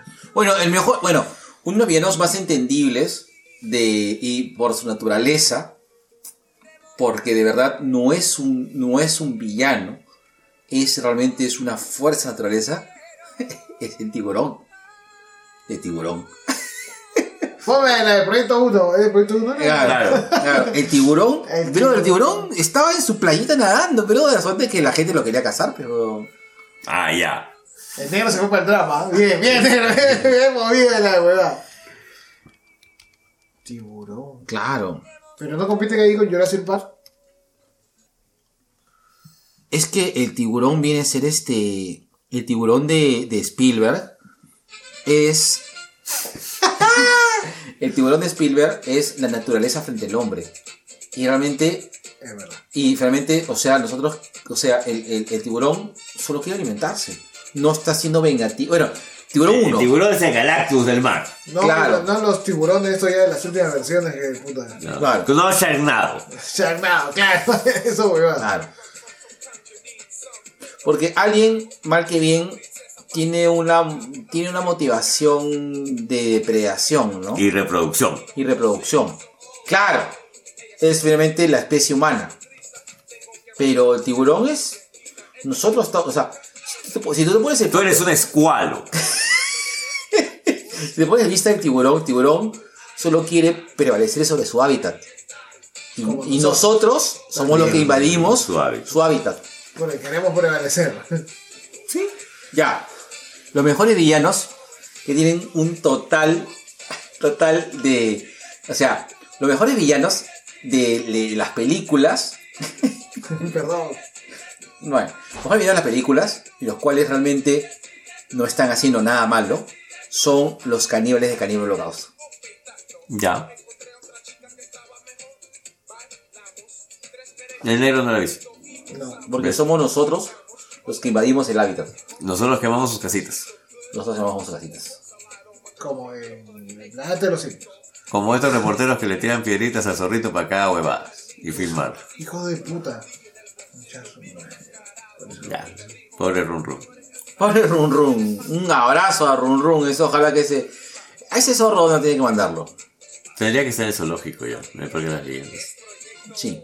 Bueno, el mejor, bueno, uno de villanos más entendibles de, y por su naturaleza, porque de verdad no es un, no es un villano, es realmente es una fuerza de naturaleza, es el tiburón. De tiburón. Ponme la de Proyecto 1, ¿eh? de Proyecto 1 Claro, Claro. claro. El tiburón, El pero el tiburón. tiburón estaba en su playita nadando, pero de suerte que la gente lo quería cazar, pero. Ah, ya. El negro se fue para el drama. Bien, bien, negro, bien, bien movida la huevada. Tiburón. Claro. Pero no compite que ahí con Jurassic Park. Es que el tiburón viene a ser este. El tiburón de, de Spielberg es. el tiburón de Spielberg es la naturaleza frente al hombre. Y realmente. Es verdad. Y realmente, o sea, nosotros. O sea, el, el- el tiburón solo quiere alimentarse. No está siendo vengativo. Bueno, tiburón El 1. tiburón es el Eh, Galactus del mar. No, Claro. no, los tiburones, esto ya de las últimas versiones, que puta. No, Claro. no Sharknado. Charmado, claro, eso huevada. Claro. Porque alguien, mal que bien, tiene una, tiene una motivación de depredación, ¿no? Y reproducción. Y reproducción. Claro, es finalmente la especie humana. Pero el tiburón es. Nosotros estamos. O sea, si tú, si tú te pones el- Tú eres un escualo. si te pones en vista del tiburón, el tiburón solo quiere prevalecer sobre su hábitat. Y, y nosotros somos los que invadimos Su hábitat. Su hábitat. Porque queremos prevalecer. Ya. Los mejores villanos que tienen un total, total de... O sea, los mejores villanos de, de las películas... Perdón. Bueno, los mejores villanos de las películas, y los cuales realmente no están haciendo nada malo, son los caníbales de Caníbal Holocausto. Ya. El negro no lo hizo. No. Porque Ves. somos nosotros los que invadimos el hábitat. Nosotros quemamos sus casitas. Nosotros llamamos casitas. Como en la de los simios. Como estos reporteros que le tiran piedritas al zorrito para cada huevada. Y filmar. Hijo de puta. Muchacho, madre. Ya. Pobre Run Run. Pobre Run Run. Un abrazo a Run Run. Eso ojalá que ese... A ese zorro no tiene que mandarlo. Tendría que estar en zoológico ya, en el Parque de las Leyendas. Sí.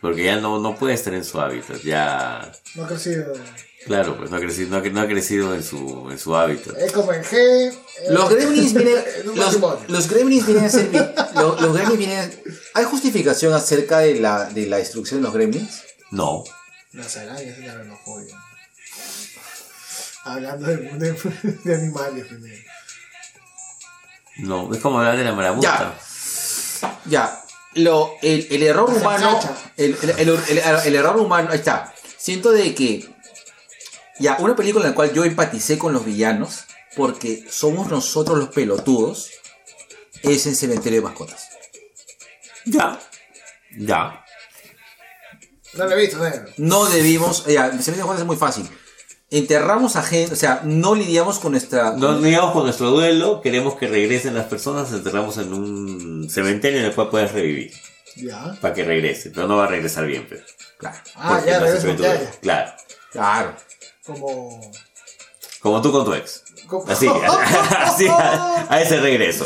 Porque ya no, no puede estar en su hábitat. Ya. No ha crecido. Claro, pues no ha crecido, no ha, no ha crecido en, su, en su hábitat. Es como en G. eh, Los gremlins vienen. en un matrimonio. Los, los gremlins vienen a ser. vi- Los, los gremlins vienen. ¿Hay justificación acerca de la, de la destrucción de los gremlins? No. Las arañas eran los pollos. Hablando del mundo de, de animales. primero. No. Es como hablar de la marabunta. Ya. Lo, el, el error La humano. salchicha. El, el- el- el- el error humano. Ahí está. Siento de que. Ya, una película en la cual yo empaticé con los villanos. Porque somos nosotros los pelotudos. es en Cementerio de Mascotas. Ya. Ya. No lo he visto, negro. No debimos, ya, el Cementerio de Mascotas es muy fácil. Enterramos a gente, o sea, no lidiamos con nuestra... Nos ligamos con nuestro duelo, queremos que regresen las personas, enterramos en un cementerio en el cual puedes revivir. Ya. Para que regrese, pero no va a regresar bien, pero. Claro, Ah, Porque ya, no se regreso fue con tu- Yaya. Claro. claro. Como. Como tú con tu ex. como- Así, así, a, a ese regreso.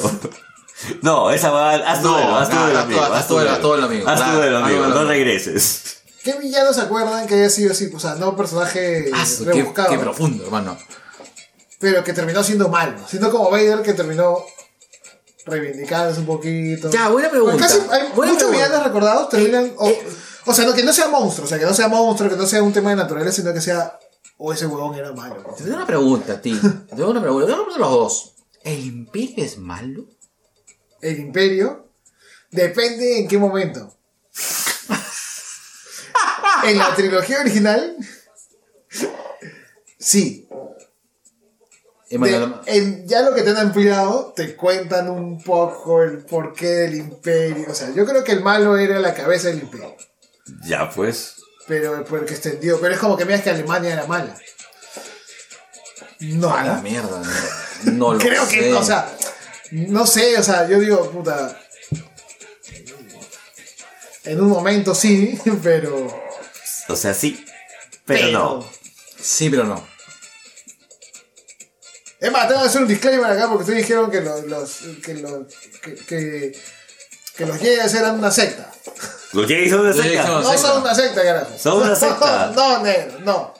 No, esa va. Haz tu No, duelo, haz tu nada, duelo, haz amigo. todo- haz tu todo- duelo. haz todo lo amigo, Haz claro, tu duelo, haz amigo. todo lo No amigo. regreses. ¿Qué villanos se acuerdan que haya sido así? O sea, no un personaje Ah, su- qué, Eh, rebuscado, qué profundo, hermano. pero que terminó siendo malo. Siendo como Vader que terminó reivindicarse un poquito. Ya, buena pregunta. Porque Casi hay Buena pregunta. muchos Eh, villanos recordados terminan. o, o sea, no, que no sea monstruo, o sea, que no sea monstruo, que no sea un tema de naturaleza, sino que sea. O ese huevón era malo. Te tengo una pregunta, tío. Te tengo una pregunta. Te tengo una pregunta a los dos. ¿El imperio es malo? El imperio. Depende en qué momento. en la trilogía original. Sí, Hermano, De- la- en- ya lo que te han ampliado, te cuentan un poco el porqué del imperio. O sea, yo creo que el malo era la cabeza del imperio. Ya, pues. Pero porque extendió. Pero es como que miras que Alemania era mala. No, A la ¿no? mierda. No, No lo creo sé. que, o sea, no sé, o sea, yo digo, puta. En un momento sí, pero. O sea, sí. Pero, no. Sí, pero no. Es más, tengo que hacer un disclaimer acá porque ustedes dijeron que los, los- que los, que, que, que los Jedi eran una secta. Los Jays son de Los Jays cerca. son- No son una secta, carajo. Son una secta. no, negro, no.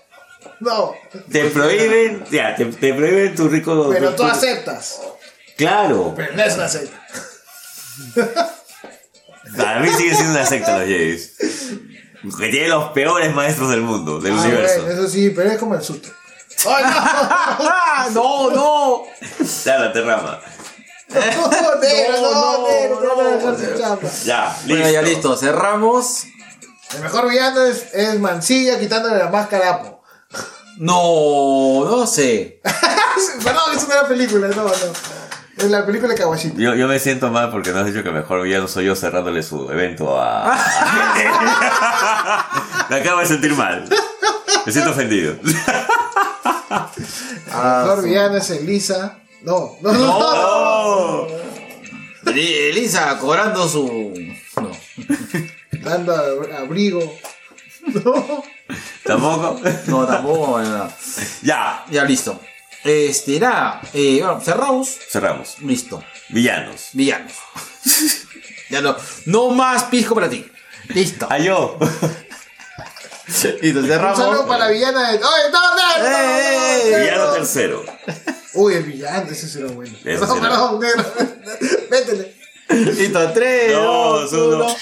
No. Te prohíben. Ya, te, te prohíben tu rico. Pero tu- tú tu- aceptas. Claro. Pero no es una secta. Para mí sigue siendo una secta los Jays. Que tiene los peores maestros del mundo, del Ah, universo. bueno, eso sí, pero es como el susto. ¡Ay, Ah, ¡No, no! Ya, la terrama. no! ¡No, negro, no, No, negro! te no, van a dejar negro. sin chamba. Ya, listo. Bueno, ya listo. Cerramos. El mejor villano es, es Mancilla quitándole la máscara a Apo. No, no sé. Perdón, es una película, no, no. Es la película de Kawashita. Yo, yo me siento mal porque no has dicho que mejor ya no soy yo cerrándole su evento a. me acabo de sentir mal. Me siento ofendido. El mejor villano es Elisa. No, no, no, no. ¡Oh! Elisa cobrando su. No. Dando ab- abrigo. No. ¿Tampoco? No, tampoco. no, no. ya, Ya listo. Este, nada. eh, bueno, cerramos. cerramos. Listo. Villanos. Villanos. ya no. No más pisco para ti. Listo. ¡A Ah, yo! Listo, Un cerramos. saludo para la villana de. ¡Oye, no, no, no, ¡Ey! no, no, no! Villano tercero. Uy, el villano, ese será bueno. Ese no, será. no, negro. Métele. Listo, 3, Dos, 2, 1. uno.